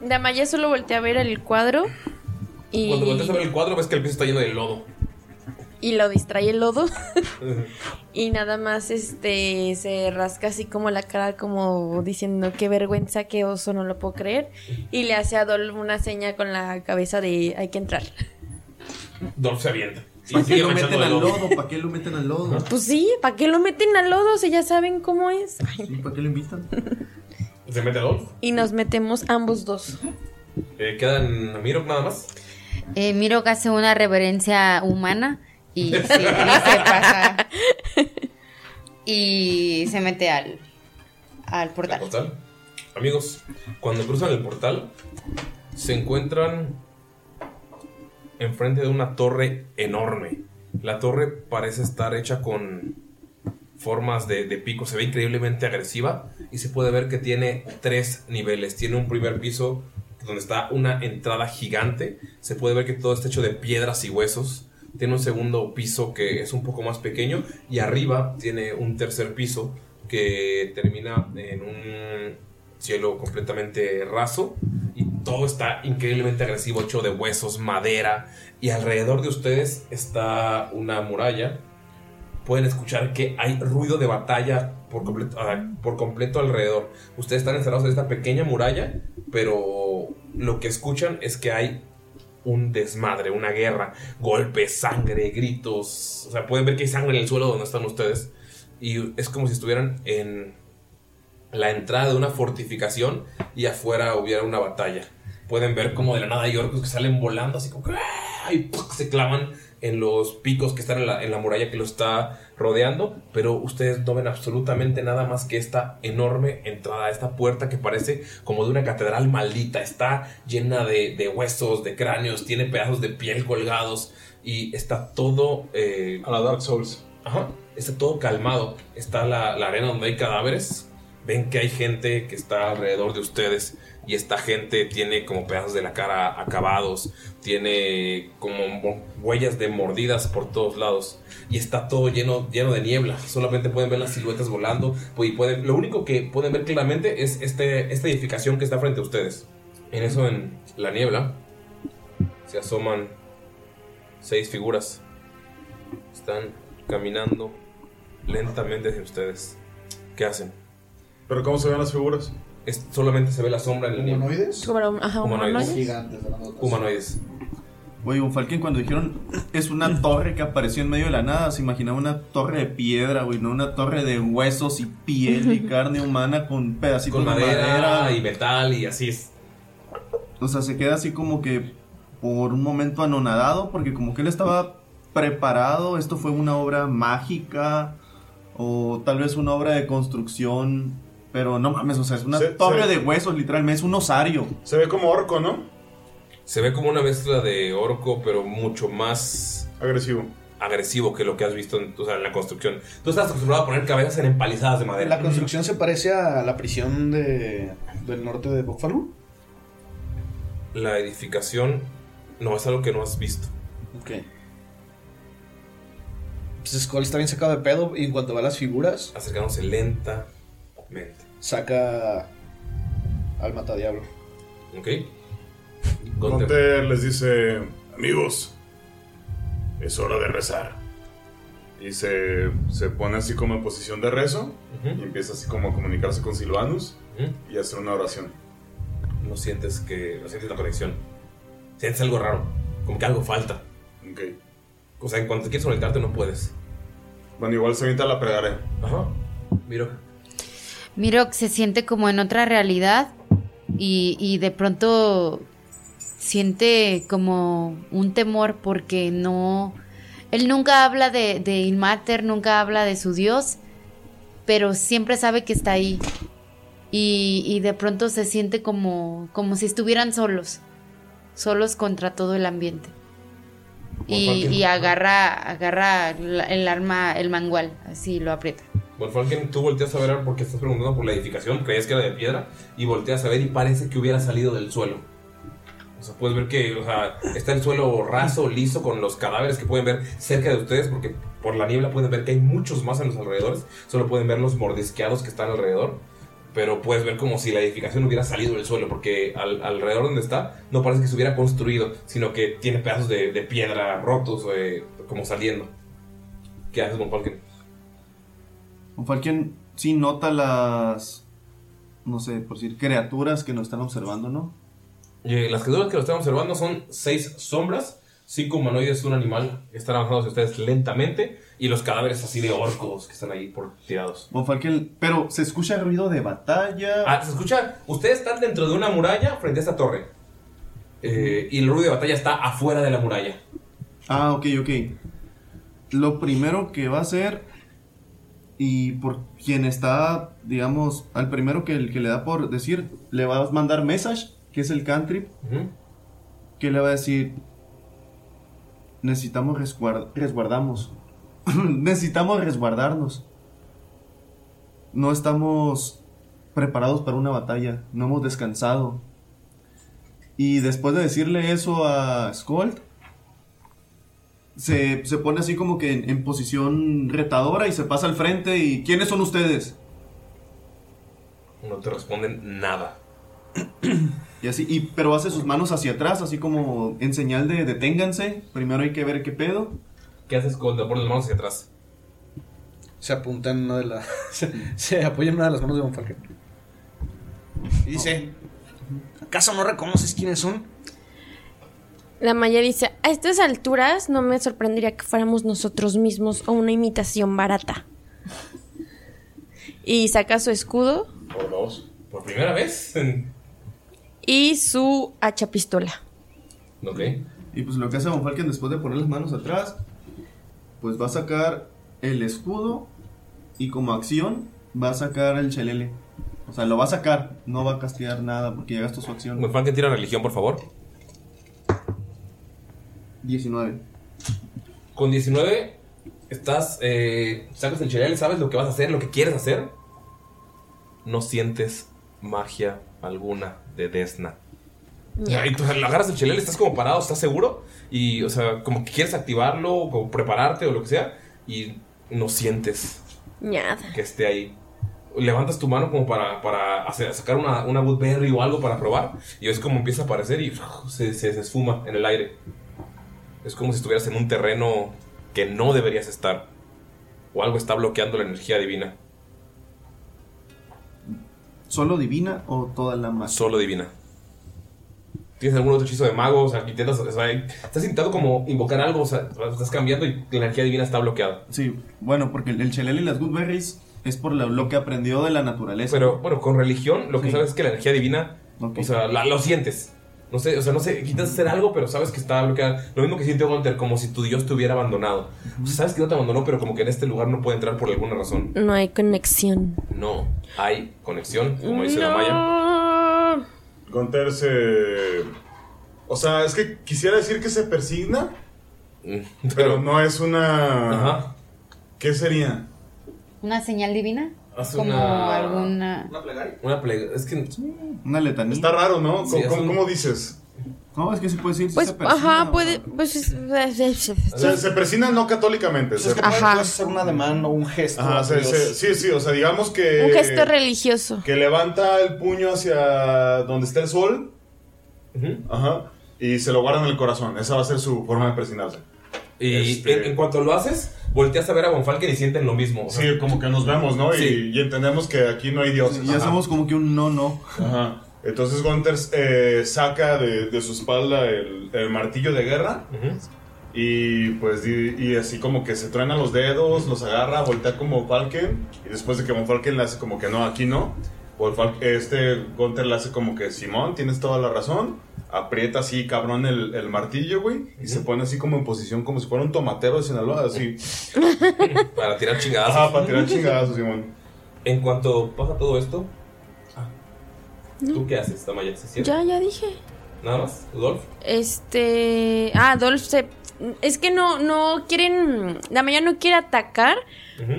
Damaya solo voltea a ver el cuadro y, Cuando volteas a ver el cuadro ves que el piso está lleno de lodo. y lo distrae el lodo. Y nada más este se rasca así como la cara como diciendo qué vergüenza, qué oso, no lo puedo creer. Y le hace a Dol una seña con la cabeza de hay que entrar. Dolph se avienta. Y ¿Para qué sigue lo manchando meten de al lodo. lodo? ¿Para qué lo meten al lodo? Pues sí, ¿para qué lo meten al lodo si ya saben cómo es? ¿Y para qué lo invitan? ¿Se mete Dolph? Y nos metemos ambos dos. Eh, quedan a Miro nada más. Eh, miro que hace una reverencia humana y se, y se pasa. Y se mete al, al portal. portal. Amigos, cuando cruzan el portal, se encuentran enfrente de una torre enorme. La torre parece estar hecha con formas de, de pico, se ve increíblemente agresiva y se puede ver que tiene tres niveles. Tiene un primer piso donde está una entrada gigante, se puede ver que todo está hecho de piedras y huesos. Tiene un segundo piso que es un poco más pequeño y arriba tiene un tercer piso que termina en un cielo completamente raso y todo está increíblemente agresivo, hecho de huesos, madera y alrededor de ustedes está una muralla pueden escuchar que hay ruido de batalla por completo, ah, por completo alrededor. Ustedes están encerrados en esta pequeña muralla, pero lo que escuchan es que hay un desmadre, una guerra, golpes, sangre, gritos. O sea, pueden ver que hay sangre en el suelo donde están ustedes. Y es como si estuvieran en la entrada de una fortificación y afuera hubiera una batalla. Pueden ver como de la nada hay orcos que salen volando así como que ¡ah! y ¡puc! se clavan en los picos que están en la, en la muralla que los está rodeando, pero ustedes no ven absolutamente nada más que esta enorme entrada, esta puerta que parece como de una catedral maldita, está llena de, de huesos, de cráneos, tiene pedazos de piel colgados y está todo... A la Dark Souls. Ajá, está todo calmado, está la, la arena donde hay cadáveres, ven que hay gente que está alrededor de ustedes y esta gente tiene como pedazos de la cara acabados, tiene como mo- huellas de mordidas por todos lados y está todo lleno, lleno de niebla. Solamente pueden ver las siluetas volando pu- y pueden, lo único que pueden ver claramente es este, esta edificación que está frente a ustedes. En eso, en la niebla, se asoman seis figuras. Están caminando lentamente hacia ustedes. ¿Qué hacen? ¿Pero cómo se ven las figuras? es- solamente se ve la sombra en el niebla. ¿Humanoides? Como, ajá, Humanoides. humanoides. Humanoides. Güey, un Falken cuando dijeron es una torre que apareció en medio de la nada, se imaginaba una torre de piedra, güey, no una torre de huesos y piel y carne humana con pedacitos Con de madera, madera. y metal y así es. O sea, se queda así como que por un momento anonadado, porque como que él estaba preparado, esto fue una obra mágica, o tal vez una obra de construcción, pero no mames, o sea, es una Se- torre se- de huesos, literalmente, es un osario. Se ve como orco, ¿no? Se ve como una mezcla de orco, pero mucho más agresivo. Agresivo que lo que has visto en, o sea, en la construcción. Tú estás acostumbrado a poner cabezas en empalizadas de madera. La construcción se parece a la prisión de, del norte de Buffalo. La edificación no es algo que no has visto. Ok. Pues Skull está bien sacado de pedo y en cuanto va a las figuras. Acercándose lentamente. Saca al matadiablo. ¿Ok? Gonter. les dice, amigos, es hora de rezar. Y se, se pone así como en posición de rezo y empieza así como a comunicarse con Silvanus y hacer una oración. No sientes que. No sientes la conexión. Sientes algo raro. Como que algo falta. Ok. O sea, en cuanto quieres conectarte, no puedes. Bueno, igual se avienta la plegaria. Ajá. Miro. Miro, se siente como en otra realidad y, y de pronto siente como un temor porque no... Él nunca habla de, de Ilmater, nunca habla de su dios, pero siempre sabe que está ahí. Y, y de pronto se siente como, como si estuvieran solos, solos contra todo el ambiente. Y, Bonfalken. y agarra, agarra la- el arma, el mangual, así lo aprieta. Bueno, Falken, Pues, tú volteas a ver porque estás preguntando por la edificación, creías que era de piedra, y volteas a ver y parece que hubiera salido del suelo. O sea, puedes ver que, o sea, está el suelo raso, liso, con los cadáveres que pueden ver cerca de ustedes, porque por la niebla pueden ver que hay muchos más en los alrededores, solo pueden ver los mordisqueados que están alrededor, pero puedes ver como si la edificación hubiera salido del suelo, porque al- alrededor donde está no parece que se hubiera construido, sino que tiene pedazos de, de piedra rotos, eh, como saliendo. ¿Qué haces, Von Falken? Falken sí nota las, no sé, por decir, criaturas que nos están observando, ¿no? Eh, las criaturas que lo están observando son seis sombras, cinco humanoides, un animal que están avanzando hacia ustedes lentamente y los cadáveres así de orcos que están ahí por tirados. Von Falken, pero se escucha ruido de batalla. Ah, se escucha, ustedes están dentro de una muralla frente a esta torre Eh, y el ruido de batalla está afuera de la muralla. Ah, ok, ok. Lo primero que va a hacer, y por quien está, digamos, al primero que, el que le da por decir, le va a mandar message, que es el cantrip, Ujú. que le va a decir, necesitamos resguar- resguardamos, necesitamos resguardarnos. No estamos preparados para una batalla, no hemos descansado. Y después de decirle eso a Skolt, se, se pone así como que en, en posición retadora y se pasa al frente y ¿quiénes son ustedes? No te responden nada. Y así, y, pero hace sus manos hacia atrás, así como en señal de deténganse, primero hay que ver qué pedo. ¿Qué haces con por las manos hacia atrás? Se apunta en una de las. Se, se apoya en una de las manos de Bonfalken. Y dice: ¿Acaso no reconoces quiénes son? La Maya dice, a estas alturas no me sorprendería que fuéramos nosotros mismos o una imitación barata. Y saca su escudo Por dos. ¿Por primera vez? y su hacha pistola. ok. Y pues lo que hace Von Falken después de poner las manos atrás, pues va a sacar el escudo y como acción va a sacar el chelele. O sea, lo va a sacar, no va a castigar nada porque ya gastó su acción. Von Falken tira religión, por favor. 19. Con 19 estás, eh, sacas el cereal, sabes lo que vas a hacer, lo que quieres hacer. No sientes magia alguna de Desna. Y tú agarras el chelel, estás como parado, estás seguro y, o sea, como que quieres activarlo o como prepararte o lo que sea y no sientes Nada. que esté ahí. Levantas tu mano como para, para hacer- sacar una, una Woodberry o algo para probar y ves como empieza a aparecer y se, se, se esfuma en el aire. Es como si estuvieras en un terreno que no deberías estar. O algo está bloqueando la energía divina. ¿Solo divina o toda la magia? Solo divina. ¿Tienes algún otro hechizo de mago? O sea, que intentas. o sea, estás intentando como invocar algo, o sea, estás cambiando y la energía divina está bloqueada. Sí, bueno, porque el chelel y las goodberries es por lo, lo que aprendió de la naturaleza. Pero bueno, con religión lo que Sí. sabes es que la energía divina, o sea, la- lo sientes. No sé, o sea, no sé, quitas hacer algo, pero sabes que está bloqueada. Lo mismo que siente Gunter, como si tu Dios te hubiera abandonado. O sea, sabes que no te abandonó, pero como que en este lugar no puede entrar por alguna razón. No hay conexión. No hay conexión, como dice la Maya. No. Gunter se. O sea, es que quisiera decir que se persigna, Mm. pero no es una. ¿Qué sería? ¿Una señal divina? Haz Como una- alguna... Una plega- es que. Una letanía. Está raro, ¿no? ¿Cómo, Sí, es cómo- un- cómo dices? No, es que se puede decir. Pues, ajá, puede. Pues, es- O sea, se persina no católicamente. se- Pues que puede- Ajá. puedes hacer una demanda o un gesto. Ajá, se- se- sí, sí, o sea, digamos que. un gesto religioso. Que levanta el puño hacia donde está el sol. Ajá. Y se lo guarda en el corazón. Esa va a ser su forma de Este, persignarse. Y en, en cuanto lo haces, volteas a ver a Bonfalken y sienten lo mismo. Sí, como que nos vemos, ¿no? Y- Sí. Y, entendemos que aquí no hay dioses. Y hacemos como que un no, no. Ajá. Entonces Gunther eh, saca de, de su espalda el, el martillo de guerra. Y pues di- y, así como que se truena los dedos, los agarra, voltea como Falken. Y después de que Von Falken le hace como que no, aquí no. Von Falken- este Gunther le hace como que Simón, tienes toda la razón. Aprieta así cabrón el, el martillo, güey. Y se pone así como en posición como si fuera un tomatero de Sinaloa, así. Para tirar chingadazos. Ajá, para tirar chingadazos, Simón. En cuanto pasa todo esto, ah, ¿tú qué haces, Tamaya? ¿Se cierra? Ya, ya dije. ¿Nada más? ¿Rudolf? Este. Ah, Dolph se. Es que no, no quieren. La Maya no quiere atacar,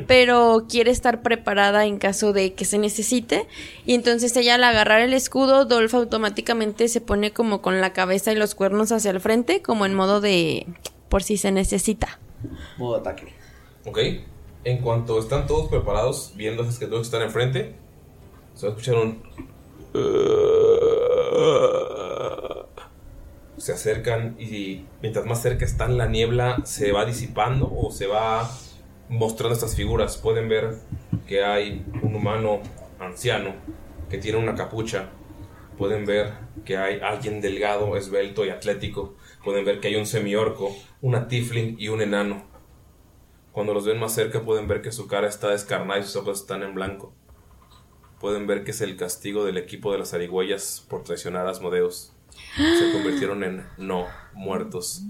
pero quiere estar preparada en caso de que se necesite. Y entonces ella al agarrar el escudo, Dolph automáticamente se pone como con la cabeza y los cuernos hacia el frente, como en modo de. por si se necesita. Modo ataque. Ok. En cuanto están todos preparados, viendo esas criaturas que están enfrente, se va a escuchar un. Eh. Se acercan y mientras más cerca están, la niebla se va disipando o se va mostrando estas figuras. Pueden ver que hay un humano anciano que tiene una capucha. Pueden ver que hay alguien delgado, esbelto y atlético. Pueden ver que hay un semiorco, una tifling y un enano. Cuando los ven más cerca pueden ver que su cara está descarnada y sus ojos están en blanco. Pueden ver que es el castigo del equipo de las arigüeyas por traicionar a Asmodeus. Se convirtieron en no muertos.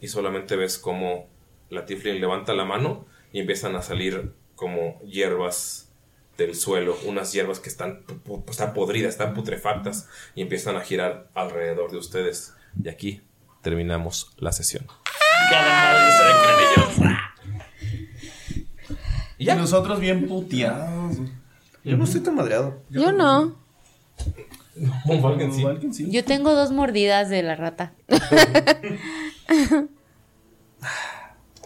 Y solamente ves como la Tiflin levanta la mano y empiezan a salir como hierbas del suelo, unas hierbas que están, pu- pu- están podridas, están putrefactas y empiezan a girar alrededor de ustedes. Y aquí terminamos la sesión. Y nosotros bien puteados. Yo no estoy tan madreado. Yo no. Von sí. Yo tengo dos mordidas de la rata.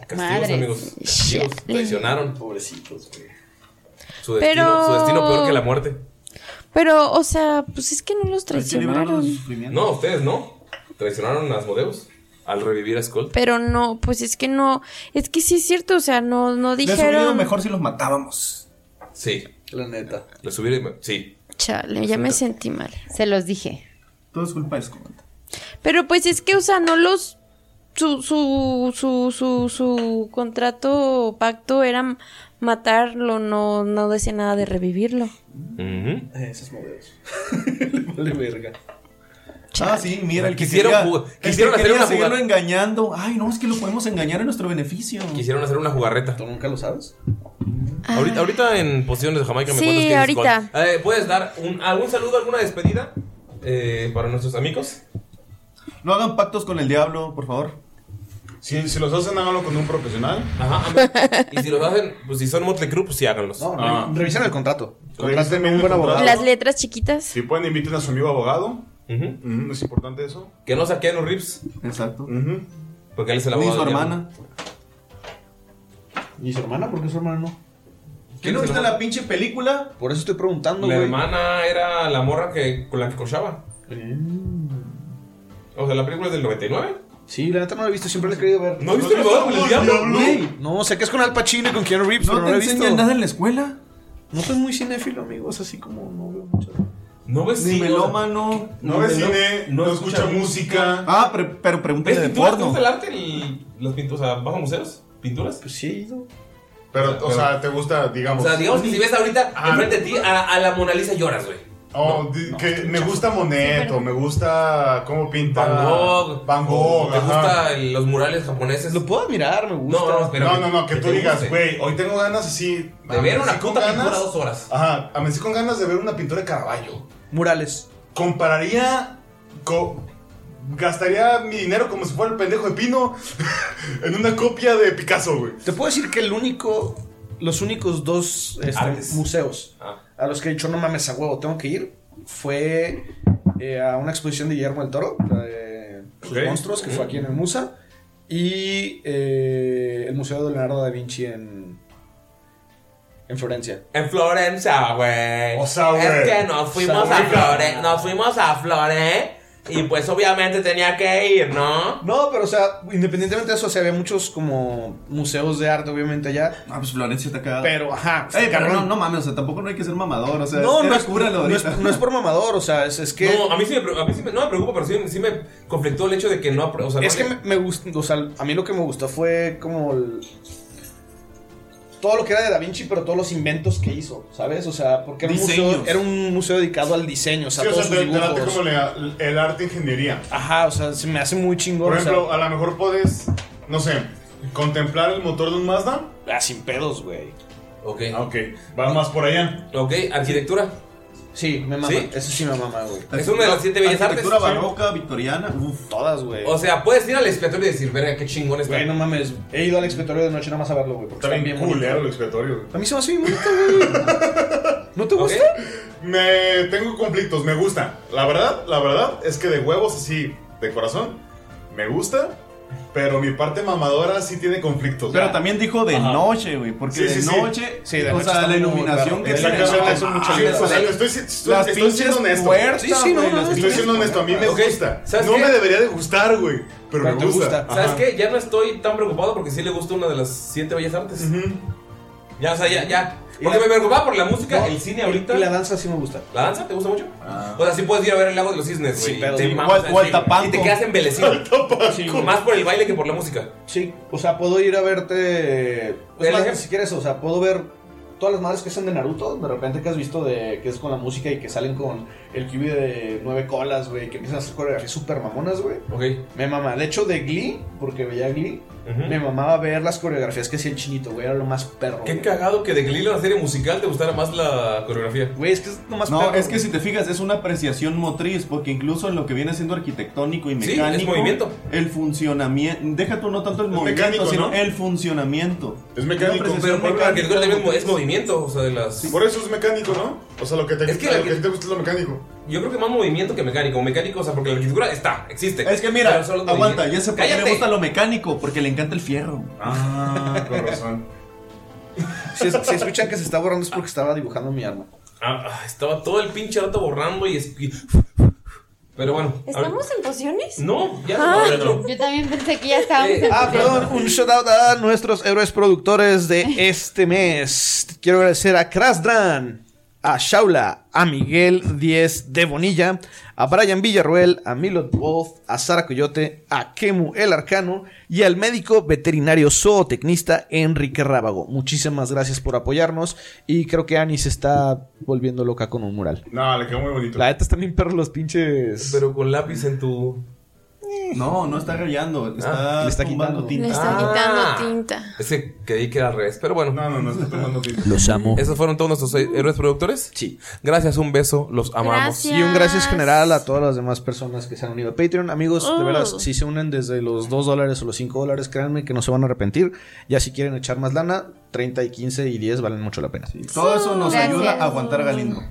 Castigos, Madres. amigos. Castigos. Traicionaron. Pobrecitos, güey. Su destino, Pero- su destino peor que la muerte. Pero, o sea, pues es que no los traicionaron. No, ustedes no. Traicionaron a Asmodeus al revivir a Skull. Pero no, pues es que no. Es que sí es cierto, o sea, no, no dijeron. si los matábamos. Sí. La neta. Les hubiera. Sí. Chale, ya me sentí mal. Se los dije. Todo es culpa de Pero pues es que, o sea, no los. Su, su, su, su, su contrato o pacto era matarlo, no, no decía nada de revivirlo. Eh, Esos modelos. vale verga. Ah, sí, mira, el que Quisieron quería- jug- el que quisieron hacer quería una seguirlo jugada. engañando. Ay, no, es que lo podemos engañar a nuestro beneficio. Ah. Quisieron hacer una jugarreta. ¿Tú nunca lo sabes? Ahorita, ahorita en posiciones de Jamaica me Sí, cuentas qué es ahorita. Skull. Eh, ¿Puedes dar un- algún saludo, alguna despedida eh, para nuestros amigos? No hagan pactos con el diablo, por favor. Si, si los hacen, háganlo con un profesional. Ajá, Y si los hacen, pues si son Motley Crue, pues sí háganlos. No, re- revisen el contrato. Contraten un buen abogado. Las letras chiquitas. Si pueden, inviten a su amigo abogado. Ujú, es importante eso. Que no saqueen los rips. Exacto. Porque él es el Ni abogado. su del diablo. hermana. ¿Y su hermana? ¿Por qué su hermana no? ¿Qué no viste la pinche película? Por eso estoy preguntando, La güey. hermana era la morra que, con la que cochaba. Mm. O sea, la película es del 99. Sí, la neta no la he visto, siempre la he querido ver. ¿No has visto El abogado del diablo? Güey, No, sé que es con Al Pacino y con Keanu Reeves, ¿No pero no te la he visto. enseñan nada en la escuela? No pues, soy muy cinéfilo, amigos, así como no veo mucho. No ves Ni cine, melómano. No ves cine, no escucha música. Ah, pre- pero pregúntale de ¿Ves pinturas? ¿Te porno. gusta el arte? El- las pinturas? O sea, ¿vas a museos? ¿Pinturas? Pues sí, he ido. Pero, o sea, te gusta, digamos. Ah. O sea, digamos que si ves ahorita enfrente de ti a, a la Mona Lisa lloras, güey. Oh, di- que me gusta Monet, o me gusta cómo pinta Van Gogh. Van Gogh, o ¿Te Oh, ajá. gustan los murales japoneses? Lo puedo mirar, me gusta. No, no, pero no, no, no, que tú te digas, guste. güey, hoy tengo ganas así. De ver una amanecí con puta pintura dos horas. Ajá, amanecí con ganas de ver una pintura de Caravaggio. Murales. Compararía. co- gastaría mi dinero como si fuera el pendejo de Pino en una copia de Picasso, güey. Te puedo decir que el único, los únicos dos este, Artes. museos Ah. a los que he dicho, no mames, a huevo, tengo que ir, fue eh, a una exposición de Guillermo del Toro, la de sus Ok. monstruos, que fue aquí en el Musa, y eh, el Museo de Leonardo da Vinci en, en Florencia. En Florencia, Ah, güey. O sea, güey. Es que nos fuimos O sea, a güey. Flores. Nos fuimos a Flores. Y pues obviamente tenía que ir, ¿no? No, pero o sea, independientemente de eso, o sea, había muchos como museos de arte, obviamente, allá. Ah, pues Florencia está cagada. Eh, Pero, ajá. Ey, Eh, pero cabrón. no, no mames, o sea, tampoco no hay que ser mamador, o sea, no, es- no es, cúralo no, es, ahorita. no es por mamador, o sea, es, es que... No, a mí sí me, pre- a mí sí me- no me preocupa, pero sí, sí me conflictó el hecho de que no. apro- O sea, Es no que me, me gust- o sea, a mí lo que me gustó fue como el- todo lo que era de Da Vinci, pero todos los inventos que hizo, ¿sabes? O sea, porque era un, museo, Diseños. era un museo dedicado al diseño, o sea, Sí, o todos sea, sus te, te late dibujos. como le- el arte ingeniería. Ajá, o sea, se me hace muy chingón. Por o sea. ejemplo, a lo mejor puedes, no sé, contemplar el motor de un Mazda. Ah, sin pedos, güey. Ok. Ok, va más por allá. Ok, arquitectura. Sí, me mama. ¿Sí? Eso sí me mama, güey. Es una de las siete bellas artes. Arquitectura barroca, victoriana, uff. Todas, güey. O sea, puedes ir al expiatorio y decir, verga, qué chingón está. Güey, no mames. He ido al expiatorio de noche nada más a verlo, güey. Porque Está están bien bien cool, bonitos. eh, el expiatorio. A mí se me hace bien bonito, güey. ¿No te gusta? Me tengo conflictos, me gusta. La verdad, la verdad es que de huevos así, de corazón, me gusta, pero mi parte mamadora sí tiene conflictos. Pero también dijo de Ajá. noche, güey, porque Sí, sí, de sí. noche, Sí, de o noche sea, está la muy iluminación perro. que tiene. Exactamente, no eso es mucho mames, pedo. o sea, Yo estoy- estoy- las estoy pinches siendo honesto. puertas, Sí, sí, güey, no, no, las estoy pinches siendo honesto, a mí me puertas. gusta. No me debería de gustar, güey, pero me te gusta. ¿Sabes Ajá. qué? Ya no estoy tan preocupado porque sí le gusta una de las siete bellas artes. Ya, o sea, ya, ya. Porque me preocupaba por la música, el cine ahorita. Y la danza sí me gusta. ¿La danza te gusta mucho? O sea, sí puedes ir a ver el lago de los cisnes, güey. Sí, pero- Te sí. mamas, O al- ¿sabes? o al Sí. Tapanco. Y te quedas embelecido. Al Tapanco. Sí, güey. Más por el baile que por la música. Sí, o sea, puedo ir a verte. Es más, ni siquiera eso, o sea, puedo ver todas las madres que hacen de Naruto, de repente que has visto de que es con la música y que salen con el kiwi de nueve colas, güey, que empiezan a hacer coreografías super mamonas, güey. Ok. Me mama. De hecho, de Glee, porque veía Glee, me mamaba ver las coreografías que hacía el chinito, güey, era lo más perro. Qué güey. cagado que de Glee, la serie musical, te gustara más la coreografía. Güey, es que es nomás No, perro, es que si te fijas, es una apreciación motriz, porque incluso en lo que viene siendo arquitectónico y Sí, mecánico, es movimiento. el funcionamiento, deja tú no tanto el movimiento, mecánico, sino ¿no? el funcionamiento. Es Una mecánico, apreciación pero por mecánica. arquitectura también es movimiento, o sea, de las... Por eso es mecánico, ¿no? O sea, lo que te, Es que a la lo que te gusta es lo mecánico. Yo creo que más movimiento que mecánico. Mecánico, o sea, porque la arquitectura está, existe. Es que mira, Pero solo el aguanta, movimiento. ya sé por qué le ¡Cállate! gusta lo mecánico, porque le encanta el fierro. Ah, con razón. Si, es- si escuchan que se está borrando es porque estaba dibujando mi arma. Ah, ah, estaba todo el pinche rato borrando y... es- y- Pero bueno. a ver. ¿Estamos en pociones? No, ya Ah. no. ya no. Eh, Yo también pensé que ya estábamos. en- Ah, perdón, un shout out a nuestros héroes productores de este mes. Quiero agradecer a Krasdran, a Shaula, a Miguel 10 de Bonilla, a Brian Villarruel, a Milot Wolf, a Sara Coyote, a Kemu el Arcano y al médico veterinario zootecnista Enrique Rábago. Muchísimas gracias por apoyarnos y creo que Ani se está volviendo loca con un mural. No, le quedó muy bonito. La neta están bien perros los pinches. Pero con lápiz en tu. No, no está rayando, le está, Ah, le está tumbando tinta. quitando. Le está quitando Ah. tinta. Es que creí que era al revés, pero bueno. No, no, no, está tomando Los amo. ¿Esos fueron todos nuestros eh, héroes productores? Sí. Gracias, un beso, los amamos. Y un gracias general a todas las demás personas que se han unido a Patreon. Amigos, de Oh. verdad, si se unen desde los 2 dólares o los 5 dólares, créanme que no se van a arrepentir. Ya si quieren echar más lana, 30 y 15 y 10 valen mucho la pena. Todo eso nos Gracias. ayuda a aguantar a Galindo.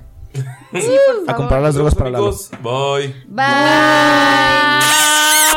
A comprar las drogas para la luz. Bye. Bye.